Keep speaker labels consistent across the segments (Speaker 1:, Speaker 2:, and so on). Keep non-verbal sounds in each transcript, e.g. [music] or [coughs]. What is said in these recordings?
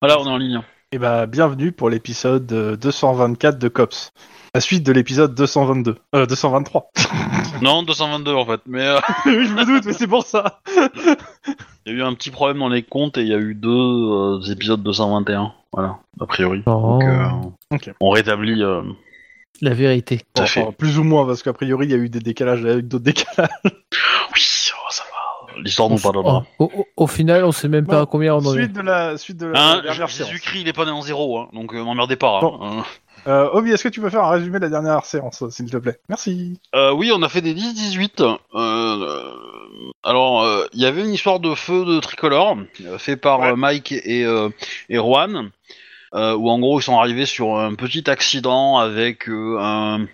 Speaker 1: Voilà, on est en ligne. hein.
Speaker 2: Et bah, bienvenue pour l'épisode euh, 224 de Cops. La suite de l'épisode 222. Euh, 223.
Speaker 1: Non, 222 en fait, mais euh, [laughs]
Speaker 2: Oui, [laughs] je me doute, mais c'est pour ça.
Speaker 1: il y a eu un petit problème dans les comptes et il y a eu deux euh, épisodes 221. Voilà, a priori.
Speaker 2: Oh.
Speaker 3: Oh.
Speaker 1: Donc, euh,
Speaker 2: Ok.
Speaker 1: on rétablit. euh,
Speaker 4: La vérité.
Speaker 1: Tout à fait.
Speaker 2: Enfin, plus ou moins, parce qu'a priori, il y a eu des décalages avec d'autres décalages.
Speaker 1: Oui, oh, ça va. L'histoire nous
Speaker 4: Au,
Speaker 2: Oh.
Speaker 4: oh,
Speaker 1: pardonnera.
Speaker 4: au- au final, on sait même pas
Speaker 2: Bon,
Speaker 4: à combien on en est.
Speaker 2: Suite de la, suite de la
Speaker 1: Hein,
Speaker 2: dernière séance.
Speaker 1: Jésus-Christ, il est pas né en zéro, hein, donc euh, m'emmerdez pas. hein.
Speaker 2: Bon.
Speaker 1: Euh,
Speaker 2: Euh, Obi, est-ce que tu peux faire un résumé de la dernière séance, s'il te plaît Merci.
Speaker 1: euh, oui, on a fait des 10-18. euh, euh, alors, euh, il y avait une histoire de feu de tricolore euh, fait par
Speaker 2: Ouais.
Speaker 1: euh, Mike et, euh, et Juan, euh, où en gros ils sont arrivés sur un petit accident avec euh, un,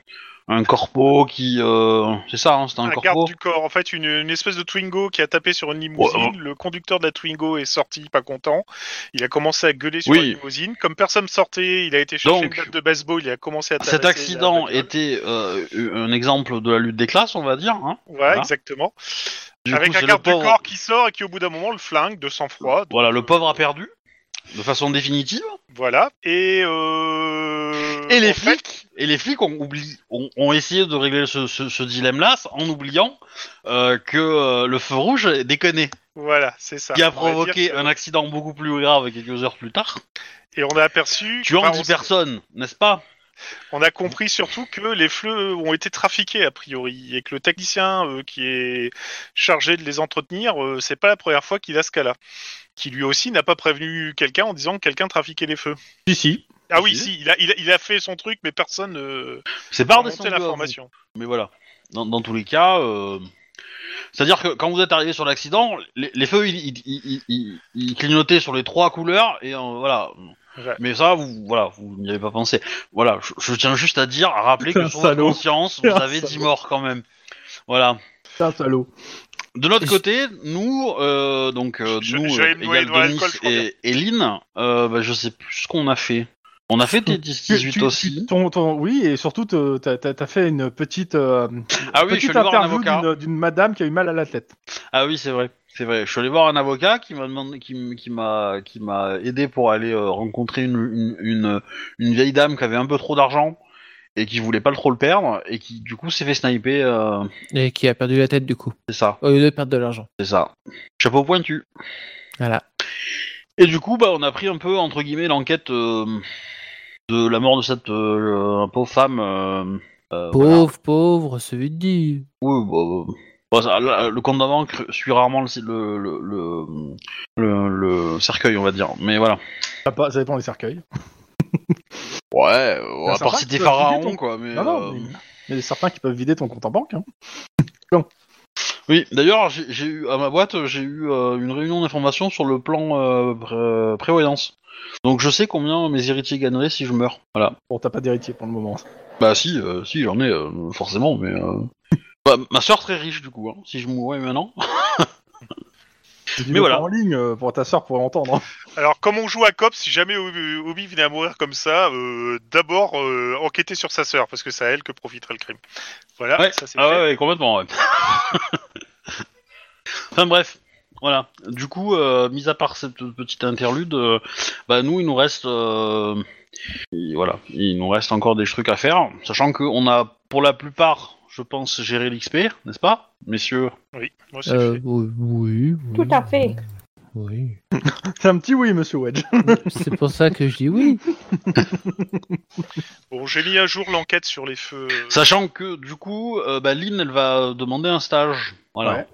Speaker 1: un corpo qui. euh, C'est ça, hein, c'était un,
Speaker 3: Un garde
Speaker 1: corpo.
Speaker 3: du corps, en fait, une, une espèce de Twingo qui a tapé sur une limousine.
Speaker 1: Ouais,
Speaker 3: Le conducteur de la Twingo est sorti, pas content. Il a commencé à gueuler sur
Speaker 1: Oui.
Speaker 3: la limousine. Comme personne sortait, il a été chercher
Speaker 1: Donc,
Speaker 3: une batte de baseball. Il a commencé à.
Speaker 1: Cet
Speaker 3: tabasser
Speaker 1: accident
Speaker 3: la bagnole.
Speaker 1: était euh, un exemple de la lutte des classes, on va dire. Hein.
Speaker 3: Ouais,
Speaker 1: Voilà.
Speaker 3: exactement.
Speaker 1: Du
Speaker 3: Avec
Speaker 1: coup, c'est
Speaker 3: un
Speaker 1: le
Speaker 3: garde
Speaker 1: pauvre-
Speaker 3: du corps qui sort et qui, au bout d'un moment, le flingue de sang-froid. Donc,
Speaker 1: Voilà, le pauvre a perdu de façon définitive.
Speaker 3: Voilà. Et. euh,
Speaker 1: Et les
Speaker 3: en fait,
Speaker 1: flics, et les flics ont, oublié, ont, ont essayé de régler ce, ce- ce dilemme-là en oubliant euh, que euh, le feu rouge déconné,
Speaker 3: Voilà, c'est ça.
Speaker 1: qui a
Speaker 3: On va
Speaker 1: provoqué
Speaker 3: dire que-
Speaker 1: un accident beaucoup plus grave quelques heures plus tard,
Speaker 3: Et on a aperçu.
Speaker 1: tuant
Speaker 3: enfin,
Speaker 1: 10
Speaker 3: on-
Speaker 1: personnes, n'est-ce pas
Speaker 3: On a compris surtout que les fleux ont été trafiqués a priori et que le technicien euh, qui est chargé de les entretenir, euh, c'est pas la première fois qu'il a ce cas-là. Qui lui aussi n'a pas prévenu quelqu'un en disant que quelqu'un trafiquait les feux.
Speaker 2: Si, si.
Speaker 3: Ah oui,
Speaker 1: Si.
Speaker 3: si, il a, il a, il a fait son truc, mais personne ne
Speaker 1: C'est
Speaker 3: n'a
Speaker 1: pas
Speaker 3: remonté
Speaker 1: redescendu à vous.
Speaker 3: l'information.
Speaker 1: Mais voilà, dans, dans tous les cas, euh, c'est-à-dire que quand vous êtes arrivé sur l'accident, les, les feux ils, ils- ils- ils- ils clignotaient sur les trois couleurs et euh, voilà.
Speaker 3: Ouais.
Speaker 1: Mais ça, vous, voilà, vous n'y avez pas pensé. Voilà, je, je tiens juste à dire, à rappeler
Speaker 2: Un
Speaker 1: que sur votre
Speaker 2: salaud.
Speaker 1: conscience, vous
Speaker 2: Un
Speaker 1: avez 10
Speaker 2: salaud.
Speaker 1: morts quand même. Voilà.
Speaker 2: Putain, salaud.
Speaker 1: De notre
Speaker 4: Et-
Speaker 1: côté, nous, euh, donc euh,
Speaker 3: Je-
Speaker 1: nous,
Speaker 3: je vais me noyer
Speaker 1: égale
Speaker 3: dans
Speaker 1: Denis
Speaker 3: l'alcool, je crois
Speaker 1: et, et Lynn, euh, bah, je sais plus ce qu'on a fait. On a fait des 10-18 aussi.
Speaker 2: ton- ton- oui, et surtout, te- t'as t'as- t'as fait une petite, euh,
Speaker 1: Ah oui, je suis
Speaker 2: petite
Speaker 1: allé voir un
Speaker 2: interview
Speaker 1: avocat.
Speaker 2: d'une- d'une madame qui a eu mal à la tête.
Speaker 1: Ah oui, c'est vrai. C'est vrai. Je suis allé voir un avocat qui m'a demandé, qui, m- qui m'a, qui m'a aidé pour aller euh, rencontrer une, une, une, une vieille dame qui avait un peu trop d'argent et qui voulait pas trop le perdre et qui du coup s'est fait sniper. euh,
Speaker 4: Et qui a perdu la tête du coup.
Speaker 1: c'est ça,
Speaker 4: Au lieu de perdre de l'argent.
Speaker 1: c'est ça. Chapeau pointu.
Speaker 4: Voilà.
Speaker 1: Et du coup, bah, on a pris un peu entre guillemets l'enquête euh, de la mort de cette euh, pauvre femme. euh, euh, voilà.
Speaker 4: Pauvre, pauvre, celui de dit.
Speaker 1: Oui, bah, euh, bah, ça, là, le compte d'avant cr- suit rarement le, le, le, le, le- le cercueil, on va dire. Mais voilà.
Speaker 2: Ça, pas- ça dépend des cercueils.
Speaker 1: Ouais, euh,
Speaker 2: Bah,
Speaker 1: à
Speaker 2: ça
Speaker 1: part
Speaker 2: va,
Speaker 1: si t'es
Speaker 2: tu vas
Speaker 1: pharaon,
Speaker 2: vider ton-
Speaker 1: quoi. Mais,
Speaker 2: non, non,
Speaker 1: euh,
Speaker 2: mais il y a des certains qui peuvent vider ton compte en banque. hein.
Speaker 1: Oui, d'ailleurs, j'ai j'ai eu à ma boîte, j'ai eu euh, une réunion d'information sur le plan euh, pré- euh, prévoyance. Donc je sais combien mes héritiers gagneraient si je meurs. Voilà.
Speaker 2: Bon, t'as pas d'héritier pour le moment.
Speaker 1: Bah si, euh, si, j'en ai, euh, forcément, mais... euh, [laughs] bah, ma soeur très riche, du coup, hein, si je mourais maintenant.
Speaker 2: Mais
Speaker 1: voilà.
Speaker 2: En ligne, euh, pour ta soeur pourrait entendre. [laughs]
Speaker 3: Alors, comme on joue à cop, si jamais Obi Obi venait à mourir comme ça, euh, d'abord euh, enquêter sur sa sœur parce que c'est à elle que profiterait le crime. Voilà, ça c'est
Speaker 1: ah
Speaker 3: fait.
Speaker 1: ouais, ouais, complètement, [laughs] ouais. enfin bref, voilà. Du coup, euh, mis à part cette petite interlude, euh, bah nous, il nous reste... euh, et voilà, il nous reste encore des trucs à faire, sachant qu'on a, pour la plupart, je pense, géré l'XP, n'est-ce pas, messieurs
Speaker 3: Oui, moi c'est
Speaker 4: Euh,
Speaker 3: fait.
Speaker 4: oui, oui, oui.
Speaker 5: Tout à fait.
Speaker 4: Oui. [laughs]
Speaker 2: C'est un petit oui, monsieur Wedge.
Speaker 4: C'est pour ça que je dis oui.
Speaker 3: Bon, j'ai mis à jour l'enquête sur les feux.
Speaker 1: Sachant que, du coup, euh, bah, Lynn, elle va demander un stage. Voilà. Euh,
Speaker 2: Ouais.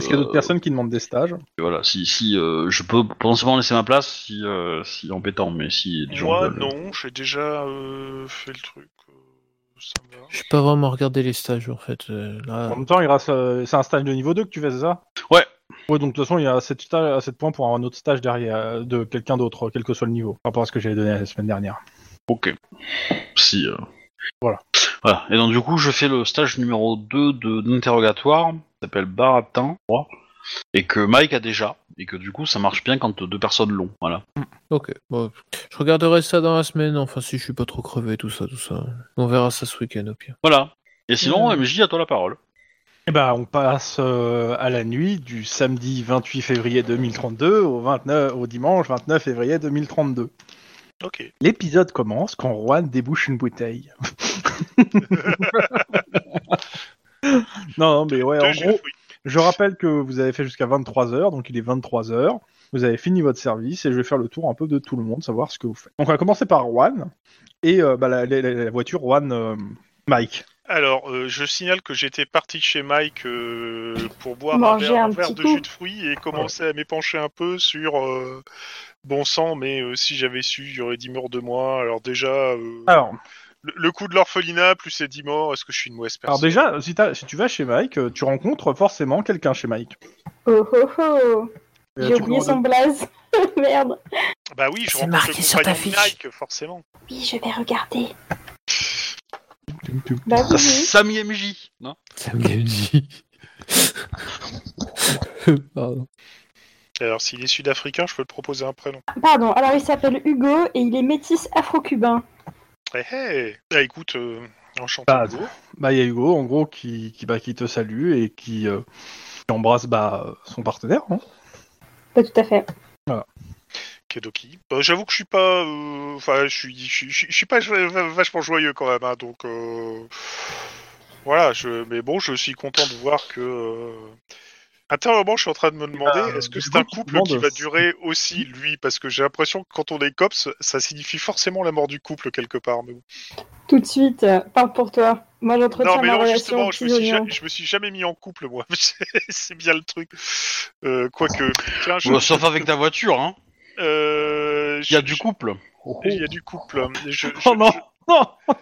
Speaker 2: Parce qu'il y a d'autres personnes qui demandent des stages.
Speaker 1: Et Voilà, si, si euh, je peux potentiellement laisser ma place, si, euh, si en pétant, mais si des gens
Speaker 3: Moi,
Speaker 1: veulent-
Speaker 3: non, j'ai déjà euh, fait le truc. euh, Ça va.
Speaker 4: Je peux pas vraiment regarder les stages en fait. euh, là.
Speaker 2: En même temps, il reste, euh, c'est un stage de niveau 2 que tu fais, c'est ça
Speaker 1: Ouais.
Speaker 2: Ouais, donc de toute façon, il y a 7, sta- 7 points pour un autre stage derrière euh, de quelqu'un d'autre, quel que soit le niveau, par rapport à ce que j'avais donné la semaine dernière.
Speaker 1: Ok. Si. euh,
Speaker 2: Voilà.
Speaker 1: Voilà. Et donc, du coup, je fais le stage numéro 2 de- d'interrogatoire, qui s'appelle Baratin, je crois, et que Mike a déjà, et que du coup, ça marche bien quand deux personnes l'ont. Voilà.
Speaker 4: Ok. Bon, je regarderai ça dans la semaine. Enfin, si je suis pas trop crevé, tout ça, tout ça. On verra ça ce week-end au pire.
Speaker 1: Voilà. Et sinon,
Speaker 4: Mm.
Speaker 1: MJ, à toi la parole.
Speaker 2: Eh ben, on passe euh, à la nuit du samedi 28 février 2032 au, 29, au dimanche 29 février 2032.
Speaker 3: Ok.
Speaker 2: L'épisode commence quand Juan débouche une bouteille. [laughs] non, non, mais ouais,
Speaker 3: Deux
Speaker 2: en
Speaker 3: jus de
Speaker 2: gros,
Speaker 3: fruits.
Speaker 2: je rappelle que vous avez fait jusqu'à 23h, donc il est 23h. Vous avez fini votre service et je vais faire le tour un peu de tout le monde, savoir ce que vous faites. Donc on va commencer par Juan et euh, bah, la, la- la- la voiture Juan euh, Mike.
Speaker 3: Alors, euh, je signale que j'étais parti de chez Mike euh, pour boire un
Speaker 5: Manger
Speaker 3: verre, un
Speaker 5: un
Speaker 3: verre
Speaker 5: petit
Speaker 3: de
Speaker 5: coup.
Speaker 3: jus de fruits et commencer à m'épancher un peu sur euh, bon sang, mais euh, si j'avais su, il y aurait 10 morts de moi. Alors déjà, euh,
Speaker 2: Alors,
Speaker 3: le, le coup de l'orphelinat, plus c'est 10 morts, est-ce que je suis une mauvaise
Speaker 2: alors
Speaker 3: personne
Speaker 2: déjà, si, t'as- si tu vas chez Mike, euh, tu rencontres forcément quelqu'un chez Mike.
Speaker 5: Oh oh oh
Speaker 2: Euh,
Speaker 5: J'ai
Speaker 2: tu
Speaker 5: oublié
Speaker 2: peux-
Speaker 5: son blaze. [laughs] Merde.
Speaker 3: Bah oui, je
Speaker 4: C'est
Speaker 3: rencontre
Speaker 4: marqué
Speaker 3: le
Speaker 4: sur ta
Speaker 3: compagnon de
Speaker 4: fiche.
Speaker 3: Mike, forcément.
Speaker 5: Oui, je vais regarder.
Speaker 2: Tum, tum.
Speaker 5: Bah
Speaker 1: Mmh.
Speaker 5: oui, oui.
Speaker 1: Samy MJ, non
Speaker 4: Samedi. [laughs] Pardon.
Speaker 3: Alors, s'il est sud-africain, je peux te proposer un prénom.
Speaker 5: Pardon, alors il s'appelle Hugo et il est métis afro-cubain.
Speaker 3: Eh eh. Bah écoute, euh, enchanté.
Speaker 2: Bah,
Speaker 3: Hugo.
Speaker 2: Bah, il y a Hugo, en gros, qui, qui, bah, qui te salue et qui, euh, qui embrasse bah, euh, son partenaire. hein.
Speaker 5: Pas tout à fait.
Speaker 3: Kedoki. Bah, J'avoue que je suis pas, euh, enfin, je suis, je suis- je suis- je suis pas jo- vachement joyeux quand même, hein, donc euh, voilà. Je, mais bon, je suis content de voir que. euh, Intérieurement, je suis en train de me demander,
Speaker 2: Bah,
Speaker 3: est-ce que
Speaker 2: du
Speaker 3: c'est
Speaker 2: coup,
Speaker 3: un
Speaker 2: tu te
Speaker 3: couple
Speaker 2: demandes
Speaker 3: qui va
Speaker 2: si-
Speaker 3: durer aussi lui Parce que j'ai l'impression que quand on est cops, ça signifie forcément la mort du couple quelque part. Mais bon.
Speaker 5: Tout de suite, euh, parle pour toi. Moi,
Speaker 3: Non,
Speaker 5: j'entretiens
Speaker 3: mais
Speaker 5: ma
Speaker 3: non,
Speaker 5: relation
Speaker 3: justement,
Speaker 5: aux
Speaker 3: je
Speaker 5: petits
Speaker 3: me, suis ja-
Speaker 5: oignons.
Speaker 3: je me suis jamais mis en couple, moi. [laughs] C'est- c'est bien le truc. Euh, Quoique, tiens, je-
Speaker 1: Bah, Sauf avec ta voiture, hein.
Speaker 3: euh,
Speaker 1: Il y a
Speaker 3: je-
Speaker 1: du [laughs] couple.
Speaker 3: Il y a du couple. Je- je-
Speaker 2: [laughs] Oh non
Speaker 3: je-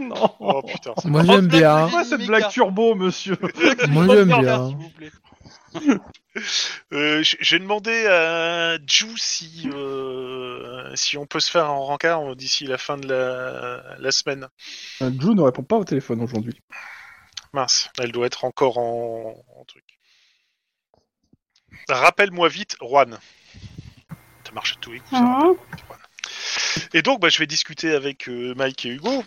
Speaker 2: Non Non
Speaker 3: Oh putain, ça-
Speaker 4: Moi j'aime
Speaker 3: Ah,
Speaker 4: bien.
Speaker 2: Pourquoi cette blague turbo,
Speaker 3: [laughs]
Speaker 2: monsieur
Speaker 4: Moi, j'aime bien.
Speaker 1: S'il vous plaît.
Speaker 3: Euh, j- J'ai demandé à Ju si, euh, si on peut se faire un rencard euh, d'ici la fin de la, la semaine.
Speaker 2: Euh, Drew ne répond pas au téléphone aujourd'hui.
Speaker 3: Mince, elle doit être encore en, en truc. Rappelle-moi vite, Juan. Ça marche à tous les coups. ça.
Speaker 5: Hein
Speaker 3: Et donc, bah, je vais discuter avec euh, Mike et Hugo.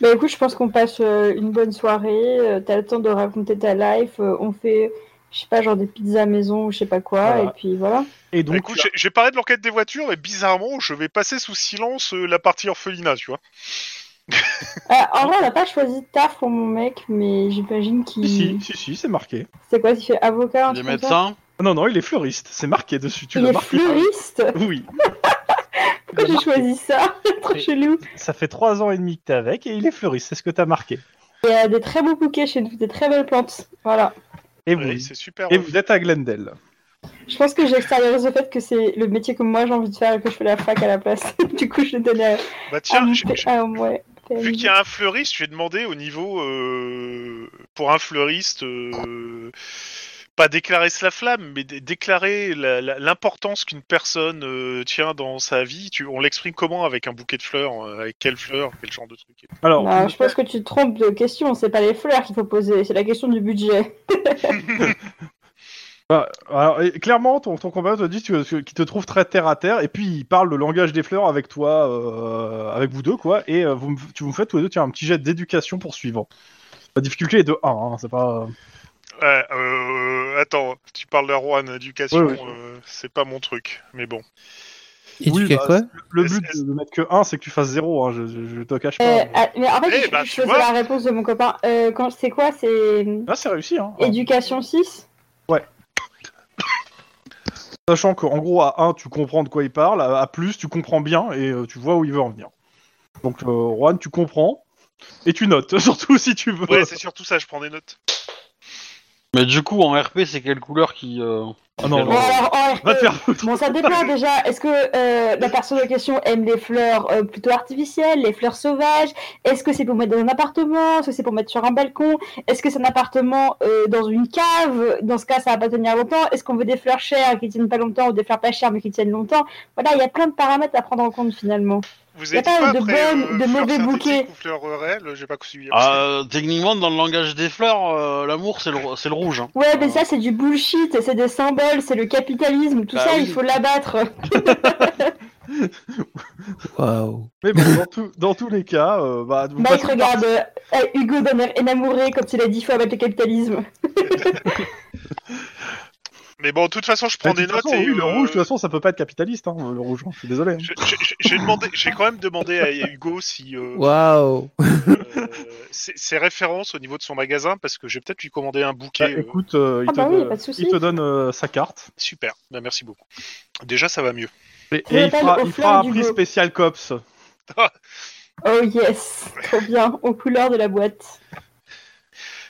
Speaker 5: Bah écoute, je pense qu'on passe euh, une bonne soirée. euh, T'as le temps de raconter ta life. euh, on fait, je sais pas, genre des pizzas maison ou je sais pas quoi.
Speaker 2: Voilà.
Speaker 5: Et puis voilà.
Speaker 2: Et
Speaker 3: Donc,
Speaker 2: donc,
Speaker 3: Bah, Écoute, j'ai- j'ai parlé de l'enquête des voitures, et bizarrement, je vais passer sous silence euh, la partie orphelinat, tu vois.
Speaker 5: Ah, en vrai, on n'a pas choisi de taf pour mon mec, mais j'imagine qu'il.
Speaker 2: si, si, si, c'est marqué. Ah
Speaker 5: C'est quoi, il fait avocat un
Speaker 1: Les
Speaker 5: truc comme ça
Speaker 1: médecins.
Speaker 2: Non, non, il est fleuriste. C'est marqué dessus. Tu
Speaker 5: Il
Speaker 2: l'as
Speaker 5: est
Speaker 2: marqué. Ah
Speaker 5: fleuriste
Speaker 2: Oui.
Speaker 5: Pourquoi j'ai choisi ça Trop
Speaker 2: Et-
Speaker 5: chelou.
Speaker 2: Ça fait trois ans et demi que t'es avec et il est fleuriste. C'est ce que t'as marqué.
Speaker 5: Il y a euh, des très beaux bouquets chez nous, des très belles plantes. Voilà.
Speaker 2: Et vous,
Speaker 3: Ouais, C'est super.
Speaker 2: et
Speaker 3: euh,
Speaker 2: vous êtes à Glendale.
Speaker 5: Je pense que j'extériorise le fait que c'est le métier que moi j'ai envie de faire et que je fais la fac à la place. [laughs] du coup, je le donne à,
Speaker 3: Bah
Speaker 5: à
Speaker 3: tiens,
Speaker 5: mon
Speaker 3: j'ai-
Speaker 5: P-
Speaker 3: j'ai-
Speaker 5: à mon- ouais,
Speaker 3: Vu
Speaker 5: PMJ.
Speaker 3: qu'il y a un fleuriste, je vais demander au niveau euh, pour un fleuriste euh, pas déclarer cela flamme, mais dé- déclarer la- la- l'importance qu'une personne euh, tient dans sa vie. Tu, on l'exprime comment avec un bouquet de fleurs, euh, avec quelle fleur, quel genre de truc.
Speaker 2: Alors,
Speaker 5: Non,
Speaker 2: tu-
Speaker 5: Bah, je pense que tu te trompes de question, c'est pas les fleurs qu'il faut poser, c'est la question du budget.
Speaker 2: bah, alors, et clairement, ton, ton compagnon te dit tu- que- qu'il te trouve très terre à terre et puis il parle le langage des fleurs avec toi, euh, avec vous deux, quoi. Et euh, vous, me- tu vous faites tous les deux tiens, un petit jet d'éducation poursuivant. La difficulté est de 1, c'est pas.
Speaker 3: Ouais, euh, attends, tu parles de Rouen, éducation,
Speaker 2: Oui, oui.
Speaker 3: euh, c'est pas mon truc,
Speaker 2: [laughs]
Speaker 3: mais bon.
Speaker 4: Et
Speaker 2: Oui,
Speaker 4: tu fais
Speaker 2: bah,
Speaker 4: quoi
Speaker 2: Le but de, de mettre que 1, c'est que tu fasses 0, je, je, je te cache pas.
Speaker 5: Euh, ah, mais en fait,
Speaker 3: Eh
Speaker 5: je,
Speaker 3: bah,
Speaker 5: je
Speaker 3: tu
Speaker 5: faisais
Speaker 3: vois.
Speaker 5: la réponse de mon copain. Euh, quand- c'est quoi C'est euh,
Speaker 2: Là, c'est réussi, hein.
Speaker 5: éducation 6
Speaker 2: Sachant qu'en gros, à 1, tu comprends de quoi il parle, à, à plus, tu comprends bien et euh, tu vois où il veut en venir. Donc, euh, Juan, tu comprends et tu notes, [laughs] surtout si tu veux.
Speaker 3: Ouais, c'est surtout ça, je prends des notes.
Speaker 1: Mais du coup, en RP, c'est quelle couleur qui. euh,
Speaker 2: Ah non,
Speaker 1: quelle-
Speaker 5: Bon,
Speaker 2: non.
Speaker 5: alors, en RP,
Speaker 2: Va te faire foutre.
Speaker 5: Bon, ça dépend déjà. Est-ce que euh, la personne en question aime les fleurs euh, plutôt artificielles, les fleurs sauvages Est-ce que c'est pour mettre dans un appartement Est-ce que c'est pour mettre sur un balcon Est-ce que c'est un appartement euh, dans une cave Dans ce cas, ça va pas tenir longtemps. Est-ce qu'on veut des fleurs chères qui tiennent pas longtemps ou des fleurs pas chères mais qui tiennent longtemps Voilà, il y a plein de paramètres à prendre en compte finalement.
Speaker 3: Vous
Speaker 5: Y a
Speaker 3: avez dit
Speaker 5: pas
Speaker 3: quoi
Speaker 5: de
Speaker 3: après,
Speaker 5: bonnes,
Speaker 3: euh,
Speaker 5: de
Speaker 3: fleurs
Speaker 5: mauvais
Speaker 3: synthétiques
Speaker 5: bouquets.
Speaker 3: ou fleurs euh, réelles, j'ai pas suivi.
Speaker 1: Ah, euh, techniquement, dans le langage des fleurs, euh, l'amour, c'est le, c'est le rouge. hein.
Speaker 5: Ouais, mais ça c'est du bullshit, c'est des symboles, c'est le capitalisme, tout
Speaker 1: Bah
Speaker 5: ça,
Speaker 1: oui.
Speaker 5: il faut l'abattre.
Speaker 4: Waouh.
Speaker 2: Mais bon, dans, tout- dans tous les cas, euh, bah, vous
Speaker 5: Mike
Speaker 2: passez par-
Speaker 5: regarde euh, euh, Hugo d'un air énamouré quand il a dit faut avec le capitalisme.
Speaker 3: Mais bon, de toute façon, je
Speaker 2: Mais
Speaker 3: prends
Speaker 2: de toute
Speaker 3: des notes.
Speaker 2: façon,
Speaker 3: et,
Speaker 2: Bah, oui, le
Speaker 3: euh,
Speaker 2: rouge, de toute façon, ça peut pas être capitaliste, hein, le rouge. hein, Je suis désolé.
Speaker 3: je- je- je- J'ai demandé, j'ai quand même demandé à Hugo si euh,
Speaker 4: Waouh.
Speaker 3: euh, ses ses références au niveau de son magasin, parce que je vais peut-être lui commander un
Speaker 2: Bah,
Speaker 3: bouquet. euh,
Speaker 2: écoute, euh, il,
Speaker 5: Ah
Speaker 2: te
Speaker 5: bah oui,
Speaker 2: donne,
Speaker 5: pas de souci.
Speaker 2: il te donne euh, sa carte.
Speaker 3: Super, Bah, merci beaucoup. Déjà, ça va mieux.
Speaker 2: Et,
Speaker 5: Je
Speaker 2: et il
Speaker 5: l'appelle
Speaker 2: fera,
Speaker 5: au
Speaker 2: il
Speaker 5: flanc
Speaker 2: fera un
Speaker 5: du
Speaker 2: prix
Speaker 5: go.
Speaker 2: spécial COPS.
Speaker 5: Oh yes, trop bien, aux couleurs de la boîte.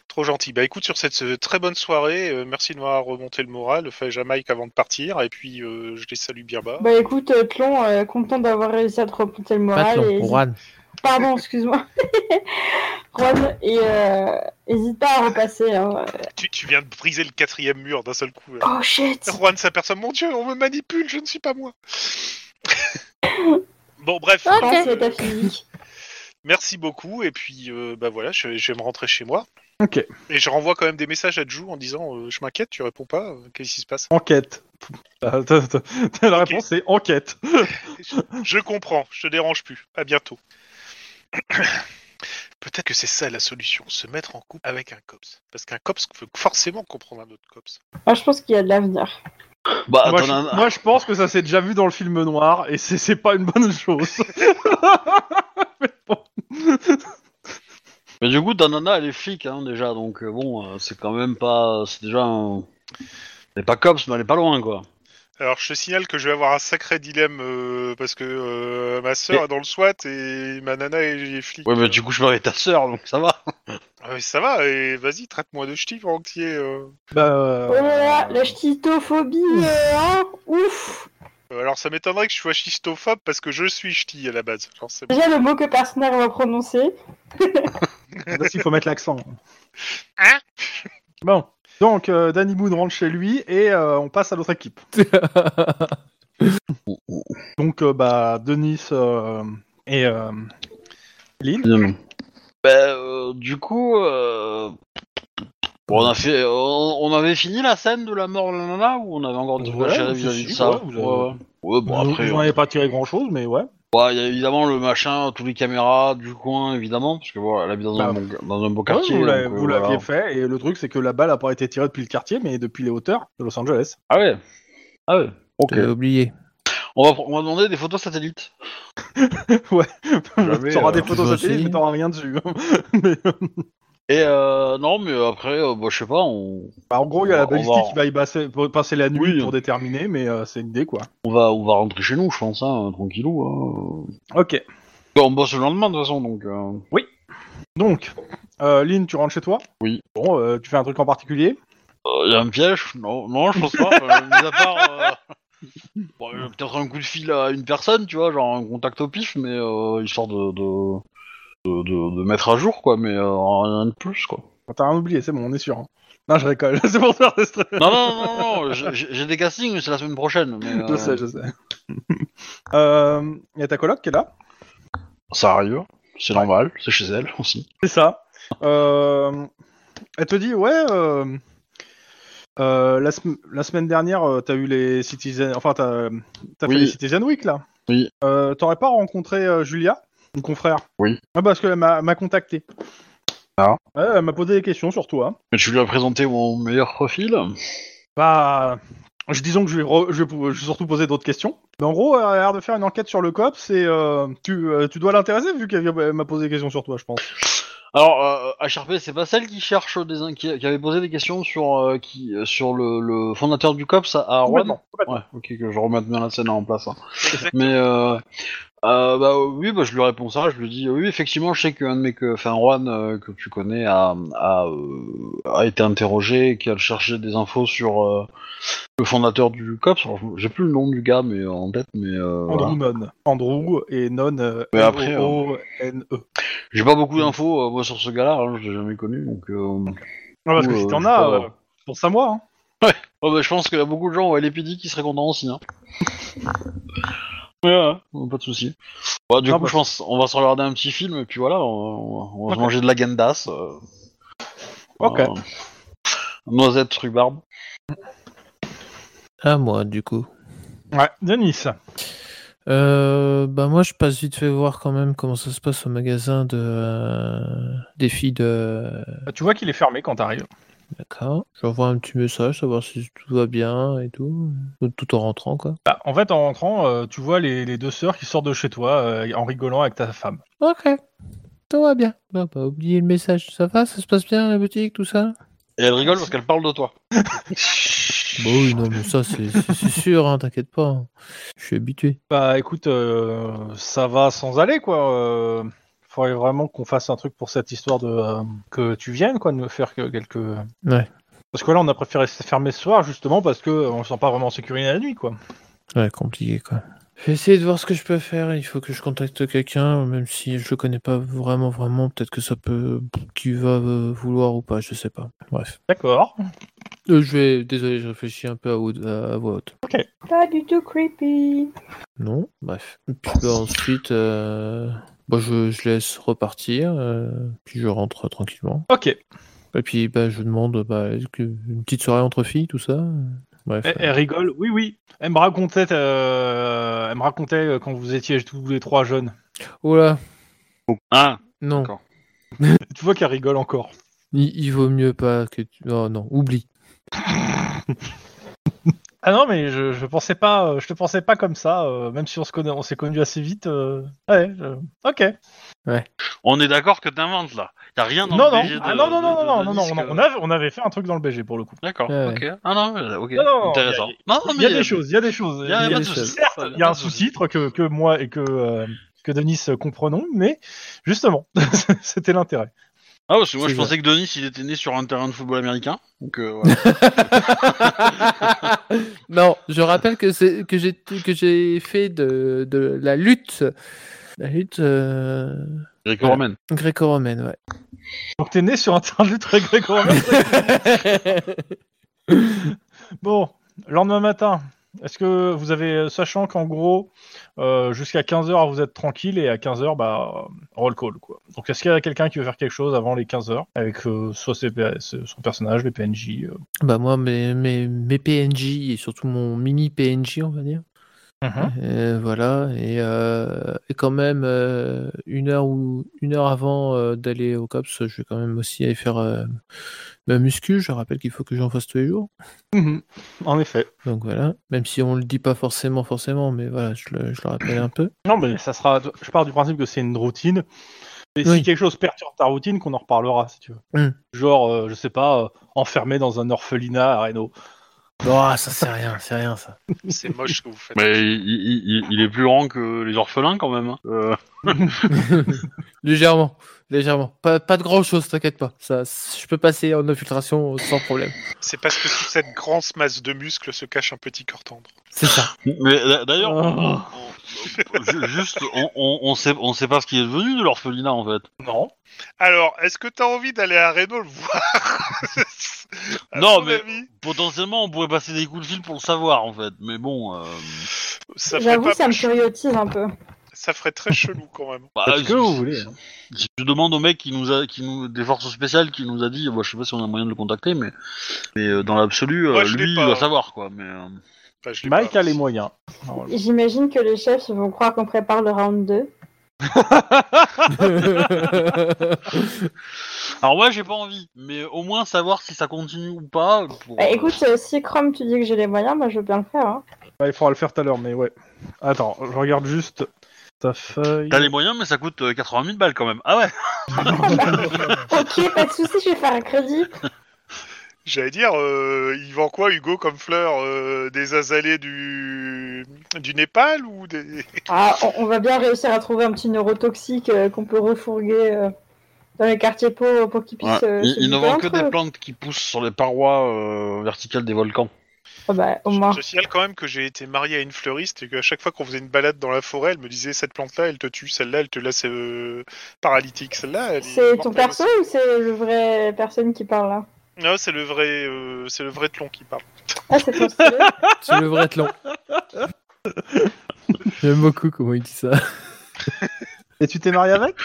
Speaker 3: Trop gentil. Bah écoute, sur cette euh, très bonne soirée, euh, merci de m'avoir remonté le moral. Fais Jamaïque avant de partir, et puis euh, je les salue bien bas.
Speaker 5: Bah écoute, euh, Tlon, euh, content d'avoir réussi à te remonter le moral.
Speaker 4: Maintenant,
Speaker 5: et-
Speaker 4: Juan.
Speaker 5: Pardon, excuse-moi. [laughs] Ron, et euh, hésite pas à repasser. hein.
Speaker 3: Tu, tu viens de briser le quatrième mur d'un seul coup. là.
Speaker 5: Oh shit
Speaker 3: Juan s'aperçoit, mon Dieu, on me manipule, je ne suis pas moi. bon, bref.
Speaker 5: Je
Speaker 3: euh,
Speaker 5: pense que ta physique.
Speaker 3: merci beaucoup, et puis euh, bah voilà, je, je vais me rentrer chez moi.
Speaker 2: Ok.
Speaker 3: Et je renvoie quand même des messages à Jou en disant, euh, je m'inquiète, tu réponds pas, euh, qu'est-ce qui se passe
Speaker 2: Enquête. [laughs] Ah, T'as- t'as- t'as- La réponse c'est enquête.
Speaker 3: Je comprends, je te dérange plus. À bientôt. [coughs] Peut-être que c'est ça la solution, se mettre en couple avec un cops. Parce qu'un cops peut forcément comprendre un autre cops.
Speaker 5: Moi, Ah, je pense qu'il y a de l'avenir.
Speaker 1: Bah,
Speaker 2: moi,
Speaker 1: t'en
Speaker 2: je,
Speaker 1: as-
Speaker 2: moi, je pense que ça s'est déjà vu dans le film noir et c'est c'est pas une bonne chose.
Speaker 5: Oh
Speaker 1: Mais du coup, ta nana, elle est flic, hein, déjà, donc euh, bon, euh, c'est quand même pas... C'est déjà un... Elle est pas cops, mais elle est pas loin, quoi.
Speaker 3: Alors je te signale que je vais avoir un sacré dilemme euh, parce que euh, ma sœur
Speaker 1: Mais-
Speaker 3: est dans le SWAT et ma nana est, est flic.
Speaker 1: Ouais, mais du coup, je me mets ta sœur, donc ça va.
Speaker 3: Ah, mais ça va, et vas-y, traite-moi de ch'ti avant que t'y aies, euh.
Speaker 2: bah, euh,
Speaker 5: Oh là là, la ch'titophobie, euh, hein Ouf
Speaker 3: Euh, Alors ça m'étonnerait que je sois schistophobe parce que je suis ch'ti à la base. Genre, c'est bon.
Speaker 5: Déjà, le mot que personne n'arrive à prononcer.
Speaker 2: [laughs] parce qu'il faut mettre l'accent.
Speaker 3: Hein
Speaker 2: Bon. Donc, euh, Danny Boone rentre chez lui et euh, on passe à
Speaker 1: [laughs]
Speaker 2: l'autre équipe. Donc, euh, bah, Denis euh, et euh, Lynn.
Speaker 1: Finalement. Bah, euh, du coup, euh, bon, on, a fait, on, on avait fini la scène de la mort de la nana ou on avait encore des
Speaker 2: Ouais,
Speaker 1: trucs à gérer
Speaker 2: si,
Speaker 1: vis-à-vis
Speaker 2: si,
Speaker 1: de ça
Speaker 2: ouais, vous avez-
Speaker 1: ouais. Ouais, bon,
Speaker 2: Vous-
Speaker 1: après, euh,
Speaker 2: vous
Speaker 1: on-
Speaker 2: n'en
Speaker 1: ouais,
Speaker 2: avez pas tiré grand chose, mais ouais.
Speaker 1: il y a évidemment le machin, toutes les caméras, du coin, évidemment, parce que voilà, elle habite dans, un,
Speaker 2: Bah,
Speaker 1: bon, dans un beau quartier.
Speaker 2: Ouais, vous l'avez-
Speaker 1: donc, euh,
Speaker 2: vous l'aviez
Speaker 1: voilà.
Speaker 2: fait et le truc c'est que la balle a pas été tirée depuis le quartier mais depuis les hauteurs de Los Angeles. [laughs]
Speaker 1: Ah ouais Ah ouais Ok.
Speaker 4: J'avais oublié.
Speaker 1: On, va, pr- on va demander des photos satellites. Jamais,
Speaker 2: t'auras
Speaker 1: euh,
Speaker 2: des photos
Speaker 4: aussi.
Speaker 2: satellites mais t'auras rien dessus. [laughs] Mais, euh,
Speaker 1: Et euh, non, mais après, euh, bah, je sais pas, on,
Speaker 2: bah, en gros il y a la
Speaker 1: On va- on
Speaker 2: balistique
Speaker 1: va-
Speaker 2: qui va y passer, passer la nuit
Speaker 1: Oui.
Speaker 2: pour déterminer mais euh, c'est l'idée quoi.
Speaker 1: on, va, on va rentrer chez nous, je pense, hein, tranquillou. hein. Bah,
Speaker 2: Ok
Speaker 1: On bosse le lendemain, de toute façon, donc. euh,
Speaker 2: donc euh, Lynn tu rentres chez toi.
Speaker 1: Oui.
Speaker 2: Bon euh, tu fais un truc en particulier.
Speaker 1: Il euh, y a un piège Non, non je pense pas. Enfin, mis à part. euh, [laughs] bon, euh, Peut-être un coup de fil à une personne, tu vois, genre un contact au pif, mais euh, histoire de, de, de, de- de mettre à jour, quoi, mais euh, rien de plus, quoi.
Speaker 2: T'as rien oublié c'est bon on est sûr. hein. Non je récolte [laughs] c'est pour faire des stress.
Speaker 1: Non, non, non, non, non, j'ai j'ai des castings, mais c'est la semaine prochaine. mais, euh,
Speaker 2: [laughs] Je sais je sais. [laughs] Euh, Il y a ta coloc qui est là.
Speaker 1: Ça arrive, c'est normal, c'est chez elle aussi.
Speaker 2: C'est ça. Euh, elle te dit, ouais, euh, euh, la, sem- la semaine dernière, euh, t'as eu les Citizen, enfin, t'as t'as
Speaker 1: Oui.
Speaker 2: fait les Citizen Week là.
Speaker 1: Oui.
Speaker 2: Euh, T'aurais pas rencontré euh, Julia, mon confrère
Speaker 1: Oui.
Speaker 2: Ah, parce qu'elle m'a m'a contacté.
Speaker 1: Ah.
Speaker 2: Ouais, elle m'a posé des questions sur toi.
Speaker 1: Mais tu lui as présenté mon meilleur profil
Speaker 2: Bah, je disons que je vais, re- je vais pou- je vais surtout poser d'autres questions. Mais en gros, elle a l'air de faire une enquête sur le COPS et euh, tu, euh, tu dois l'intéresser vu qu'elle vient- elle m'a posé des questions sur toi, je pense.
Speaker 1: Alors, euh, HRP, c'est pas celle qui cherche des in- qui, qui avait posé des questions sur, euh, qui, sur le, le fondateur du COPS à, à Rouen
Speaker 2: Complètement, complètement.
Speaker 1: Ouais, ok, que je remette bien la scène en place. hein.
Speaker 3: Exact.
Speaker 1: Mais euh, euh, bah oui, bah, je lui réponds ça, je lui dis euh, oui, effectivement, je sais qu'un de mes, que- enfin Juan euh, que tu connais a, a, euh, a été interrogé, qui a cherché des infos sur euh, le fondateur du COPS. Alors, je- J'ai plus le nom du gars, mais euh, en tête, mais euh, voilà.
Speaker 2: Andrew Non. Andrew et euh, Non
Speaker 1: Mais après, hein.
Speaker 2: O-N-E.
Speaker 1: j'ai pas
Speaker 2: Mm.
Speaker 1: beaucoup d'infos euh, moi sur ce gars-là, hein, je l'ai jamais connu, donc. euh,
Speaker 2: Ah, parce que
Speaker 1: ou,
Speaker 2: si
Speaker 1: euh,
Speaker 2: t'en
Speaker 1: je sais pas,
Speaker 2: as,
Speaker 1: ouais.
Speaker 2: euh, pense à moi. Hein.
Speaker 1: Oh, bah, je pense qu'il y a beaucoup de gens au LPD qui seraient contents aussi. Hein. [laughs] Ouais, ouais, ouais, pas de soucis. Bah, du
Speaker 2: Ah,
Speaker 1: coup,
Speaker 2: bah.
Speaker 1: je pense on va se regarder un petit film et puis voilà, on, va- on va se
Speaker 2: Ok.
Speaker 1: manger de la gandasse. euh,
Speaker 2: Ok.
Speaker 1: euh, noisette rhubarbe.
Speaker 4: À moi, du coup.
Speaker 2: Ouais, Denis.
Speaker 4: Euh, bah moi, je passe vite fait voir quand même comment ça se passe au magasin de euh, des filles de.
Speaker 2: Bah, tu vois qu'il est fermé quand t'arrives.
Speaker 4: D'accord. J'envoie un petit message, savoir si tout va bien et tout, tout en rentrant quoi.
Speaker 2: Bah, en fait, en rentrant, euh, tu vois les, les deux sœurs qui sortent de chez toi euh, en rigolant avec ta femme.
Speaker 4: Ok. Tout va bien. Bon, bah, oubliez le message. Ça va, ça se passe bien la boutique, tout ça.
Speaker 1: Et elle rigole parce qu'elle parle de toi.
Speaker 4: Bah oui, non, mais ça, c'est c'est- c'est sûr, hein, t'inquiète pas. Je suis habitué.
Speaker 2: Bah, écoute, euh, ça va sans aller, quoi. Euh, faudrait vraiment qu'on fasse un truc pour cette histoire de euh, que tu viennes, quoi, de nous faire que quelques.
Speaker 4: Ouais.
Speaker 2: Parce que là, on a préféré se fermer ce soir, justement, parce que on se sent pas vraiment en sécurité la nuit, quoi.
Speaker 4: Ouais, compliqué, quoi. Je vais essayer de voir ce que je peux faire. Il faut que je contacte quelqu'un, même si je le connais pas vraiment, vraiment. Peut-être que ça peut. qui va euh, vouloir ou pas, je sais pas. Bref.
Speaker 2: D'accord.
Speaker 4: Euh, je vais. Désolé, je réfléchis un peu à, haute- à- à voix haute.
Speaker 5: Pas du tout creepy.
Speaker 4: Non, bref. Et Puis bah, ensuite, euh, bah, je, je laisse repartir, euh, puis je rentre tranquillement.
Speaker 2: Ok. Eh, Et-
Speaker 4: Et puis bah, je demande bah, est-ce que- une petite soirée entre filles, tout ça. euh, Bref.
Speaker 2: Elle rigole. Oui, oui. Elle me racontait, euh, elle me racontait euh, quand vous étiez tous les trois jeunes.
Speaker 4: Oh là,
Speaker 1: Ah,
Speaker 4: non.
Speaker 1: D'accord.
Speaker 2: Tu vois qu'elle rigole encore.
Speaker 4: Il, il vaut mieux pas que tu. Oh non, oublie.
Speaker 2: Ah non, mais je, je pensais pas, euh, je te pensais pas comme ça. euh, même si on se connaît, on s'est connu assez vite. euh, ouais. je- Ok.
Speaker 1: on est d'accord que t'inventes là. T'as rien dans
Speaker 2: Non,
Speaker 1: le
Speaker 2: non.
Speaker 1: BG de-
Speaker 2: Ah, non, non,
Speaker 1: de-
Speaker 2: non,
Speaker 1: de-
Speaker 2: non,
Speaker 1: de
Speaker 2: non, non,
Speaker 1: disque,
Speaker 2: non,
Speaker 1: euh.
Speaker 2: On avait, on avait fait un truc dans le BG pour le coup.
Speaker 1: D'accord,
Speaker 4: Ouais,
Speaker 1: ok. Ah non, mais- ok.
Speaker 2: Non, non,
Speaker 1: Intéressant.
Speaker 2: y a-
Speaker 1: Non,
Speaker 2: Il y a
Speaker 1: Oh, mais-
Speaker 2: des choses, il y a des choses.
Speaker 1: y a- y a
Speaker 4: y a
Speaker 1: pas de
Speaker 4: des
Speaker 1: soucis.
Speaker 4: choses.
Speaker 2: Certes, il y a
Speaker 1: Pas
Speaker 2: un
Speaker 1: de soucis.
Speaker 2: sous-titre que, que moi et que, euh, que Denis comprenons, mais justement, [laughs] c'était l'intérêt.
Speaker 1: Ah, parce que moi
Speaker 4: C'est
Speaker 1: je
Speaker 4: vrai.
Speaker 1: pensais que Denis il était né sur un terrain de football américain. Donc, [laughs] euh, voilà.
Speaker 4: non, je rappelle que c'est que j'ai que j'ai fait de, de la lutte, la lutte euh,
Speaker 1: Eric
Speaker 4: Ouais.
Speaker 1: Roman.
Speaker 4: gréco-romaine, ouais.
Speaker 2: Donc t'es né sur un terrain de lutte gréco-romaine. Bon, lendemain matin, est-ce que vous avez, sachant qu'en gros, euh, jusqu'à 15h, vous êtes tranquille et à 15h, bah, euh, roll call, quoi. Donc, est-ce qu'il y a quelqu'un qui veut faire quelque chose avant les 15h avec euh, soit ses P- son personnage, les PNJ euh.
Speaker 4: Bah moi mes, mes, mes PNJ et surtout mon mini PNJ on va dire.
Speaker 2: Mhm.
Speaker 4: Euh, voilà et, euh, et quand même euh, une heure ou une heure avant euh, d'aller au cops, je vais quand même aussi aller faire euh, ma muscu. Je rappelle qu'il faut que j'en fasse tous les jours.
Speaker 2: Mhm. En effet.
Speaker 4: Donc voilà, même si on le dit pas forcément forcément, mais voilà je le, je le rappelle un peu.
Speaker 2: Non, mais ça sera. Je pars du principe que c'est une routine. Et si
Speaker 4: Oui.
Speaker 2: quelque chose perturbe ta routine, qu'on en reparlera, si tu veux.
Speaker 4: Mm.
Speaker 2: Genre, euh, je sais pas, euh, enfermé dans un orphelinat à Reno.
Speaker 4: Oh ça c'est rien, c'est rien ça.
Speaker 3: C'est moche ce que vous
Speaker 1: [laughs]
Speaker 3: faites.
Speaker 1: Mais il, il- il- il est plus grand que les orphelins quand même. hein. Euh,
Speaker 4: [laughs] légèrement, légèrement, pas, pas de grand chose, t'inquiète pas. Ça, je peux passer en infiltration euh, sans problème.
Speaker 3: C'est parce que sous cette grande masse de muscles se cache un petit corps tendre.
Speaker 4: C'est [laughs] ça.
Speaker 1: [laughs] Mais d'a- d'ailleurs,
Speaker 2: Oh.
Speaker 1: on- on- on- ju- juste, on, on, on sait, on sait pas ce qui est devenu de l'orphelinat en fait.
Speaker 2: Non.
Speaker 3: Alors, est-ce que t'as envie d'aller à Renault
Speaker 1: [laughs]
Speaker 3: le voir À
Speaker 1: Non,
Speaker 3: ton
Speaker 1: mais-
Speaker 3: avis,
Speaker 1: Potentiellement, on pourrait passer des coups de fil pour le savoir en fait. Mais bon, euh,
Speaker 3: ça ferait,
Speaker 5: J'avoue,
Speaker 3: pas...
Speaker 5: ça me curiotise un peu.
Speaker 3: ça ferait très chelou quand même.
Speaker 1: bah,
Speaker 2: Est-ce que vous voulez hein
Speaker 1: Je je demande au mec qui nous a, qui nous, des forces spéciales qui nous a dit, bah, je sais pas si on a moyen de le contacter, mais, mais euh, dans l'absolu,
Speaker 3: Moi,
Speaker 1: euh,
Speaker 3: je l'ai
Speaker 1: lui,
Speaker 3: pas.
Speaker 1: il doit savoir quoi. Mais euh,
Speaker 3: Enfin, je l'ai
Speaker 2: Mike
Speaker 3: pas.
Speaker 2: a les moyens. Normalement.
Speaker 5: J'imagine que les chefs vont croire qu'on prépare le round 2.
Speaker 1: alors ouais, j'ai pas envie, mais au moins savoir si ça continue ou pas. Pour,
Speaker 5: Bah, écoute, euh, si Chrome, tu dis que j'ai les moyens, moi je veux bien le faire.
Speaker 1: [laughs]
Speaker 5: hein.
Speaker 2: Ouais, Bah, il faudra le faire tout à l'heure, mais ouais. Attends, je regarde juste ta feuille.
Speaker 1: T'as les moyens, mais ça coûte euh, 80 000 balles quand même. Ah ouais.
Speaker 5: ok, pas de soucis, je vais faire un crédit.
Speaker 3: J'allais dire, euh, il vend quoi Hugo comme fleur euh, Des azalées du... du Népal ou des...
Speaker 5: Ah, on, on va bien réussir à trouver un petit neurotoxique euh, qu'on peut refourguer euh, dans les quartiers pauvres pour qu'ils puissent. euh,
Speaker 1: Ils,
Speaker 5: se
Speaker 1: ils ne
Speaker 5: vivre
Speaker 1: vendent que
Speaker 5: entre
Speaker 1: des
Speaker 5: eux.
Speaker 1: plantes qui poussent sur les parois euh, verticales des volcans.
Speaker 5: Ah bah, au moins.
Speaker 3: Je signale quand même que j'ai été marié à une fleuriste et qu'à chaque fois qu'on faisait une balade dans la forêt, elle me disait cette plante-là, elle te tue, celle-là, elle te laisse euh, paralytique, celle-là. elle est
Speaker 5: C'est ton
Speaker 3: mortelle
Speaker 5: perso
Speaker 3: aussi.
Speaker 5: ou c'est le vrai personne qui parle là
Speaker 3: Non, c'est le vrai, euh, c'est le vrai tlon qui parle.
Speaker 5: Ah, c'est ton
Speaker 1: [laughs]
Speaker 5: stylé.
Speaker 4: C'est le vrai tlon. J'aime beaucoup comment il dit ça.
Speaker 2: Et tu t'es marié avec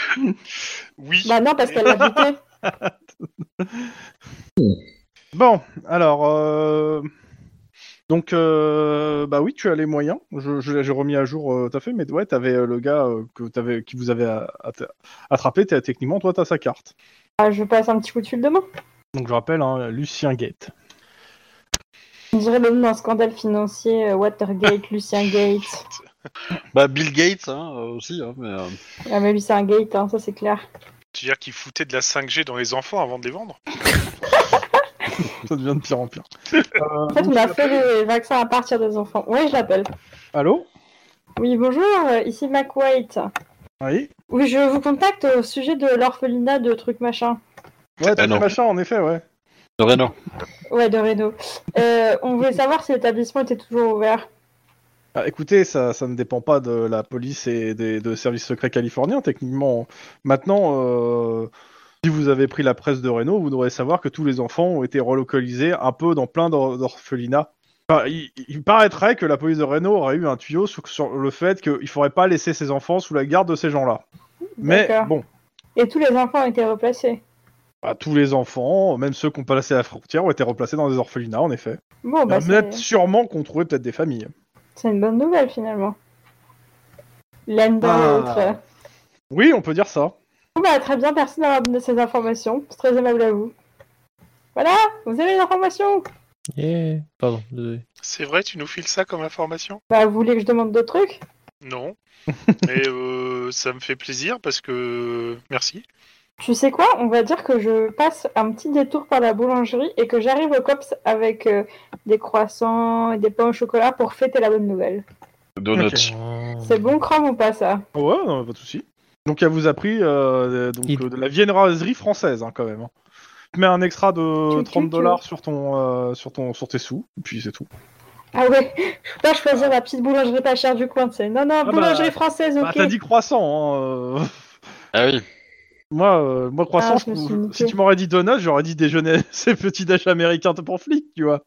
Speaker 3: Oui.
Speaker 5: bah non, parce qu'elle l'a buté.
Speaker 2: Bon, alors. euh, Donc, euh, bah oui, tu as les moyens. Je, je- j'ai remis à jour, euh, t'as fait, mais ouais, t'avais euh, le gars euh, que t'avais, qui vous avait a- atta- attrapé. t'as- techniquement, toi, t'as sa carte.
Speaker 5: Ah, je passe un petit coup de fil demain.
Speaker 2: Donc, je rappelle, hein, Lucien Gate.
Speaker 5: On dirait le nom d'un scandale financier euh, Watergate, Lucien Gate.
Speaker 1: Bah, Bill Gates hein, euh, aussi, hein, mais, euh,
Speaker 5: Ah, mais Lucien Gate, hein, ça c'est clair.
Speaker 3: C'est-à-dire qu'ils foutaient de la 5G dans les enfants avant de les vendre.
Speaker 2: Ça devient de pire en pire. Euh,
Speaker 1: Ah,
Speaker 5: En fait,
Speaker 2: donc,
Speaker 5: on a fait les vaccins à partir des enfants. Ouais, je l'appelle.
Speaker 2: Allô
Speaker 5: Oui, bonjour, euh, ici Mac White.
Speaker 2: Oui.
Speaker 5: Oui, je vous contacte au sujet de l'orphelinat de truc machin.
Speaker 2: Ouais,
Speaker 1: Ah
Speaker 2: t'as fait
Speaker 1: non.
Speaker 2: machin, en effet, ouais.
Speaker 1: de Reno.
Speaker 5: Ouais, de Reno. Euh, on voulait savoir si l'établissement était toujours ouvert.
Speaker 2: Ah, écoutez, ça, ça ne dépend pas de la police et des de services secrets californiens, techniquement. Maintenant, euh, si vous avez pris la presse de Reno, vous devrez savoir que tous les enfants ont été relocalisés un peu dans plein d'or- d'orphelinats. Enfin, il, il paraîtrait que la police de Reno aurait eu un tuyau sur, sur le fait qu'il ne faudrait pas laisser ses enfants sous la garde de ces gens-là. Mais
Speaker 5: D'accord.
Speaker 2: bon,
Speaker 5: Et tous les enfants ont été replacés.
Speaker 2: bah, tous les enfants, même ceux qui ont passé la frontière, ont été replacés dans des orphelinats, en effet.
Speaker 5: Bon, bah,
Speaker 2: Peut-être
Speaker 5: c'est-
Speaker 2: sûrement qu'on trouvait peut-être des familles.
Speaker 5: c'est une bonne nouvelle finalement. L'un dans
Speaker 2: Ah.
Speaker 5: l'autre.
Speaker 2: Oui, on peut dire ça.
Speaker 5: Bon, bah, très bien, merci d'avoir donné ces informations. C'est très aimable à vous. Voilà, vous avez les informations.
Speaker 4: Yeah. Pardon, désolé.
Speaker 3: C'est vrai, tu nous files ça comme information
Speaker 5: Bah, vous voulez que je demande d'autres trucs [laughs]
Speaker 3: Non. Mais euh, ça me fait plaisir parce que. Merci.
Speaker 5: Tu sais quoi On va dire que je passe un petit détour par la boulangerie et que j'arrive au COPS avec euh, des croissants et des pains au chocolat pour fêter la bonne nouvelle.
Speaker 1: Donuts.
Speaker 2: Ok.
Speaker 5: C'est bon, Chrome, ou pas ça
Speaker 2: Ouais, non, pas de souci. Donc elle vous a pris euh, donc,
Speaker 4: Il-
Speaker 2: euh, de la viennoiserie française hein, quand même. hein. Tu mets un extra
Speaker 5: Tu-
Speaker 2: de
Speaker 5: tu-
Speaker 2: 30
Speaker 5: tu-
Speaker 2: dollars sur ton euh, sur ton sur tes sous, et puis c'est tout.
Speaker 5: Ah ouais [laughs] Je peux pas choisir la petite boulangerie pas chère du coin, tu sais. Non, non,
Speaker 2: bah,
Speaker 5: boulangerie française,
Speaker 2: Bah,
Speaker 5: ok.
Speaker 2: t'as dit croissant. hein, euh, [laughs]
Speaker 1: Ah oui.
Speaker 2: moi, euh, moi croissant.
Speaker 5: Ah,
Speaker 2: je
Speaker 5: je me suis
Speaker 2: peux-
Speaker 5: niquée.
Speaker 2: si tu m'aurais dit donut, j'aurais dit déjeuner. [laughs] c'est petit déj américain pour flic, tu vois.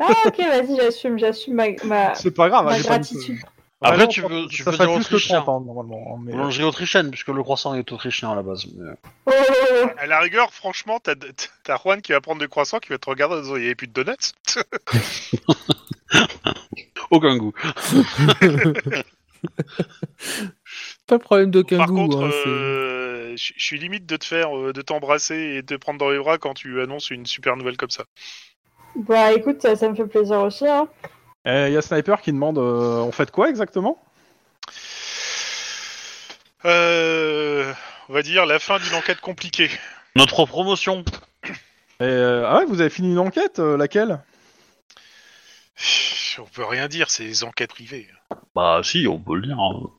Speaker 5: Ah ok, vas-y, j'assume, j'assume ma, ma,
Speaker 2: C'est pas grave.
Speaker 5: Ah, ma
Speaker 2: hein, j'ai pas dit-
Speaker 5: gratitude.
Speaker 1: Après,
Speaker 2: Vraiment,
Speaker 1: tu veux- tu
Speaker 2: ça
Speaker 1: veux
Speaker 2: ferait
Speaker 1: dire
Speaker 2: plus que 30
Speaker 1: autrichien.
Speaker 2: hein, normalement. hein, mais-
Speaker 1: Boulangerie autrichienne, puisque le croissant est autrichien à la base. mais, euh,
Speaker 5: Oh, oh, oh.
Speaker 3: À la rigueur, franchement, t'as t'as Juan qui va prendre des croissants, qui va te regarder en disant il n'y avait plus de donuts.
Speaker 1: Aucun goût.
Speaker 4: Pas de problème d'aucun
Speaker 3: Par
Speaker 4: goût.
Speaker 3: contre,
Speaker 4: hein, c'est-
Speaker 3: euh, je je suis limite de te faire, euh, de t'embrasser et de te prendre dans les bras quand tu annonces une super nouvelle comme ça.
Speaker 5: Bah écoute, ça, ça me fait plaisir aussi, hein.
Speaker 2: Euh, Il y a Sniper qui demande, euh, on fait quoi exactement
Speaker 3: Euh, on va dire la fin d'une enquête compliquée. [laughs]
Speaker 1: Notre promotion.
Speaker 2: Et, euh, Ah ouais, vous avez fini une enquête, euh, laquelle
Speaker 3: On peut rien dire, c'est des enquêtes privées.
Speaker 1: Bah si, on peut le dire. hein.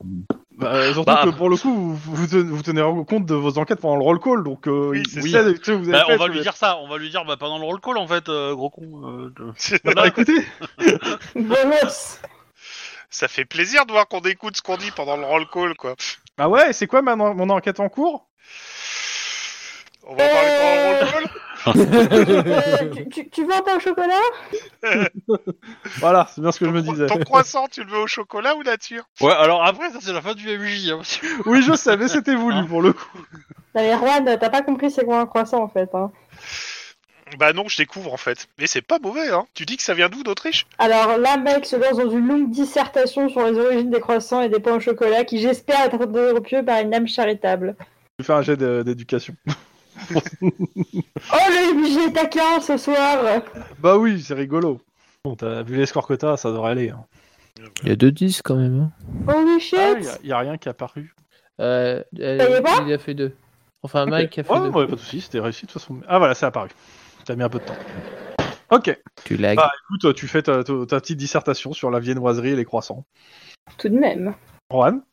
Speaker 2: Bah, euh, surtout
Speaker 1: Bah,
Speaker 2: que pour le coup, vous, vous ten- vous tenez compte de vos enquêtes pendant le roll call, donc euh,
Speaker 3: Oui,
Speaker 2: il-
Speaker 3: c'est
Speaker 2: il
Speaker 3: ça.
Speaker 2: sait, tu sais, vous avez
Speaker 1: Bah,
Speaker 2: fait,
Speaker 1: on va
Speaker 2: tu
Speaker 1: lui
Speaker 2: sais.
Speaker 1: dire ça. On va lui dire bah, pendant le roll call en fait, euh, gros con. euh, de-
Speaker 2: Bah, écoutez,
Speaker 5: Bonus
Speaker 3: [laughs] Ça fait plaisir de voir qu'on écoute ce qu'on dit pendant le roll call, quoi.
Speaker 2: ah ouais, c'est quoi ma- mon enquête en cours
Speaker 3: On va en parler pendant le roll call
Speaker 5: Euh, tu, tu, tu veux un pain au chocolat
Speaker 2: Voilà, c'est bien ce que je
Speaker 3: [laughs]
Speaker 2: me disais.
Speaker 3: Ton croissant, tu le veux au chocolat ou nature
Speaker 1: Ouais, alors après, ça c'est la fin du MJ. hein.
Speaker 2: Oui, je savais, c'était voulu pour le coup.
Speaker 5: Non mais Juan, t'as pas compris c'est quoi un croissant en fait, hein.
Speaker 3: Bah non, je découvre en fait. Mais c'est pas mauvais, hein. Tu dis que ça vient d'où d'Autriche
Speaker 5: Alors là, mec se lance dans une longue dissertation sur les origines des croissants et des pains au chocolat qui, j'espère, être rendue au pieu par une âme charitable.
Speaker 2: Je vais faire un jet de- d'éducation.
Speaker 5: Oh, le MJ est taquin ce soir
Speaker 2: Bah oui, c'est rigolo. Bon, t'as vu les scores que t'as, ça devrait aller. hein.
Speaker 4: Il y a deux 10 quand même. hein.
Speaker 5: Holy
Speaker 2: Ah,
Speaker 5: shit
Speaker 2: y a- y a, rien qui a paru.
Speaker 4: Euh,
Speaker 5: Ça y est
Speaker 4: elle-
Speaker 5: pas
Speaker 4: il a fait deux. Enfin, Mike a fait
Speaker 2: Ouais,
Speaker 4: deux.
Speaker 2: ouais, pas de soucis, c'était réussi de toute façon. Ah voilà, ça a paru. T'as mis un peu de temps. Ok,
Speaker 4: Tu lags. [laughs]
Speaker 2: Bah, écoute, tu fais ta, ta- ta petite dissertation sur la viennoiserie et les croissants.
Speaker 5: Tout de même.
Speaker 2: Juan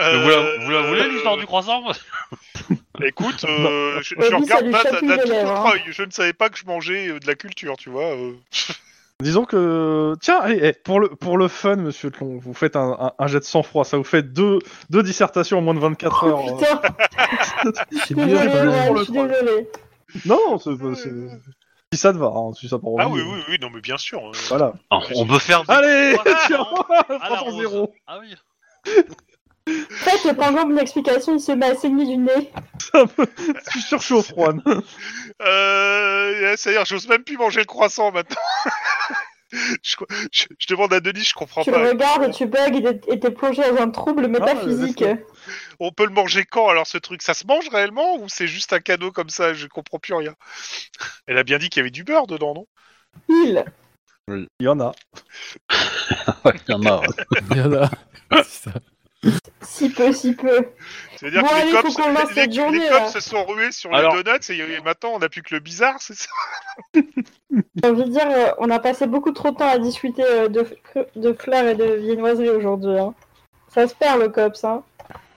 Speaker 1: Mais Vous la, vous la
Speaker 3: Euh,
Speaker 1: voulez l'histoire du croissant
Speaker 5: [laughs]
Speaker 3: Écoute, euh, je, je
Speaker 5: Bobby, Bah, ça
Speaker 3: regarde
Speaker 5: lui
Speaker 3: pas d'un
Speaker 5: chauffe les
Speaker 3: d'un tout
Speaker 5: lèvres,
Speaker 3: autre
Speaker 5: hein.
Speaker 3: œil. Je ne savais pas que je mangeais euh, de la culture, tu vois. euh.
Speaker 2: Disons que tiens, allez, eh, pour le pour le fun, Monsieur Tlon, vous faites un, un- un jet de sang-froid, ça vous fait deux deux dissertations en moins de 24 heures. euh.
Speaker 5: Oh, Putain,
Speaker 4: C'est bien.
Speaker 5: désolé,
Speaker 4: quand même.
Speaker 5: Juan,
Speaker 2: le
Speaker 5: je suis désolée.
Speaker 2: Non, c'est, c'est- si ça te va, hein, si ça pour
Speaker 3: Ah
Speaker 2: vous,
Speaker 3: oui,
Speaker 2: euh,
Speaker 3: oui, oui, non, mais bien sûr. euh.
Speaker 2: Voilà.
Speaker 1: ah, On peut faire. des- [laughs]
Speaker 2: Allez, [laughs]
Speaker 1: Voilà,
Speaker 2: tiens,
Speaker 3: ah,
Speaker 1: à la rose.
Speaker 2: 3-0.
Speaker 1: Ah oui.
Speaker 5: En fait, pendant mon explication, il se met à saigner du nez.
Speaker 2: Tu surchauffes, Juan.
Speaker 3: eh, Euh, C'est-à-dire, j'ose même plus manger le croissant maintenant. [laughs] je, co- je- je demande à Denis, je comprends
Speaker 5: Tu
Speaker 3: pas.
Speaker 5: le regardes, tu bugs et t'es- et t'es plongé dans un trouble métaphysique.
Speaker 3: On peut le manger quand alors ce truc Ça se mange réellement ou c'est juste un cadeau comme ça Je comprends plus rien. Elle a bien dit qu'il y avait du beurre dedans, non
Speaker 5: Il.
Speaker 2: Il y en a.
Speaker 1: Ouais, y en a, ouais.
Speaker 4: Il y en a. [laughs] C'est ça.
Speaker 5: Si peu, si peu.
Speaker 3: C'est-à-dire
Speaker 5: Bon,
Speaker 3: que
Speaker 5: allez,
Speaker 3: les
Speaker 5: faut
Speaker 3: cops,
Speaker 5: qu'on lance
Speaker 3: les-
Speaker 5: cette
Speaker 3: les
Speaker 5: journée,
Speaker 3: cops
Speaker 5: là.
Speaker 3: se sont rués sur
Speaker 1: Alors-
Speaker 3: les donuts et, et maintenant on n'a plus que le bizarre, c'est ça
Speaker 5: Euh, Je veux dire, euh, on a passé beaucoup trop de temps à discuter euh, de, f- de fleurs et de viennoiserie aujourd'hui. hein. Ça se perd le cops. Hein.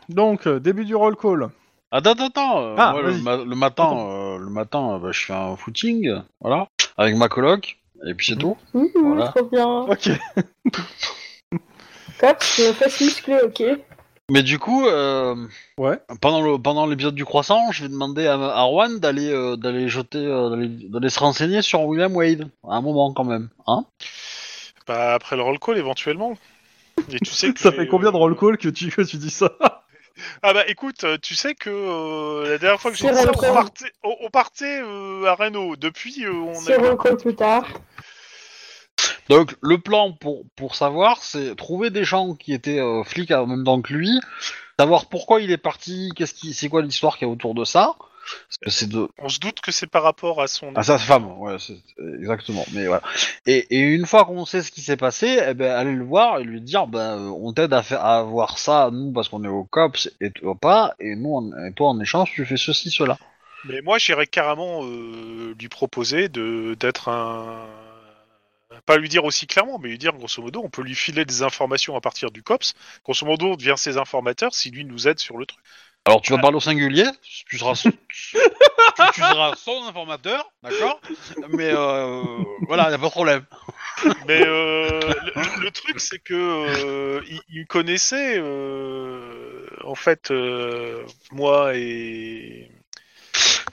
Speaker 2: Donc, euh, début du roll call.
Speaker 1: Attends, attends, attends. euh,
Speaker 2: Ah,
Speaker 1: moi, le,
Speaker 2: vas-y.
Speaker 1: ma- le matin, euh, le matin, euh, bah, je fais un footing, euh, voilà, avec ma coloc, et puis c'est
Speaker 2: Mhm.
Speaker 1: tout.
Speaker 5: Hum, hum,
Speaker 1: Voilà.
Speaker 5: Trop bien.
Speaker 2: Ok.
Speaker 5: Cops, euh, fesses musclées, ok.
Speaker 1: Mais du coup, euh,
Speaker 2: Ouais.
Speaker 1: pendant le pendant l'épisode du croissant, je vais demander à, à Juan d'aller euh, d'aller jeter, euh, d'aller d'aller se renseigner sur William Wade, à un moment quand même, hein
Speaker 3: Bah après le roll call éventuellement. Et tu sais
Speaker 2: [laughs]
Speaker 3: que
Speaker 2: Ça
Speaker 3: les-
Speaker 2: fait combien de roll call que tu, que tu dis ça
Speaker 3: Ah bah écoute, euh, tu sais que euh, la dernière fois que j'ai
Speaker 5: C'est
Speaker 3: dit ça,
Speaker 5: roll
Speaker 3: on
Speaker 5: call.
Speaker 3: partait, on, on partait, euh, à Renault. Depuis, euh, on
Speaker 5: Si
Speaker 3: a...
Speaker 5: on compte plus tard.
Speaker 1: Donc le plan pour pour savoir, c'est trouver des gens qui étaient euh, flics en même temps que lui, savoir pourquoi il est parti, qu'est-ce qui, c'est quoi l'histoire qu'il y a autour de ça. Parce que c'est de
Speaker 3: on se doute que c'est par rapport à son...
Speaker 1: Ah, sa femme, ouais, c'est- euh, exactement. Mais voilà. Et, et une fois qu'on sait ce qui s'est passé, eh ben, aller le voir et lui dire, ben, euh, on t'aide à, faire, à avoir ça, nous, parce qu'on est au COPS et toi pas, et nous, en- et toi, en échange, tu fais ceci, cela.
Speaker 3: Mais moi, j'irais carrément euh, lui proposer de d'être un. Pas lui dire aussi clairement, mais lui dire grosso modo, on peut lui filer des informations à partir du COPS. Grosso modo, on devient ses informateurs si lui nous aide sur le truc.
Speaker 1: Alors, tu vas parler au singulier, tu seras, son- tu, tu seras son informateur, d'accord Mais euh, voilà, y a pas de problème.
Speaker 3: Mais euh, le, le truc, c'est que euh, il, il connaissait, euh, en fait, euh, moi et.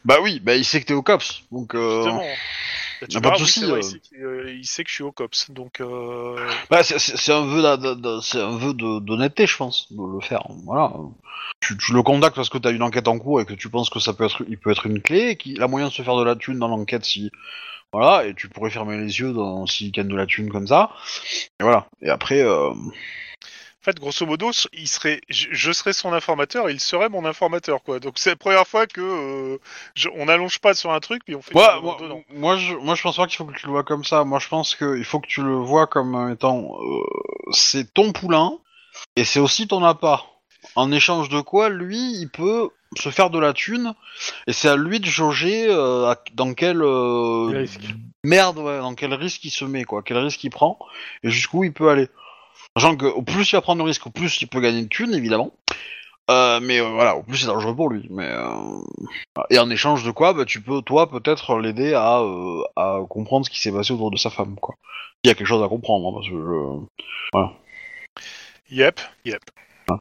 Speaker 1: Bah oui, bah, il sait que t'es au COPS, donc. euh,
Speaker 3: Justement. Bah,
Speaker 1: y a pas de
Speaker 3: verras, oui,
Speaker 1: souci,
Speaker 3: c'est vrai,
Speaker 1: euh.
Speaker 3: il, sait qu'il- euh, il sait que je suis au COPS, donc. euh,
Speaker 1: Bah, c'est- c'est c'est un vœu, d'a- d'a- d'a- c'est un vœu de- d'honnêteté, je pense, de le faire. hein. Voilà. Tu, tu le contactes parce que t'as une enquête en cours et que tu penses que ça peut être, il peut être une clé, et qu'il a moyen de se faire de la thune dans l'enquête si, voilà, et tu pourrais fermer les yeux dans s'il gagne de la thune comme ça. Et voilà. Et après, euh,
Speaker 3: En fait, grosso modo, il serait, je, je serais son informateur, et il serait mon informateur, quoi. Donc c'est la première fois que euh, je- on n'allonge pas sur un truc, puis on fait.
Speaker 1: moi,
Speaker 3: tout
Speaker 1: moi,
Speaker 3: dedans.
Speaker 1: moi, je, moi, je pense pas qu'il faut que tu le vois comme ça. Moi, je pense qu'il faut que tu le vois comme euh, étant, euh, c'est ton poulain et c'est aussi ton appât. En échange de quoi, lui, il peut se faire de la thune et c'est à lui de jauger euh, à- dans quel euh,
Speaker 2: Les risques.
Speaker 1: merde, ouais, dans quel risque il se met, quoi, quel risque il prend et jusqu'où il peut aller. Sachant que au plus il va prendre de risque, au plus il peut gagner de thunes, évidemment. Euh, mais euh, voilà, au plus c'est dangereux pour lui. Mais euh, et en échange de quoi, bah, tu peux, toi, peut-être l'aider à, euh, à comprendre ce qui s'est passé autour de sa femme, quoi. Il y a quelque chose à comprendre, hein, parce que je-
Speaker 3: Yep, yep.
Speaker 1: Ah.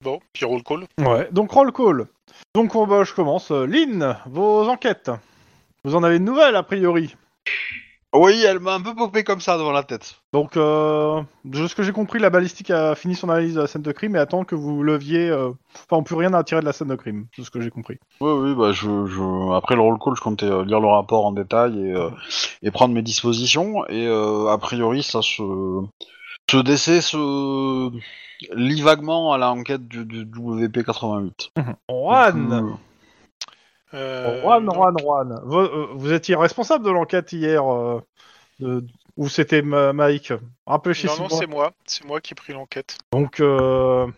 Speaker 3: Bon, puis roll call.
Speaker 2: Ouais. Donc, roll call. Donc, on, bah, je commence. Euh, Lynn, vos enquêtes. Vous en avez une nouvelle, a priori.
Speaker 1: Oui, elle m'a un peu popé comme ça devant la tête.
Speaker 2: Donc, euh, de ce que j'ai compris, la balistique a fini son analyse de la scène de crime et attend que vous leviez. euh, Enfin, on peut rien attirer de la scène de crime, de ce que j'ai compris.
Speaker 1: Oui, oui, bah je, je- après le roll call, je comptais euh, lire le rapport en détail et, euh, et prendre mes dispositions. Et euh, a priori, ça se. Ce décès se lie vaguement à la enquête du, du WP88.
Speaker 2: Juan,
Speaker 3: Euh,
Speaker 2: Juan,
Speaker 3: donc,
Speaker 2: Juan, Juan. Vous, euh, vous étiez responsable de l'enquête hier, euh, de- ou c'était Ma- Mike
Speaker 3: Non,
Speaker 2: Rappelez-moi.
Speaker 3: non, c'est moi, c'est moi qui ai pris l'enquête.
Speaker 2: Donc, euh,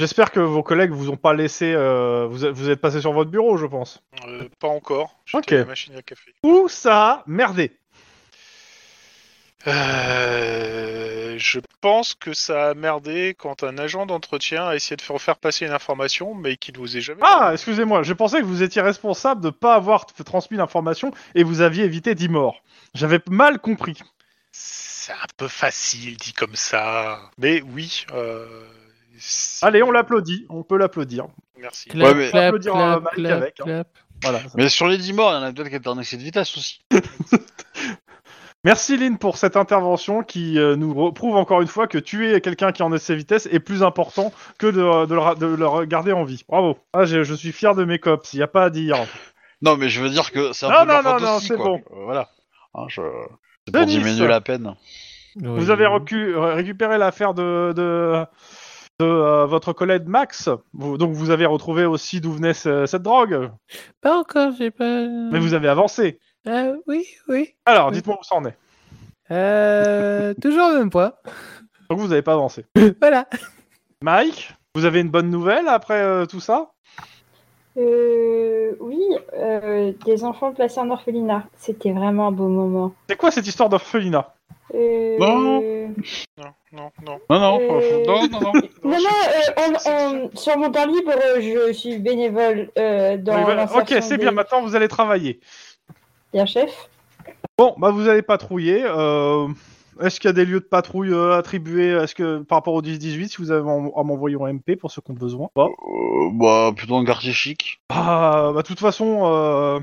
Speaker 2: j'espère que vos collègues vous ont pas laissé. euh, vous, êtes- vous êtes passé sur votre bureau, je pense.
Speaker 3: Euh, pas encore. J'étais
Speaker 2: Ok.
Speaker 3: à la machine à café.
Speaker 2: Où ça a merdé
Speaker 3: Euh, je pense que ça a merdé quand un agent d'entretien a essayé de faire faire passer une information, mais qui ne vous est jamais.
Speaker 2: Ah, excusez-moi, je pensais que vous étiez responsable de pas avoir t- transmis l'information et vous aviez évité 10 morts. J'avais mal compris.
Speaker 3: C'est un peu facile dit comme ça. Mais oui. euh, c'est-
Speaker 2: Allez, on l'applaudit, on peut l'applaudir.
Speaker 3: Merci.
Speaker 4: Clap,
Speaker 1: mais-
Speaker 4: clap,
Speaker 2: Applaudir,
Speaker 4: clap,
Speaker 2: euh, Malik
Speaker 4: clap,
Speaker 2: avec, hein.
Speaker 4: clap.
Speaker 2: Voilà.
Speaker 1: Mais sur les 10 morts, il y en a peut-être qui étaient en excès de vitesse aussi.
Speaker 2: Merci Lynn pour cette intervention qui euh, nous re- prouve encore une fois que tuer quelqu'un qui en est ses vitesses est plus important que de, de le, ra- de le garder en vie. Bravo. Ah, je, je suis fier de mes cops, il n'y a pas à dire.
Speaker 1: Non, mais je veux dire que c'est un
Speaker 2: Non,
Speaker 1: peu de leur
Speaker 2: non, non,
Speaker 1: faute
Speaker 2: non,
Speaker 1: aussi,
Speaker 2: c'est
Speaker 1: quoi.
Speaker 2: bon.
Speaker 1: Euh, voilà. Hein, je- C'est pour
Speaker 2: Denis.
Speaker 1: diminuer la peine.
Speaker 2: Vous avez recu- récupéré l'affaire de, de, de, euh, votre collègue Max. Vous- donc vous avez retrouvé aussi d'où venait ce- cette drogue.
Speaker 4: Pas encore, j'ai pas.
Speaker 2: Mais vous avez avancé.
Speaker 4: Ah, oui, oui.
Speaker 2: Alors,
Speaker 4: Mm. Oui.
Speaker 2: dites-moi où ça en est.
Speaker 4: Euh, [laughs] toujours le même point.
Speaker 2: Donc vous n'avez pas avancé.
Speaker 4: Voilà.
Speaker 2: Mike, vous avez une bonne nouvelle après euh, tout ça
Speaker 5: Euh, oui, euh, des enfants placés en orphelinat. C'était vraiment un beau moment.
Speaker 2: C'est quoi cette histoire d'orphelinat
Speaker 5: Euh,
Speaker 1: Non.
Speaker 3: Non, non, non.
Speaker 1: Non, non,
Speaker 5: Euh,
Speaker 1: non, non, non.
Speaker 5: Non, non, euh, on- on- sur mon temps libre, euh, je suis bénévole euh, dans
Speaker 2: Oui, voilà. Ok,
Speaker 5: l'insertion
Speaker 2: c'est
Speaker 5: des-
Speaker 2: bien. Maintenant, vous allez travailler.
Speaker 5: Bien, chef.
Speaker 2: Bon, bah vous allez patrouiller. euh, Est-ce qu'il y a des lieux de patrouille euh, attribués Est-ce que par rapport au 10-18, si vous avez en- à m'envoyer en MP pour ceux qui ont besoin Bah,
Speaker 1: Euh, bah, plutôt un quartier chic.
Speaker 2: Ah, bah de toute façon, euh,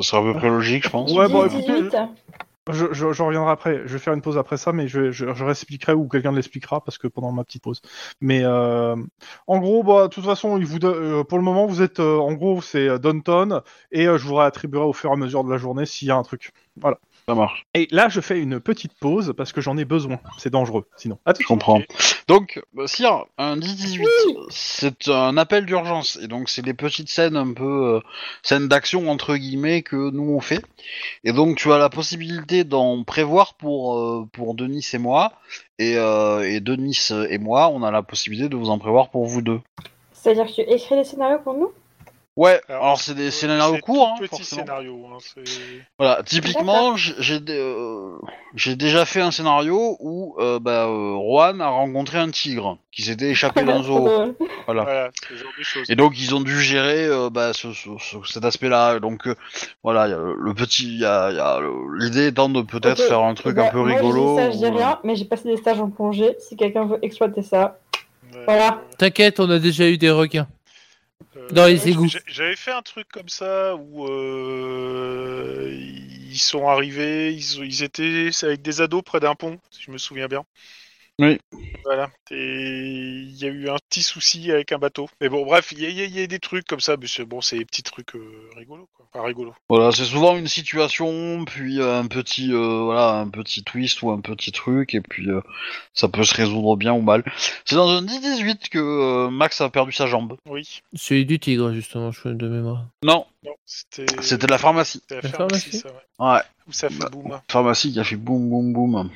Speaker 1: Ce serait à peu près logique, je pense.
Speaker 2: Ouais,
Speaker 5: Dix,
Speaker 2: bon, écoutez,
Speaker 5: 18.
Speaker 2: Bah, je, je- je reviendrai après. Je vais faire une pause après ça, mais je, je, je réexpliquerai ou quelqu'un l'expliquera parce que pendant ma petite pause. Mais euh, en gros, bah de toute façon, il vous do- euh, pour le moment, vous êtes euh, en gros, c'est euh, Downton et euh, je vous réattribuerai au fur et à mesure de la journée s'il y a un truc.
Speaker 1: Ça marche,
Speaker 2: Et là, je fais une petite pause parce que j'en ai besoin. C'est dangereux, sinon. À tout de
Speaker 1: je
Speaker 2: suite.
Speaker 1: comprends. Donc, euh, Sire, un 10-18, c'est un appel d'urgence. Et donc, c'est des petites scènes un peu... euh, scènes d'action, entre guillemets, que nous, on fait. Et donc, tu as la possibilité d'en prévoir pour, euh, pour Denis et moi. Et, euh, et Denis et moi, on a la possibilité de vous en prévoir pour vous deux.
Speaker 5: C'est-à-dire que tu écris les scénarios pour nous
Speaker 1: Ouais, alors,
Speaker 3: Alors, euh,
Speaker 1: c'est des
Speaker 3: C'est
Speaker 1: scénarios
Speaker 3: tout
Speaker 1: courts, hein,
Speaker 3: Petit
Speaker 1: forcément.
Speaker 3: scénario. hein, c'est-
Speaker 1: Voilà, typiquement, j- j'ai dé- euh, j'ai déjà fait un scénario où euh, bah, euh, Juan a rencontré un tigre qui s'était échappé d'un zoo.
Speaker 5: euh,
Speaker 1: Ah.
Speaker 3: Voilà, c'est le genre de choses.
Speaker 1: Et donc ils ont dû gérer euh, bah, ce- ce- ce- cet aspect-là. Donc euh, voilà, il y a le, le petit, il y a- il y a le- l'idée étant de peut-être
Speaker 5: Ok,
Speaker 1: faire un truc un
Speaker 5: Bah,
Speaker 1: peu
Speaker 5: moi,
Speaker 1: rigolo.
Speaker 5: Je dis ça, je dis
Speaker 1: ou, euh,
Speaker 5: rien, mais j'ai passé des stages en plongée. Si quelqu'un veut exploiter ça,
Speaker 3: Ouais,
Speaker 5: voilà.
Speaker 4: T'inquiète, on a déjà eu des requins.
Speaker 3: Euh,
Speaker 4: Dans les
Speaker 3: ouais,
Speaker 4: égouts.
Speaker 3: j'a- J'avais fait un truc comme ça où euh, ils sont arrivés, ils, ils étaient avec des ados près d'un pont, si je me souviens bien.
Speaker 1: Oui.
Speaker 3: Voilà. Et il y a eu un petit souci avec un bateau. Mais bon, bref, il y, a- il y a- il y a des trucs comme ça, mais c'est bon, c'est des petits trucs euh, rigolos, quoi. Enfin, rigolos.
Speaker 1: Voilà, c'est souvent une situation, puis euh, un petit, euh, voilà, un petit twist ou un petit truc, et puis euh, ça peut se résoudre bien ou mal. C'est dans un 10-18 que euh, Max a perdu sa jambe.
Speaker 3: Oui.
Speaker 4: Celui du tigre, justement, je de mémoire.
Speaker 1: Non,
Speaker 3: Non, c'était.
Speaker 1: c'était la pharmacie.
Speaker 3: c'était
Speaker 4: La
Speaker 3: la pharmacie,
Speaker 4: pharmacie.
Speaker 3: ça, ouais.
Speaker 1: Ouais,
Speaker 3: Où ça fait
Speaker 1: Bah.
Speaker 3: boum. hein.
Speaker 1: pharmacie qui a fait boum boum boum.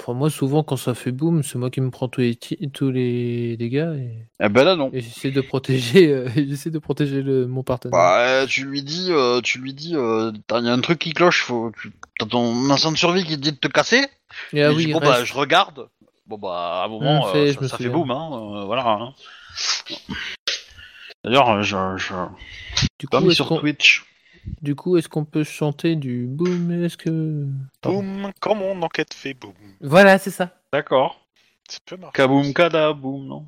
Speaker 4: Enfin, moi, souvent, quand ça fait boum, c'est moi qui me prends tous les, ti- tous les dégâts et,
Speaker 1: Eh ben là non.
Speaker 4: et j'essaie de protéger, euh, [laughs] j'essaie de protéger le, mon partenaire.
Speaker 1: Bah, euh, tu lui dis, euh, tu lui dis, euh, t'as- y a un truc qui cloche, faut, tu- t'as ton instinct de survie qui te dit de te casser.
Speaker 4: et ah
Speaker 1: il dit,
Speaker 4: oui,
Speaker 1: bon
Speaker 4: reste.
Speaker 1: bah je regarde. Bon bah à un moment
Speaker 4: Hum,
Speaker 1: euh,
Speaker 4: c'est- je
Speaker 1: ça,
Speaker 4: me
Speaker 1: ça fait
Speaker 4: souviens.
Speaker 1: boum hein, euh, voilà. hein. D'ailleurs euh, je, je...
Speaker 4: du coup,
Speaker 1: comme
Speaker 4: est-ce
Speaker 1: sur
Speaker 4: qu'on,
Speaker 1: Twitch.
Speaker 4: du coup, est-ce qu'on peut chanter du boum Est-ce que Pardon.
Speaker 3: Boum, quand mon enquête fait boum.
Speaker 4: voilà, c'est ça.
Speaker 2: D'accord.
Speaker 3: C'est peu marrant.
Speaker 1: Kaboum kada boum non.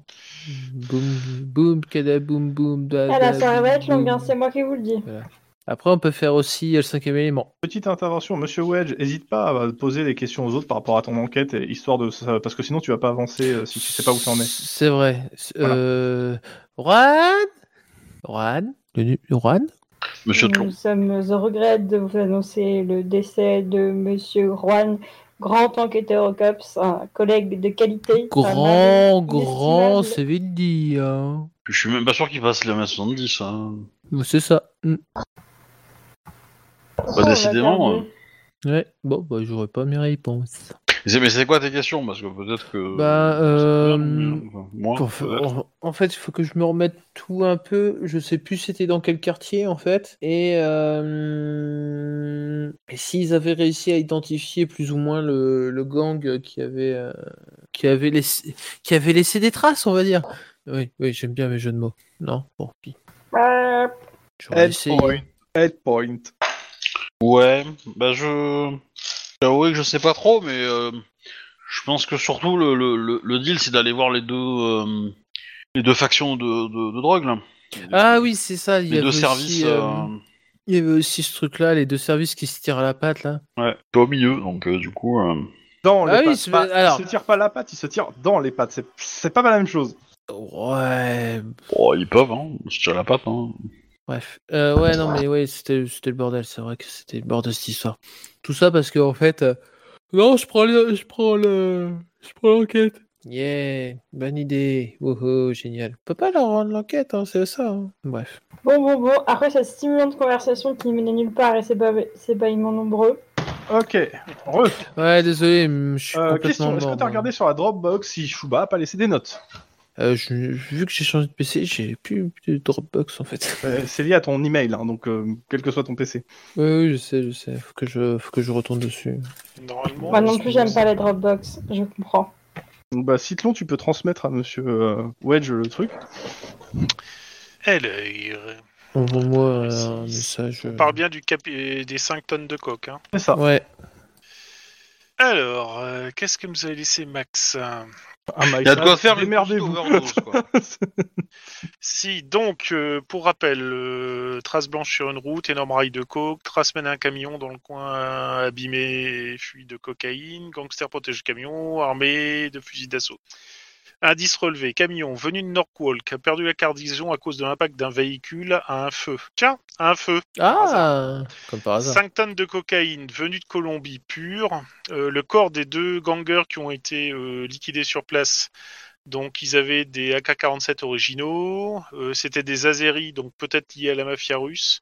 Speaker 4: Boum, boum, kada boum, boum. da,
Speaker 5: Ah, la
Speaker 4: da,
Speaker 5: soirée va être
Speaker 4: boum,
Speaker 5: longue, hein,
Speaker 4: boum.
Speaker 5: c'est moi qui vous le dis.
Speaker 4: Après, on peut faire aussi euh, le cinquième élément.
Speaker 2: Petite intervention, Monsieur Wedge, hésite pas à poser des questions aux autres par rapport à ton enquête, et- histoire de ça- parce que sinon tu vas pas avancer euh, si tu sais pas où ça en est.
Speaker 4: C'est vrai. C'est- Euh... Juan Juan Le nu- Juan
Speaker 1: Monsieur Tlon.
Speaker 5: Nous sommes au regret de vous annoncer le décès de Monsieur Juan, grand enquêteur au COPS, un collègue de qualité. un
Speaker 4: Grand,
Speaker 5: ami
Speaker 4: grand,
Speaker 5: inestimable.
Speaker 4: c'est vite dit. hein.
Speaker 1: Je suis même pas sûr qu'il passe le M70 hein.
Speaker 4: Bon, C'est ça. Mm.
Speaker 5: Oh,
Speaker 1: Bah,
Speaker 5: on a
Speaker 1: décidément.
Speaker 5: perdu.
Speaker 1: euh.
Speaker 4: Ouais. Bon, bah, j'aurais pas mes réponses.
Speaker 1: Mais c'est- Mais c'est quoi tes questions parce que peut-être que.
Speaker 4: Bah, euh,
Speaker 1: Moi.
Speaker 4: Pour fa-
Speaker 1: peut-être.
Speaker 4: en, en fait, il faut que je me remette tout un peu. Je sais plus c'était dans quel quartier en fait. Et, euh, et s'ils avaient réussi à identifier plus ou moins le, le gang qui avait, euh, qui, avait laissé, qui avait laissé des traces, on va dire. Oui, oui, j'aime bien mes jeux de mots. Non, bon, puis.
Speaker 5: Euh,
Speaker 4: J'aurais essayé.
Speaker 2: Headpoint.
Speaker 1: Ouais, bah je. J'avoue que je sais pas trop, mais euh, je pense que surtout le, le, le, le deal c'est d'aller voir les deux euh, les deux factions de, de, de drogue là.
Speaker 4: Ah oui, c'est ça. Il y
Speaker 1: les
Speaker 4: avait
Speaker 1: deux
Speaker 4: aussi,
Speaker 1: services.
Speaker 4: euh,
Speaker 1: euh,
Speaker 4: il y avait aussi ce truc-là, les deux services qui se tirent la patte là.
Speaker 1: Ouais, pas au milieu, donc euh, du coup. euh,
Speaker 2: Dans les
Speaker 4: Ah oui,
Speaker 2: pattes.
Speaker 4: c'est-
Speaker 2: Pas-
Speaker 4: alors-
Speaker 2: Il se tire pas la patte, il se tire dans les pattes. C'est- C'est pas la même chose.
Speaker 4: Ouais,
Speaker 1: Oh, ils peuvent, hein. Je tire la patte, hein.
Speaker 4: Bref. Euh, ouais, non, mais ouais, c'était c'était le bordel. C'est vrai que c'était le bordel cette histoire. Tout ça parce qu'en en fait. euh, Non, je prends le. Je prends le. Je prends l'enquête. Yeah, bonne idée. Wouhou, génial. On peut pas leur rendre l'enquête, hein, c'est ça. hein. Bref.
Speaker 5: Bon, bon, bon. Après, cette stimulante conversation qui menait nulle part et ses ba- ses bâillements nombreux.
Speaker 2: Ok. Re.
Speaker 4: Ouais, désolé, mm, je suis
Speaker 2: Euh,
Speaker 4: complètement
Speaker 2: question est-ce que
Speaker 4: mort, hein.
Speaker 2: t'as
Speaker 4: moi.
Speaker 2: regardé sur la Dropbox si Chouba a pas laissé des notes
Speaker 4: Euh, je- Vu que j'ai changé de PC, j'ai plus de Dropbox en fait. [laughs]
Speaker 2: Euh, C'est lié à ton email, hein, donc euh, quel que soit ton PC.
Speaker 4: Oui, oui, je sais, je sais. Faut que je, faut que je retourne dessus.
Speaker 3: Normalement. euh,
Speaker 5: Moi non
Speaker 3: je-
Speaker 5: plus, j'aime pas la Dropbox. Je comprends.
Speaker 2: Donc, bah, Cyclon, tu peux transmettre à monsieur euh, Wedge le truc.
Speaker 3: Elle, euh,
Speaker 4: Envoie-moi
Speaker 3: Si-
Speaker 4: euh, un
Speaker 3: si-
Speaker 4: message.
Speaker 3: on
Speaker 4: euh,
Speaker 3: parle bien du cap euh, des 5 tonnes de coke. hein.
Speaker 2: C'est ça.
Speaker 4: Ouais.
Speaker 3: Alors, euh, qu'est-ce que nous a laissé Max
Speaker 2: Ah, Mike,
Speaker 1: Il y a de quoi
Speaker 2: ça,
Speaker 1: faire une petite
Speaker 2: Démerdez-vous.
Speaker 1: overdose, quoi.
Speaker 3: Si, donc, euh, pour rappel, euh, trace blanche sur une route, énorme rail de coke, trace mène un camion dans le coin abîmé, et fuit de cocaïne, gangster protège le camion, armé de fusils d'assaut. Indice relevé, camion venu de Norwalk a perdu la cargaison à cause de l'impact d'un véhicule à un feu. Tiens, à un feu.
Speaker 4: Ah Comme par hasard.
Speaker 3: 5 tonnes de cocaïne venue de Colombie pure. Euh, le corps des deux gangers qui ont été euh, liquidés sur place. Donc ils avaient des AK-47 originaux. Euh, C'était des Azeris, donc peut-être liés à la mafia russe.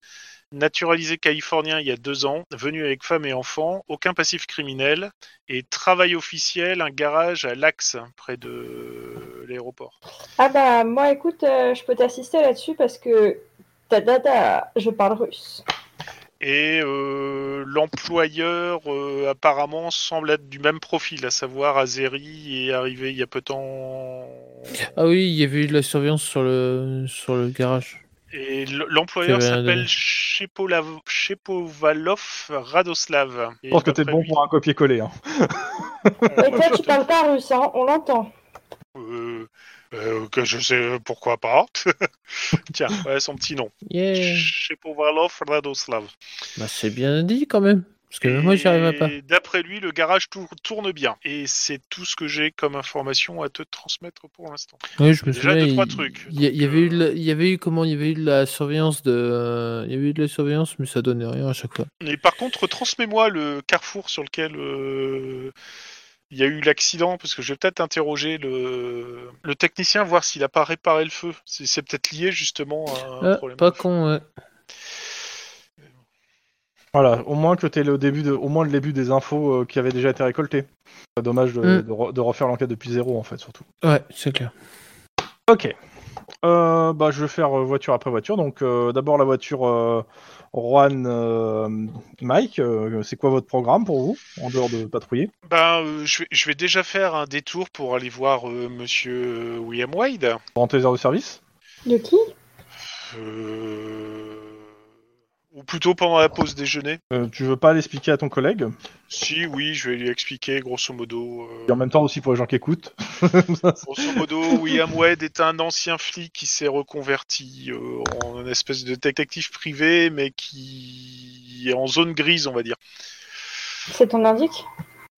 Speaker 3: Naturalisé californien il y a deux ans, venu avec femme et enfants, aucun passif criminel et travail officiel, un garage à l'Axe, près de euh, l'aéroport.
Speaker 5: Ah bah, moi, écoute, euh, je peux t'assister là-dessus parce que. Ta ta ta, je parle russe.
Speaker 3: Et euh, l'employeur euh, apparemment semble être du même profil, à savoir Azeri et arrivé il y a peu de temps.
Speaker 4: Ah oui, il y avait eu de la surveillance sur le, sur le garage.
Speaker 3: Et l- l'employeur
Speaker 4: Quel-
Speaker 3: s'appelle Shepolav- Shepovalov Radoslav.
Speaker 2: Je pense que t'es bon pour un copier-coller. hein.
Speaker 5: Et toi, tu parles pas russe, hein, on l'entend.
Speaker 3: Euh, euh, que je sais pourquoi pas. [laughs] Tiens, voilà son petit nom.
Speaker 4: Yeah
Speaker 3: Shepovalov Radoslav.
Speaker 4: Bah, c'est bien dit quand même. Parce que moi, j'y arriverai pas.
Speaker 3: Et D'après lui, le garage tour- tourne bien. Et c'est tout ce que j'ai comme information à te transmettre pour l'instant.
Speaker 4: Oui, je me
Speaker 3: Déjà,
Speaker 4: souviens.
Speaker 3: deux,
Speaker 4: il-
Speaker 3: trois trucs,
Speaker 4: Il y, a- il y
Speaker 3: donc,
Speaker 4: avait eu,
Speaker 3: euh,
Speaker 4: de la- il y avait eu comment Il y avait eu de la surveillance de. euh, Il y avait eu de la surveillance, mais ça donnait rien à chaque fois.
Speaker 3: Et par contre, transmets-moi le carrefour sur lequel euh, il y a eu l'accident, parce que je vais peut-être interroger le, le technicien, voir s'il n'a pas réparé le feu. C'est c'est peut-être lié justement à un
Speaker 4: Ah,
Speaker 3: problème.
Speaker 4: pas
Speaker 3: de feu.
Speaker 4: con. Ouais.
Speaker 2: Voilà, au moins que t'aies le début, de, au moins le début des infos euh, qui avaient déjà été récoltées. Pas dommage de,
Speaker 4: Mm.
Speaker 2: de re- de refaire l'enquête depuis zéro en fait surtout.
Speaker 4: Ouais, c'est clair.
Speaker 2: Ok. Euh, bah, je vais faire euh, voiture après voiture. Donc, euh, d'abord la voiture euh, Juan euh, Mike. euh, c'est quoi votre programme pour vous en dehors de patrouiller
Speaker 3: Ben, euh, je, vais, je vais déjà faire un détour pour aller voir euh, Monsieur euh, William Wade.
Speaker 2: Pendant tes heures de service
Speaker 5: De qui
Speaker 3: Euh, Ou plutôt pendant la pause déjeuner.
Speaker 2: Euh, Tu veux pas l'expliquer à ton collègue
Speaker 3: Si, oui, je vais lui expliquer grosso modo. euh,
Speaker 2: Et en même temps aussi pour les gens qui écoutent.
Speaker 3: Grosso modo, William Wade est un ancien flic qui s'est reconverti euh, en une espèce de détective privé, mais qui est en zone grise, on va dire.
Speaker 5: C'est ton indique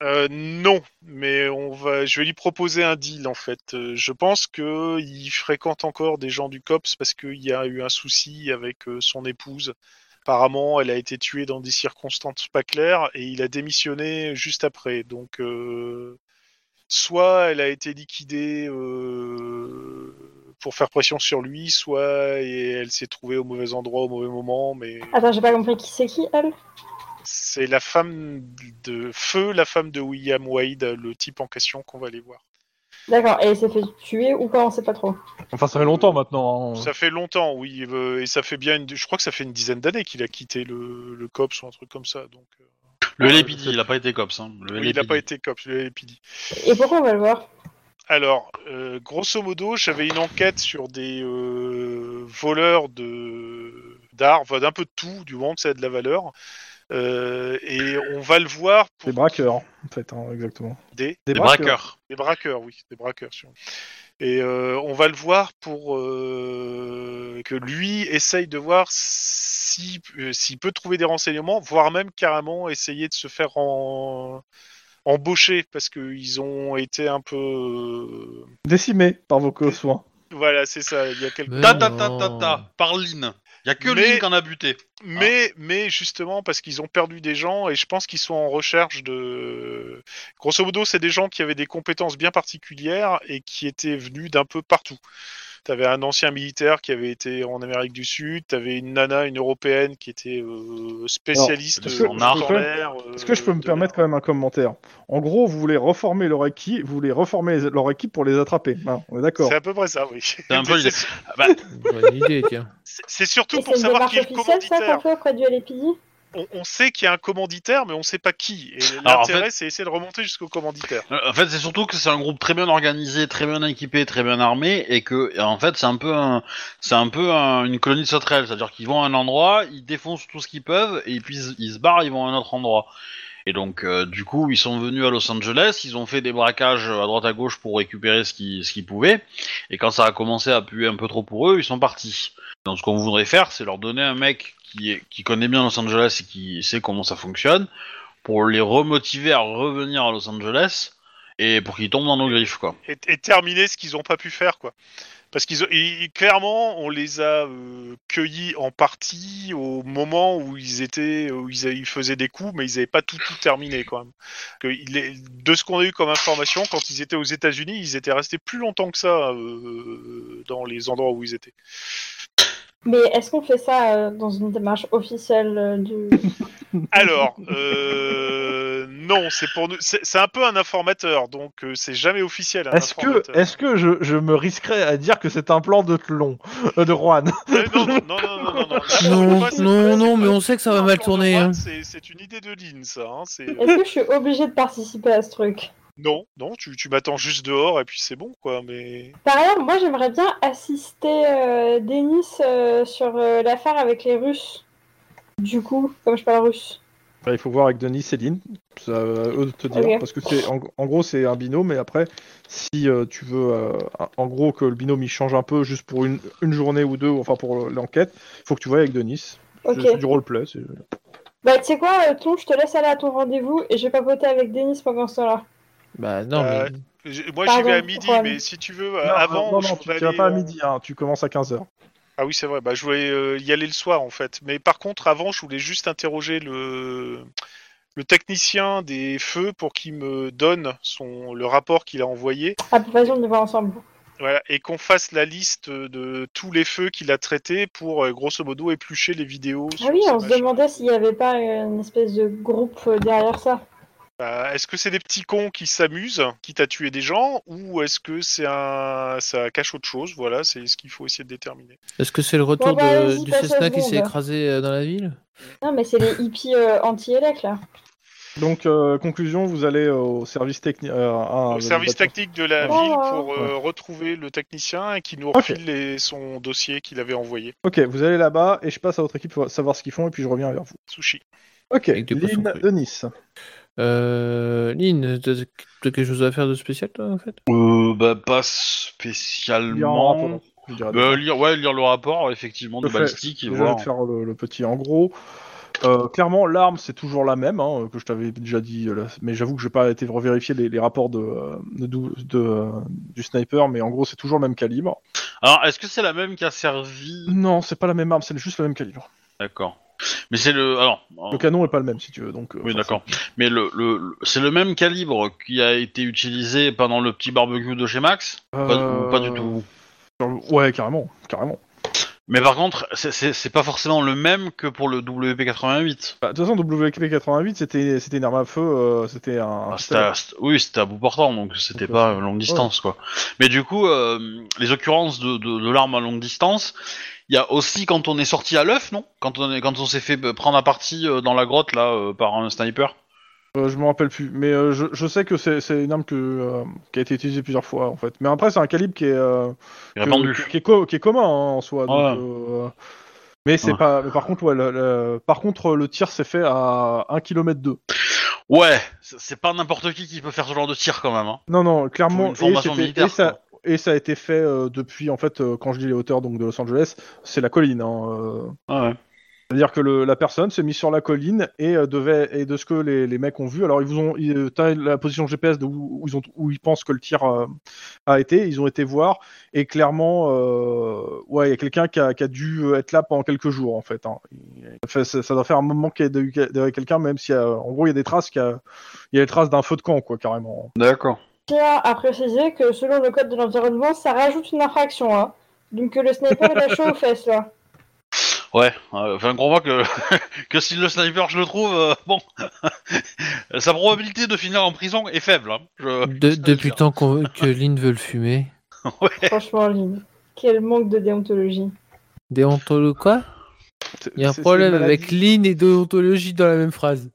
Speaker 3: Euh, non, mais on va, je vais lui proposer un deal en fait. Euh, je pense que il fréquente encore des gens du cops parce qu'il y a eu un souci avec euh, son épouse. Apparemment, elle a été tuée dans des circonstances pas claires et il a démissionné juste après. Donc, euh, soit elle a été liquidée euh, pour faire pression sur lui, soit et elle s'est trouvée au mauvais endroit au mauvais moment. Mais
Speaker 5: Attends, j'ai pas compris qui c'est qui, elle
Speaker 3: c'est la femme de feu, la femme de William Wade, le type en question qu'on va aller voir.
Speaker 5: D'accord, et elle s'est fait tuer ou pas, on sait pas trop.
Speaker 2: Enfin, ça fait longtemps maintenant. hein.
Speaker 3: Ça fait longtemps, oui, euh, et ça fait bien, une, je crois que ça fait une dizaine d'années qu'il a quitté le, le COPS ou un truc comme ça. Donc, euh,
Speaker 1: Le Lépidi, il a pas été cops. Hein. Le
Speaker 3: oui, il n'a
Speaker 1: Lépidi.
Speaker 3: pas été COPS, le LAPD.
Speaker 5: Et pourquoi on va le voir
Speaker 3: Alors, euh, grosso modo, j'avais une enquête sur des euh, voleurs de d'art, enfin, d'un peu de tout, du moment que ça a de la valeur. Euh, et on va le voir pour
Speaker 2: Des braqueurs, en fait, hein, exactement.
Speaker 3: des
Speaker 1: Des braqueurs.
Speaker 3: Des braqueurs, oui, des braqueurs. sûrement. Et euh, on va le voir pour euh, que lui essaye de voir si- euh, s'il peut trouver des renseignements, voire même carrément essayer de se faire en- embaucher parce qu'ils ont été un peu euh,
Speaker 2: Décimés par vos co- soins.
Speaker 3: Voilà, c'est ça. Il y a quelques...
Speaker 4: Mais
Speaker 1: Ta ta ta
Speaker 4: non.
Speaker 1: ta ta, par Lynn. Y a que
Speaker 3: Mais-
Speaker 1: Lynn qu'on a buté.
Speaker 3: Mais, mais justement, parce qu'ils ont perdu des gens et je pense qu'ils sont en recherche de. Grosso modo, c'est des gens qui avaient des compétences bien particulières et qui étaient venus d'un peu partout. T'avais un ancien militaire qui avait été en Amérique du Sud, t'avais une nana, une européenne qui était euh, spécialiste
Speaker 1: Alors,
Speaker 2: est-ce que-
Speaker 3: en
Speaker 1: est-ce que je
Speaker 3: art
Speaker 2: peux-
Speaker 3: en l'air, euh,
Speaker 2: Est-ce que je peux me
Speaker 3: de-
Speaker 2: permettre quand même un commentaire En gros, vous voulez reformer leur équipe, vous voulez reformer les- leur équipe pour les attraper. Hein, on est d'accord.
Speaker 3: C'est à peu près ça, oui.
Speaker 1: un peu l'idée.
Speaker 3: [laughs] C'est- [laughs]
Speaker 4: Bonne idée, tiens.
Speaker 3: c'est- c'est surtout
Speaker 5: Et
Speaker 3: pour
Speaker 5: c'est une
Speaker 3: savoir
Speaker 5: démarche
Speaker 3: qui est le
Speaker 5: officielle, ça,
Speaker 3: commanditaire.
Speaker 5: pour toi, auprès du LAPD
Speaker 3: On, on sait qu'il y a un commanditaire, mais on sait pas qui. Et
Speaker 1: Alors, en
Speaker 3: l'intérêt, c'est essayer de remonter jusqu'au commanditaire.
Speaker 1: Euh, En fait, c'est surtout que c'est un groupe très bien organisé, très bien équipé, très bien armé, et que et en fait c'est un peu un, c'est un peu un- une colonie de sauterelles, c'est-à-dire qu'ils vont à un endroit, ils défoncent tout ce qu'ils peuvent, et puis ils, ils se barrent, ils vont à un autre endroit. Et donc, euh, du coup, ils sont venus à Los Angeles, ils ont fait des braquages à droite à gauche pour récupérer ce qu'ils ce qu'ils pouvaient, et quand ça a commencé à puer un peu trop pour eux, ils sont partis. Donc, ce qu'on voudrait faire, c'est leur donner un mec qui, est- qui connaît bien Los Angeles et qui sait comment ça fonctionne, pour les remotiver à revenir à Los Angeles et pour qu'ils tombent dans nos griffes, quoi.
Speaker 3: et, et terminer ce qu'ils n'ont pas pu faire, quoi. Parce qu'ils ont- et- et clairement, on les a euh, cueillis en partie au moment où ils étaient, où ils, a- ils faisaient des coups, mais ils n'avaient pas tout, tout terminé quand même. Que il est- de ce qu'on a eu comme information, quand ils étaient aux États-Unis, ils étaient restés plus longtemps que ça euh, dans les endroits où ils étaient.
Speaker 5: Mais est-ce qu'on fait ça euh, dans une démarche officielle euh, [laughs] du.
Speaker 3: Alors,
Speaker 2: [laughs]
Speaker 3: euh, non, c'est pour nous, c'est c'est un peu un informateur, donc euh, c'est jamais officiel. un
Speaker 2: Est-ce que,
Speaker 3: informateur.
Speaker 2: est-ce que je, je me risquerais à dire que c'est un plan de Tlon, euh, de Juan
Speaker 3: Euh, non, non, non, non, non, non, non. Là, pour
Speaker 4: Non,
Speaker 3: moi, c'est Ah, pas-
Speaker 4: non,
Speaker 3: c'est
Speaker 4: non,
Speaker 3: pas-
Speaker 4: mais on sait que ça va
Speaker 3: Non,
Speaker 4: mal
Speaker 3: Plan
Speaker 4: tourner.
Speaker 3: Jordan,
Speaker 4: hein.
Speaker 3: ah, C'est c'est une idée de Lynn, ça. hein, c'est-
Speaker 5: Est-ce que je suis obligée de participer à ce truc
Speaker 3: [laughs] non, non, tu, tu m'attends juste dehors et puis c'est bon, quoi. Mais
Speaker 5: Par ailleurs, moi j'aimerais bien assister euh, Denis euh, sur euh, l'affaire avec les Russes. Du coup, comme je parle russe.
Speaker 2: Bah, Il faut voir avec Denis et Lynn, ça, euh, eux de te dire,
Speaker 5: Ok.
Speaker 2: parce que c'est en, en gros c'est un binôme, mais après si euh, tu veux euh, en gros que le binôme il change un peu juste pour une, une journée ou deux, enfin pour l'enquête, faut que tu vois avec Denis. C'est-
Speaker 5: Ok.
Speaker 2: C'est du roleplay. c'est-
Speaker 5: Bah, tu sais quoi, euh, Ton, je te laisse aller à ton rendez-vous et je vais papoter avec Denis pendant ce temps-là.
Speaker 4: Bah non,
Speaker 3: Euh,
Speaker 4: mais.
Speaker 3: je- moi, j'y
Speaker 5: Pardon,
Speaker 3: vais à midi,
Speaker 5: Juan.
Speaker 3: mais si tu veux, euh,
Speaker 2: Non,
Speaker 3: avant.
Speaker 2: euh, non,
Speaker 3: je
Speaker 2: non, tu
Speaker 3: voudrais
Speaker 2: tu vas
Speaker 3: aller,
Speaker 2: pas à
Speaker 3: euh,
Speaker 2: midi, hein, tu commences à 15h.
Speaker 3: Ah oui, c'est vrai. Bah, je voulais euh, y aller le soir, en fait. Mais par contre, avant, je voulais juste interroger le le technicien des feux pour qu'il me donne son le rapport qu'il a envoyé.
Speaker 5: Ah, pour façon de les voir ensemble.
Speaker 3: Voilà, et qu'on fasse la liste de tous les feux qu'il a traités pour, euh, grosso modo, éplucher les vidéos.
Speaker 5: Ah
Speaker 3: sur
Speaker 5: oui,
Speaker 3: ces
Speaker 5: on se
Speaker 3: machins.
Speaker 5: demandait s'il n'y avait pas euh, une espèce de groupe euh, derrière ça.
Speaker 3: Bah, est-ce que c'est des petits cons qui s'amusent, quitte à tuer des gens, ou est-ce que c'est un... ça cache autre chose Voilà, c'est ce qu'il faut essayer de déterminer.
Speaker 4: Est-ce que c'est le retour
Speaker 5: bah,
Speaker 4: de-
Speaker 5: vas-y,
Speaker 4: du
Speaker 5: passe la
Speaker 4: Cessna qui s'est
Speaker 5: seconde.
Speaker 4: écrasé euh, dans la ville
Speaker 5: Non, mais c'est les hippies euh, anti-élec là.
Speaker 2: Donc euh, conclusion, vous allez au service euh, technique. Ah,
Speaker 3: Au
Speaker 2: bah,
Speaker 3: service technique de la
Speaker 5: Oh,
Speaker 3: ville
Speaker 5: ouais.
Speaker 3: pour euh, retrouver le technicien et qui nous
Speaker 2: Ok.
Speaker 3: refile les- son dossier qu'il avait envoyé.
Speaker 2: Ok, vous allez là-bas et je passe à votre équipe pour savoir ce qu'ils font et puis je reviens vers vous.
Speaker 3: Sushi.
Speaker 2: Ok,
Speaker 4: Avec des poissons
Speaker 2: Lynn,
Speaker 4: crus.
Speaker 2: Denis.
Speaker 4: Euh. Lynn, t'as t'as quelque chose à faire de spécial, toi, en fait
Speaker 1: Euh, bah, pas
Speaker 2: Lire un
Speaker 1: spécialement.
Speaker 2: rapport, je dirais.
Speaker 1: Bah, lire, ouais, lire le rapport, effectivement, de
Speaker 2: Je fais-
Speaker 1: balistique et
Speaker 2: Déjà, je
Speaker 1: voir.
Speaker 2: vais te faire le, le petit. En gros, euh, clairement, l'arme, c'est toujours la même, hein, que je t'avais déjà dit, euh, là, mais j'avoue que je n'ai pas été revérifier les, les rapports de, euh, de dou- de, euh, du sniper, mais en gros, c'est toujours le même calibre.
Speaker 1: Alors, est-ce que c'est la même qui a servi
Speaker 2: Non, c'est pas la même arme, c'est juste le même calibre.
Speaker 1: D'accord. Mais c'est le. Alors. hein,
Speaker 2: Le canon est pas le même, si tu veux. Donc, euh,
Speaker 1: Oui,
Speaker 2: enfin,
Speaker 1: d'accord. Mais le, le, le- c'est le même calibre qui a été utilisé pendant le petit barbecue de chez Max
Speaker 2: c'est-
Speaker 1: Pas-
Speaker 2: euh,
Speaker 1: ou pas du tout.
Speaker 2: sur- Ouais, carrément, carrément.
Speaker 1: Mais par contre, c'est- c'est c'est pas forcément le même que pour le WP88.
Speaker 2: Bah, de toute façon, WP88, c'était c'était une arme à feu, euh, c'était un.
Speaker 1: Ah, c'était à- c'était- oui, c'était à bout portant, donc c'était
Speaker 2: Donc,
Speaker 1: pas
Speaker 2: euh,
Speaker 1: euh, longue distance, quoi. Mais du coup, euh, les occurrences de, de, de l'arme à longue distance, il y a aussi quand on est sorti à l'œuf, non Quand on est, quand on s'est fait euh, prendre à partie euh, dans la grotte là euh, par un sniper.
Speaker 2: Euh, je me rappelle plus, mais euh, je, je sais que c'est c'est une arme que, euh, qui a été utilisée plusieurs fois en fait. Mais après, c'est un calibre qui est. euh,
Speaker 1: Répandu.
Speaker 2: que- qui, est co- qui est commun hein, en soi. donc,
Speaker 1: Ouais.
Speaker 2: euh, mais c'est
Speaker 1: Ouais.
Speaker 2: pas. mais par contre, ouais, le, le- par contre, le tir s'est fait à 1 km 2.
Speaker 1: Ouais, c'est c'est pas n'importe qui qui peut faire ce genre de tir quand même. Hein.
Speaker 2: Non, non,
Speaker 1: Pour
Speaker 2: clairement.
Speaker 1: une formation
Speaker 2: Ah, c'était-
Speaker 1: militaire,
Speaker 2: ça,
Speaker 1: quoi.
Speaker 2: et ça a été fait euh, depuis, en fait, euh, quand je dis les hauteurs donc de Los Angeles, c'est la colline. hein, euh,
Speaker 1: Ouais, ouais.
Speaker 2: C'est-à-dire que le- la personne s'est mise sur la colline et euh, devait et de ce que les, les mecs ont vu, alors ils vous ont ils, euh, t'as la position GPS de où, où ils ont où ils pensent que le tir euh, a été, ils ont été voir et clairement euh, ouais il y a quelqu'un qui a, qui a dû euh, être là pendant quelques jours en fait. hein. Il- ça fait- ça, ça doit faire un moment qu'il y a eu derrière quelqu'un même si euh, en gros il y a des traces qu'il y a- il y a des traces d'un feu de camp quoi carrément.
Speaker 1: D'accord.
Speaker 5: Je tiens à préciser que selon le code de l'environnement, ça rajoute une infraction. Hein. Donc euh, le sniper, il a chaud aux
Speaker 3: [laughs]
Speaker 5: fesses là.
Speaker 1: Ouais, euh, enfin, crois-moi que, [laughs] que si le sniper je le trouve, euh, bon, [laughs] sa probabilité de finir en prison est faible. hein. Je-
Speaker 4: De-
Speaker 1: ça,
Speaker 4: depuis
Speaker 1: je-
Speaker 4: le temps qu'on- que Lynn veut le fumer.
Speaker 5: Franchement, Lynn, quel manque de déontologie.
Speaker 4: Déontolo quoi
Speaker 2: C'est-
Speaker 4: Il y a un
Speaker 2: c'est- c'est
Speaker 4: problème
Speaker 2: une
Speaker 4: avec
Speaker 2: maladie.
Speaker 4: Lynn et déontologie dans la même phrase.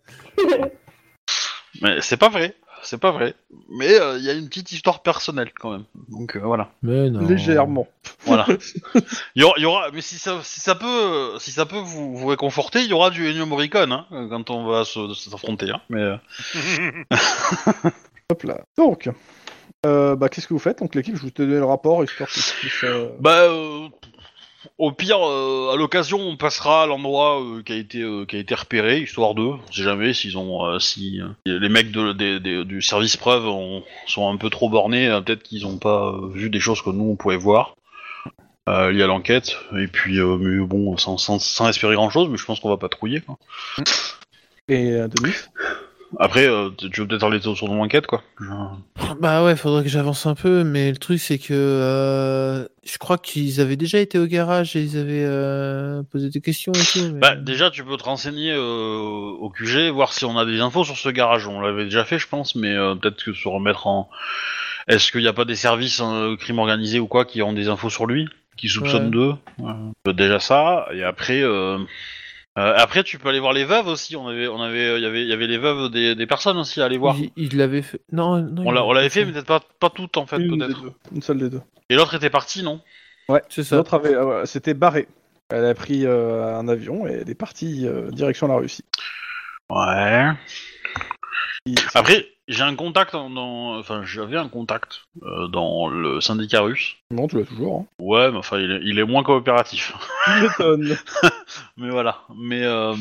Speaker 1: Mais c'est pas vrai, c'est pas vrai. Mais euh, il y a une petite histoire personnelle quand même. Donc euh, voilà,
Speaker 4: Mais non.
Speaker 2: légèrement.
Speaker 1: voilà. Il y aura, il y aura- mais si ça, si ça peut, si ça peut vous, vous réconforter, il y aura du Ennio Morricone hein, quand on va se- s'affronter. hein. Mais euh,
Speaker 2: Hop là. Donc euh, bah, qu'est-ce que vous faites Donc l'équipe, je vous te donne le rapport histoire que tu puisses, euh,
Speaker 1: Bah, euh, au pire, euh, à l'occasion, on passera à l'endroit euh, qui a été euh, qui a été repéré, histoire d'eux. On sait jamais s'ils ont, euh, si euh, les mecs de, des- des- du service preuve ont- sont un peu trop bornés, euh, peut-être qu'ils n'ont pas euh, vu des choses que nous on pouvait voir. Euh, liées à l'enquête, et puis euh, mais bon, sans, sans, sans espérer grand chose, mais je pense qu'on va patrouiller. Quoi.
Speaker 2: et euh, Denis.
Speaker 1: Après, euh, tu tu veux peut-être aller sur ton enquête, quoi. Je-
Speaker 4: Bah ouais, faudrait que j'avance un peu, mais le truc c'est que euh, je crois qu'ils avaient déjà été au garage et ils avaient euh, posé des questions et tout. mais- euh,
Speaker 1: Bah, déjà, tu peux te renseigner euh, au QG, voir si on a des infos sur ce garage. On l'avait déjà fait, je pense, mais euh, peut-être que se remettre en. Est-ce qu'il n'y a pas des services euh, crime organisé ou quoi qui ont des infos sur lui, qui soupçonnent
Speaker 4: Ouais.
Speaker 1: d'eux Euh, Déjà ça, et après. euh, euh, après, tu peux aller voir les veuves aussi. On avait, on avait, il y avait, il y avait les veuves des, des personnes aussi à aller voir.
Speaker 4: Il, il l'avait fait. Non, non.
Speaker 1: On
Speaker 4: il
Speaker 1: l'a- on l'avait
Speaker 4: pas
Speaker 1: fait, mais peut-être pas, pas toutes en fait,
Speaker 2: Une des
Speaker 1: peut-être.
Speaker 2: deux. Une seule des deux.
Speaker 1: Et l'autre était partie, non
Speaker 4: C'est ça.
Speaker 2: L'autre avait, euh, ouais, c'était barré. Elle a pris euh, un avion et elle est partie euh, direction la Russie.
Speaker 1: Ouais.
Speaker 2: Il-
Speaker 1: Ah, Après, j'ai un contact en- dans, enfin, j'avais un contact euh, dans le syndicat russe.
Speaker 2: Non, tu l'as toujours. Hein.
Speaker 1: Ouais, mais enfin, il est, il est moins coopératif.
Speaker 2: Tu m'étonnes.
Speaker 1: mais voilà. Mais euh,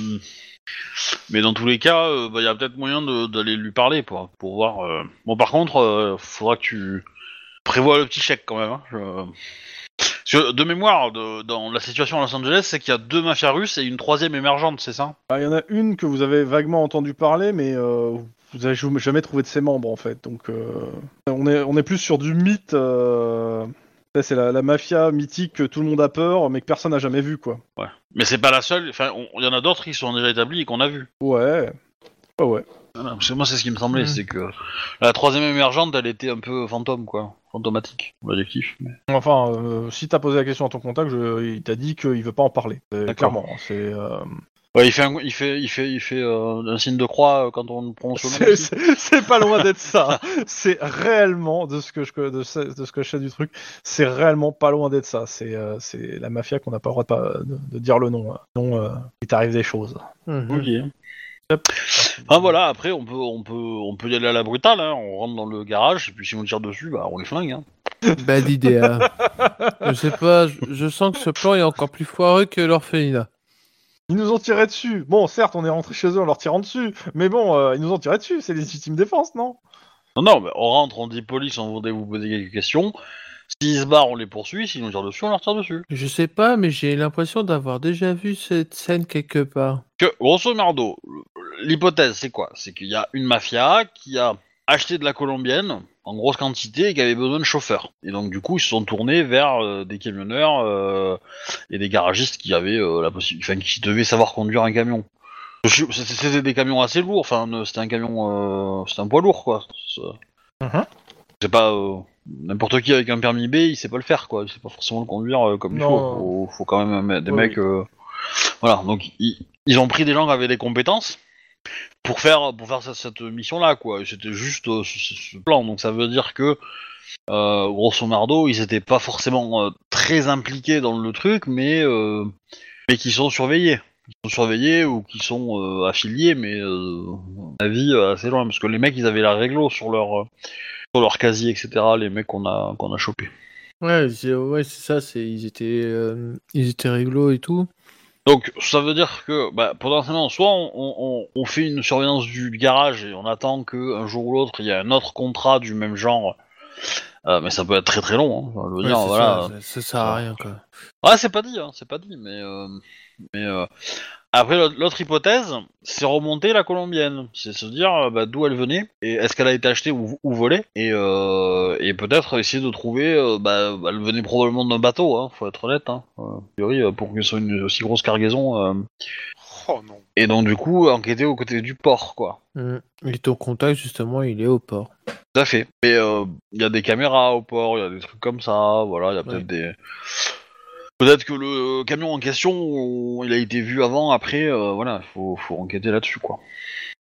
Speaker 1: mais dans tous les cas, euh, bah, il y a peut-être moyen de- d'aller lui parler pour pour voir. euh. Bon, par contre, euh, faudra que tu prévois le petit chèque quand même. hein. Je- Parce que, de mémoire, de- dans la situation à Los Angeles, c'est qu'il y a deux mafias russes et une troisième émergente, c'est ça
Speaker 2: Ah, Il y en a une que vous avez vaguement entendu parler, mais euh, vous n'avez jamais trouvé de ses membres en fait. Donc, euh, on est, on est plus sur du mythe. euh, ça, C'est la, la mafia mythique que tout le monde a peur, mais que personne n'a jamais vu, quoi.
Speaker 1: Ouais. Mais c'est pas la seule. Enfin, on- il y en a d'autres qui sont déjà établis et qu'on a vu.
Speaker 2: Ouais. Ouais, ouais.
Speaker 1: Voilà, parce que moi, c'est ce qui me semblait,
Speaker 4: Mhm.
Speaker 1: c'est que la troisième émergente, elle était un peu fantôme, quoi. Fantomatique, l'adjectif. mais-
Speaker 2: Enfin, euh, si t'as posé la question à ton contact, je- il t'a dit qu'il veut pas en parler. C'est-
Speaker 1: D'accord.
Speaker 2: Clairement, hein, c'est. euh,
Speaker 1: Ouais, il fait, un, il fait, il fait, il fait euh, un signe de croix euh, quand on prononce le nom.
Speaker 2: C'est-
Speaker 1: aussi.
Speaker 2: C'est c'est pas loin d'être ça. hein. C'est réellement de ce que je co- de ce, de ce que je sais du truc. C'est réellement pas loin d'être ça. C'est euh, c'est la mafia qu'on n'a pas le droit de, pas- de, de dire le nom. hein. Non, euh, il t'arrive des choses.
Speaker 4: Mhm.
Speaker 1: Enfin, voilà. Après, on peut, on peut, on peut y aller à la brutale. hein. On rentre dans le garage et puis si on tire dessus, bah, on les flingue. Hein. [laughs]
Speaker 4: Bad idea. je sais pas, je, je sens que ce plan est encore plus foireux que l'orphelinat.
Speaker 2: Ils nous ont tiré dessus. Bon, certes, on est rentré chez eux en leur tirant dessus, mais bon, euh, ils nous ont tiré dessus. C'est légitime défense, non [laughs]
Speaker 1: Non, non. mais on rentre, on dit police, on voudrait vous poser quelques questions. S'ils se barrent, on les poursuit. S'ils nous tirent dessus, on leur tire dessus.
Speaker 4: Je sais pas, mais j'ai l'impression d'avoir déjà vu cette scène quelque part.
Speaker 1: que, grosso merdo, l'hypothèse, c'est quoi C'est qu'il y a une mafia qui a acheté de la colombienne en grosse quantité et qui avait besoin de chauffeurs. Et donc, du coup, ils se sont tournés vers euh, des camionneurs euh, et des garagistes qui avaient euh, la possibilité, enfin, qui devaient savoir conduire un camion. Je- c'était- C'était des camions assez lourds, enfin, euh, c'était un camion, euh, c'était un poids lourd, quoi. C'est
Speaker 2: Mhm.
Speaker 1: c'est pas euh, n'importe qui avec un permis B, il sait pas le faire, quoi. Il sait pas forcément le conduire euh, comme il
Speaker 2: Non.
Speaker 1: faut. Faut, faut quand même euh, des
Speaker 2: Oui,
Speaker 1: mecs.
Speaker 2: oui.
Speaker 1: euh, Voilà, donc ils, ils ont pris des gens qui avaient des compétences pour faire pour faire cette, cette mission-là, quoi. Et C'était juste euh, ce, ce- ce plan. Donc ça veut dire que euh, grosso merdo, ils étaient pas forcément euh, très impliqués dans le truc, mais euh, mais qui sont surveillés, qui sont surveillés ou qui sont euh, affiliés, mais euh, à vie euh, assez loin, parce que les mecs ils avaient la réglo sur leur euh, sur leur casier, etc. Les mecs qu'on a qu'on a chopé.
Speaker 4: Ouais, c'est ouais, c'est ça, c'est ils étaient euh, ils étaient rigolos et tout.
Speaker 1: Donc, ça veut dire que bah, potentiellement, soit on, on- on- on fait une surveillance du garage et on attend que un jour ou l'autre il y a un autre contrat du même genre, Euh, mais ça peut être très très long. Hein, enfin, je veux
Speaker 4: Ouais,
Speaker 1: dire,
Speaker 4: c'est
Speaker 1: voilà.
Speaker 4: ça, ça, ça sert à rien quoi.
Speaker 1: Ah, c'est pas dit, hein, c'est pas dit, mais. euh, mais euh, Après, l'autre- l'autre hypothèse, c'est remonter la colombienne. C'est se dire euh, bah, d'où elle venait, et est-ce qu'elle a été achetée ou, ou volée, et, euh, et peut-être essayer de trouver. euh, bah, elle venait probablement d'un bateau, hein, faut être honnête. Hein. Euh, a priori, euh, pour que ce soit une aussi grosse cargaison. euh,
Speaker 3: Oh non.
Speaker 1: Et donc, du coup, enquêter aux côtés du port, quoi.
Speaker 4: Mm. Il est au contact justement, il est au port.
Speaker 1: Tout à fait. Mais euh, il y a des caméras au port, il y a des trucs comme ça, voilà, il y a peut-être des.
Speaker 4: Ouais.
Speaker 1: Peut-être que le camion en question, on- il a été vu avant, après, euh, voilà, il faut, faut enquêter là-dessus, quoi.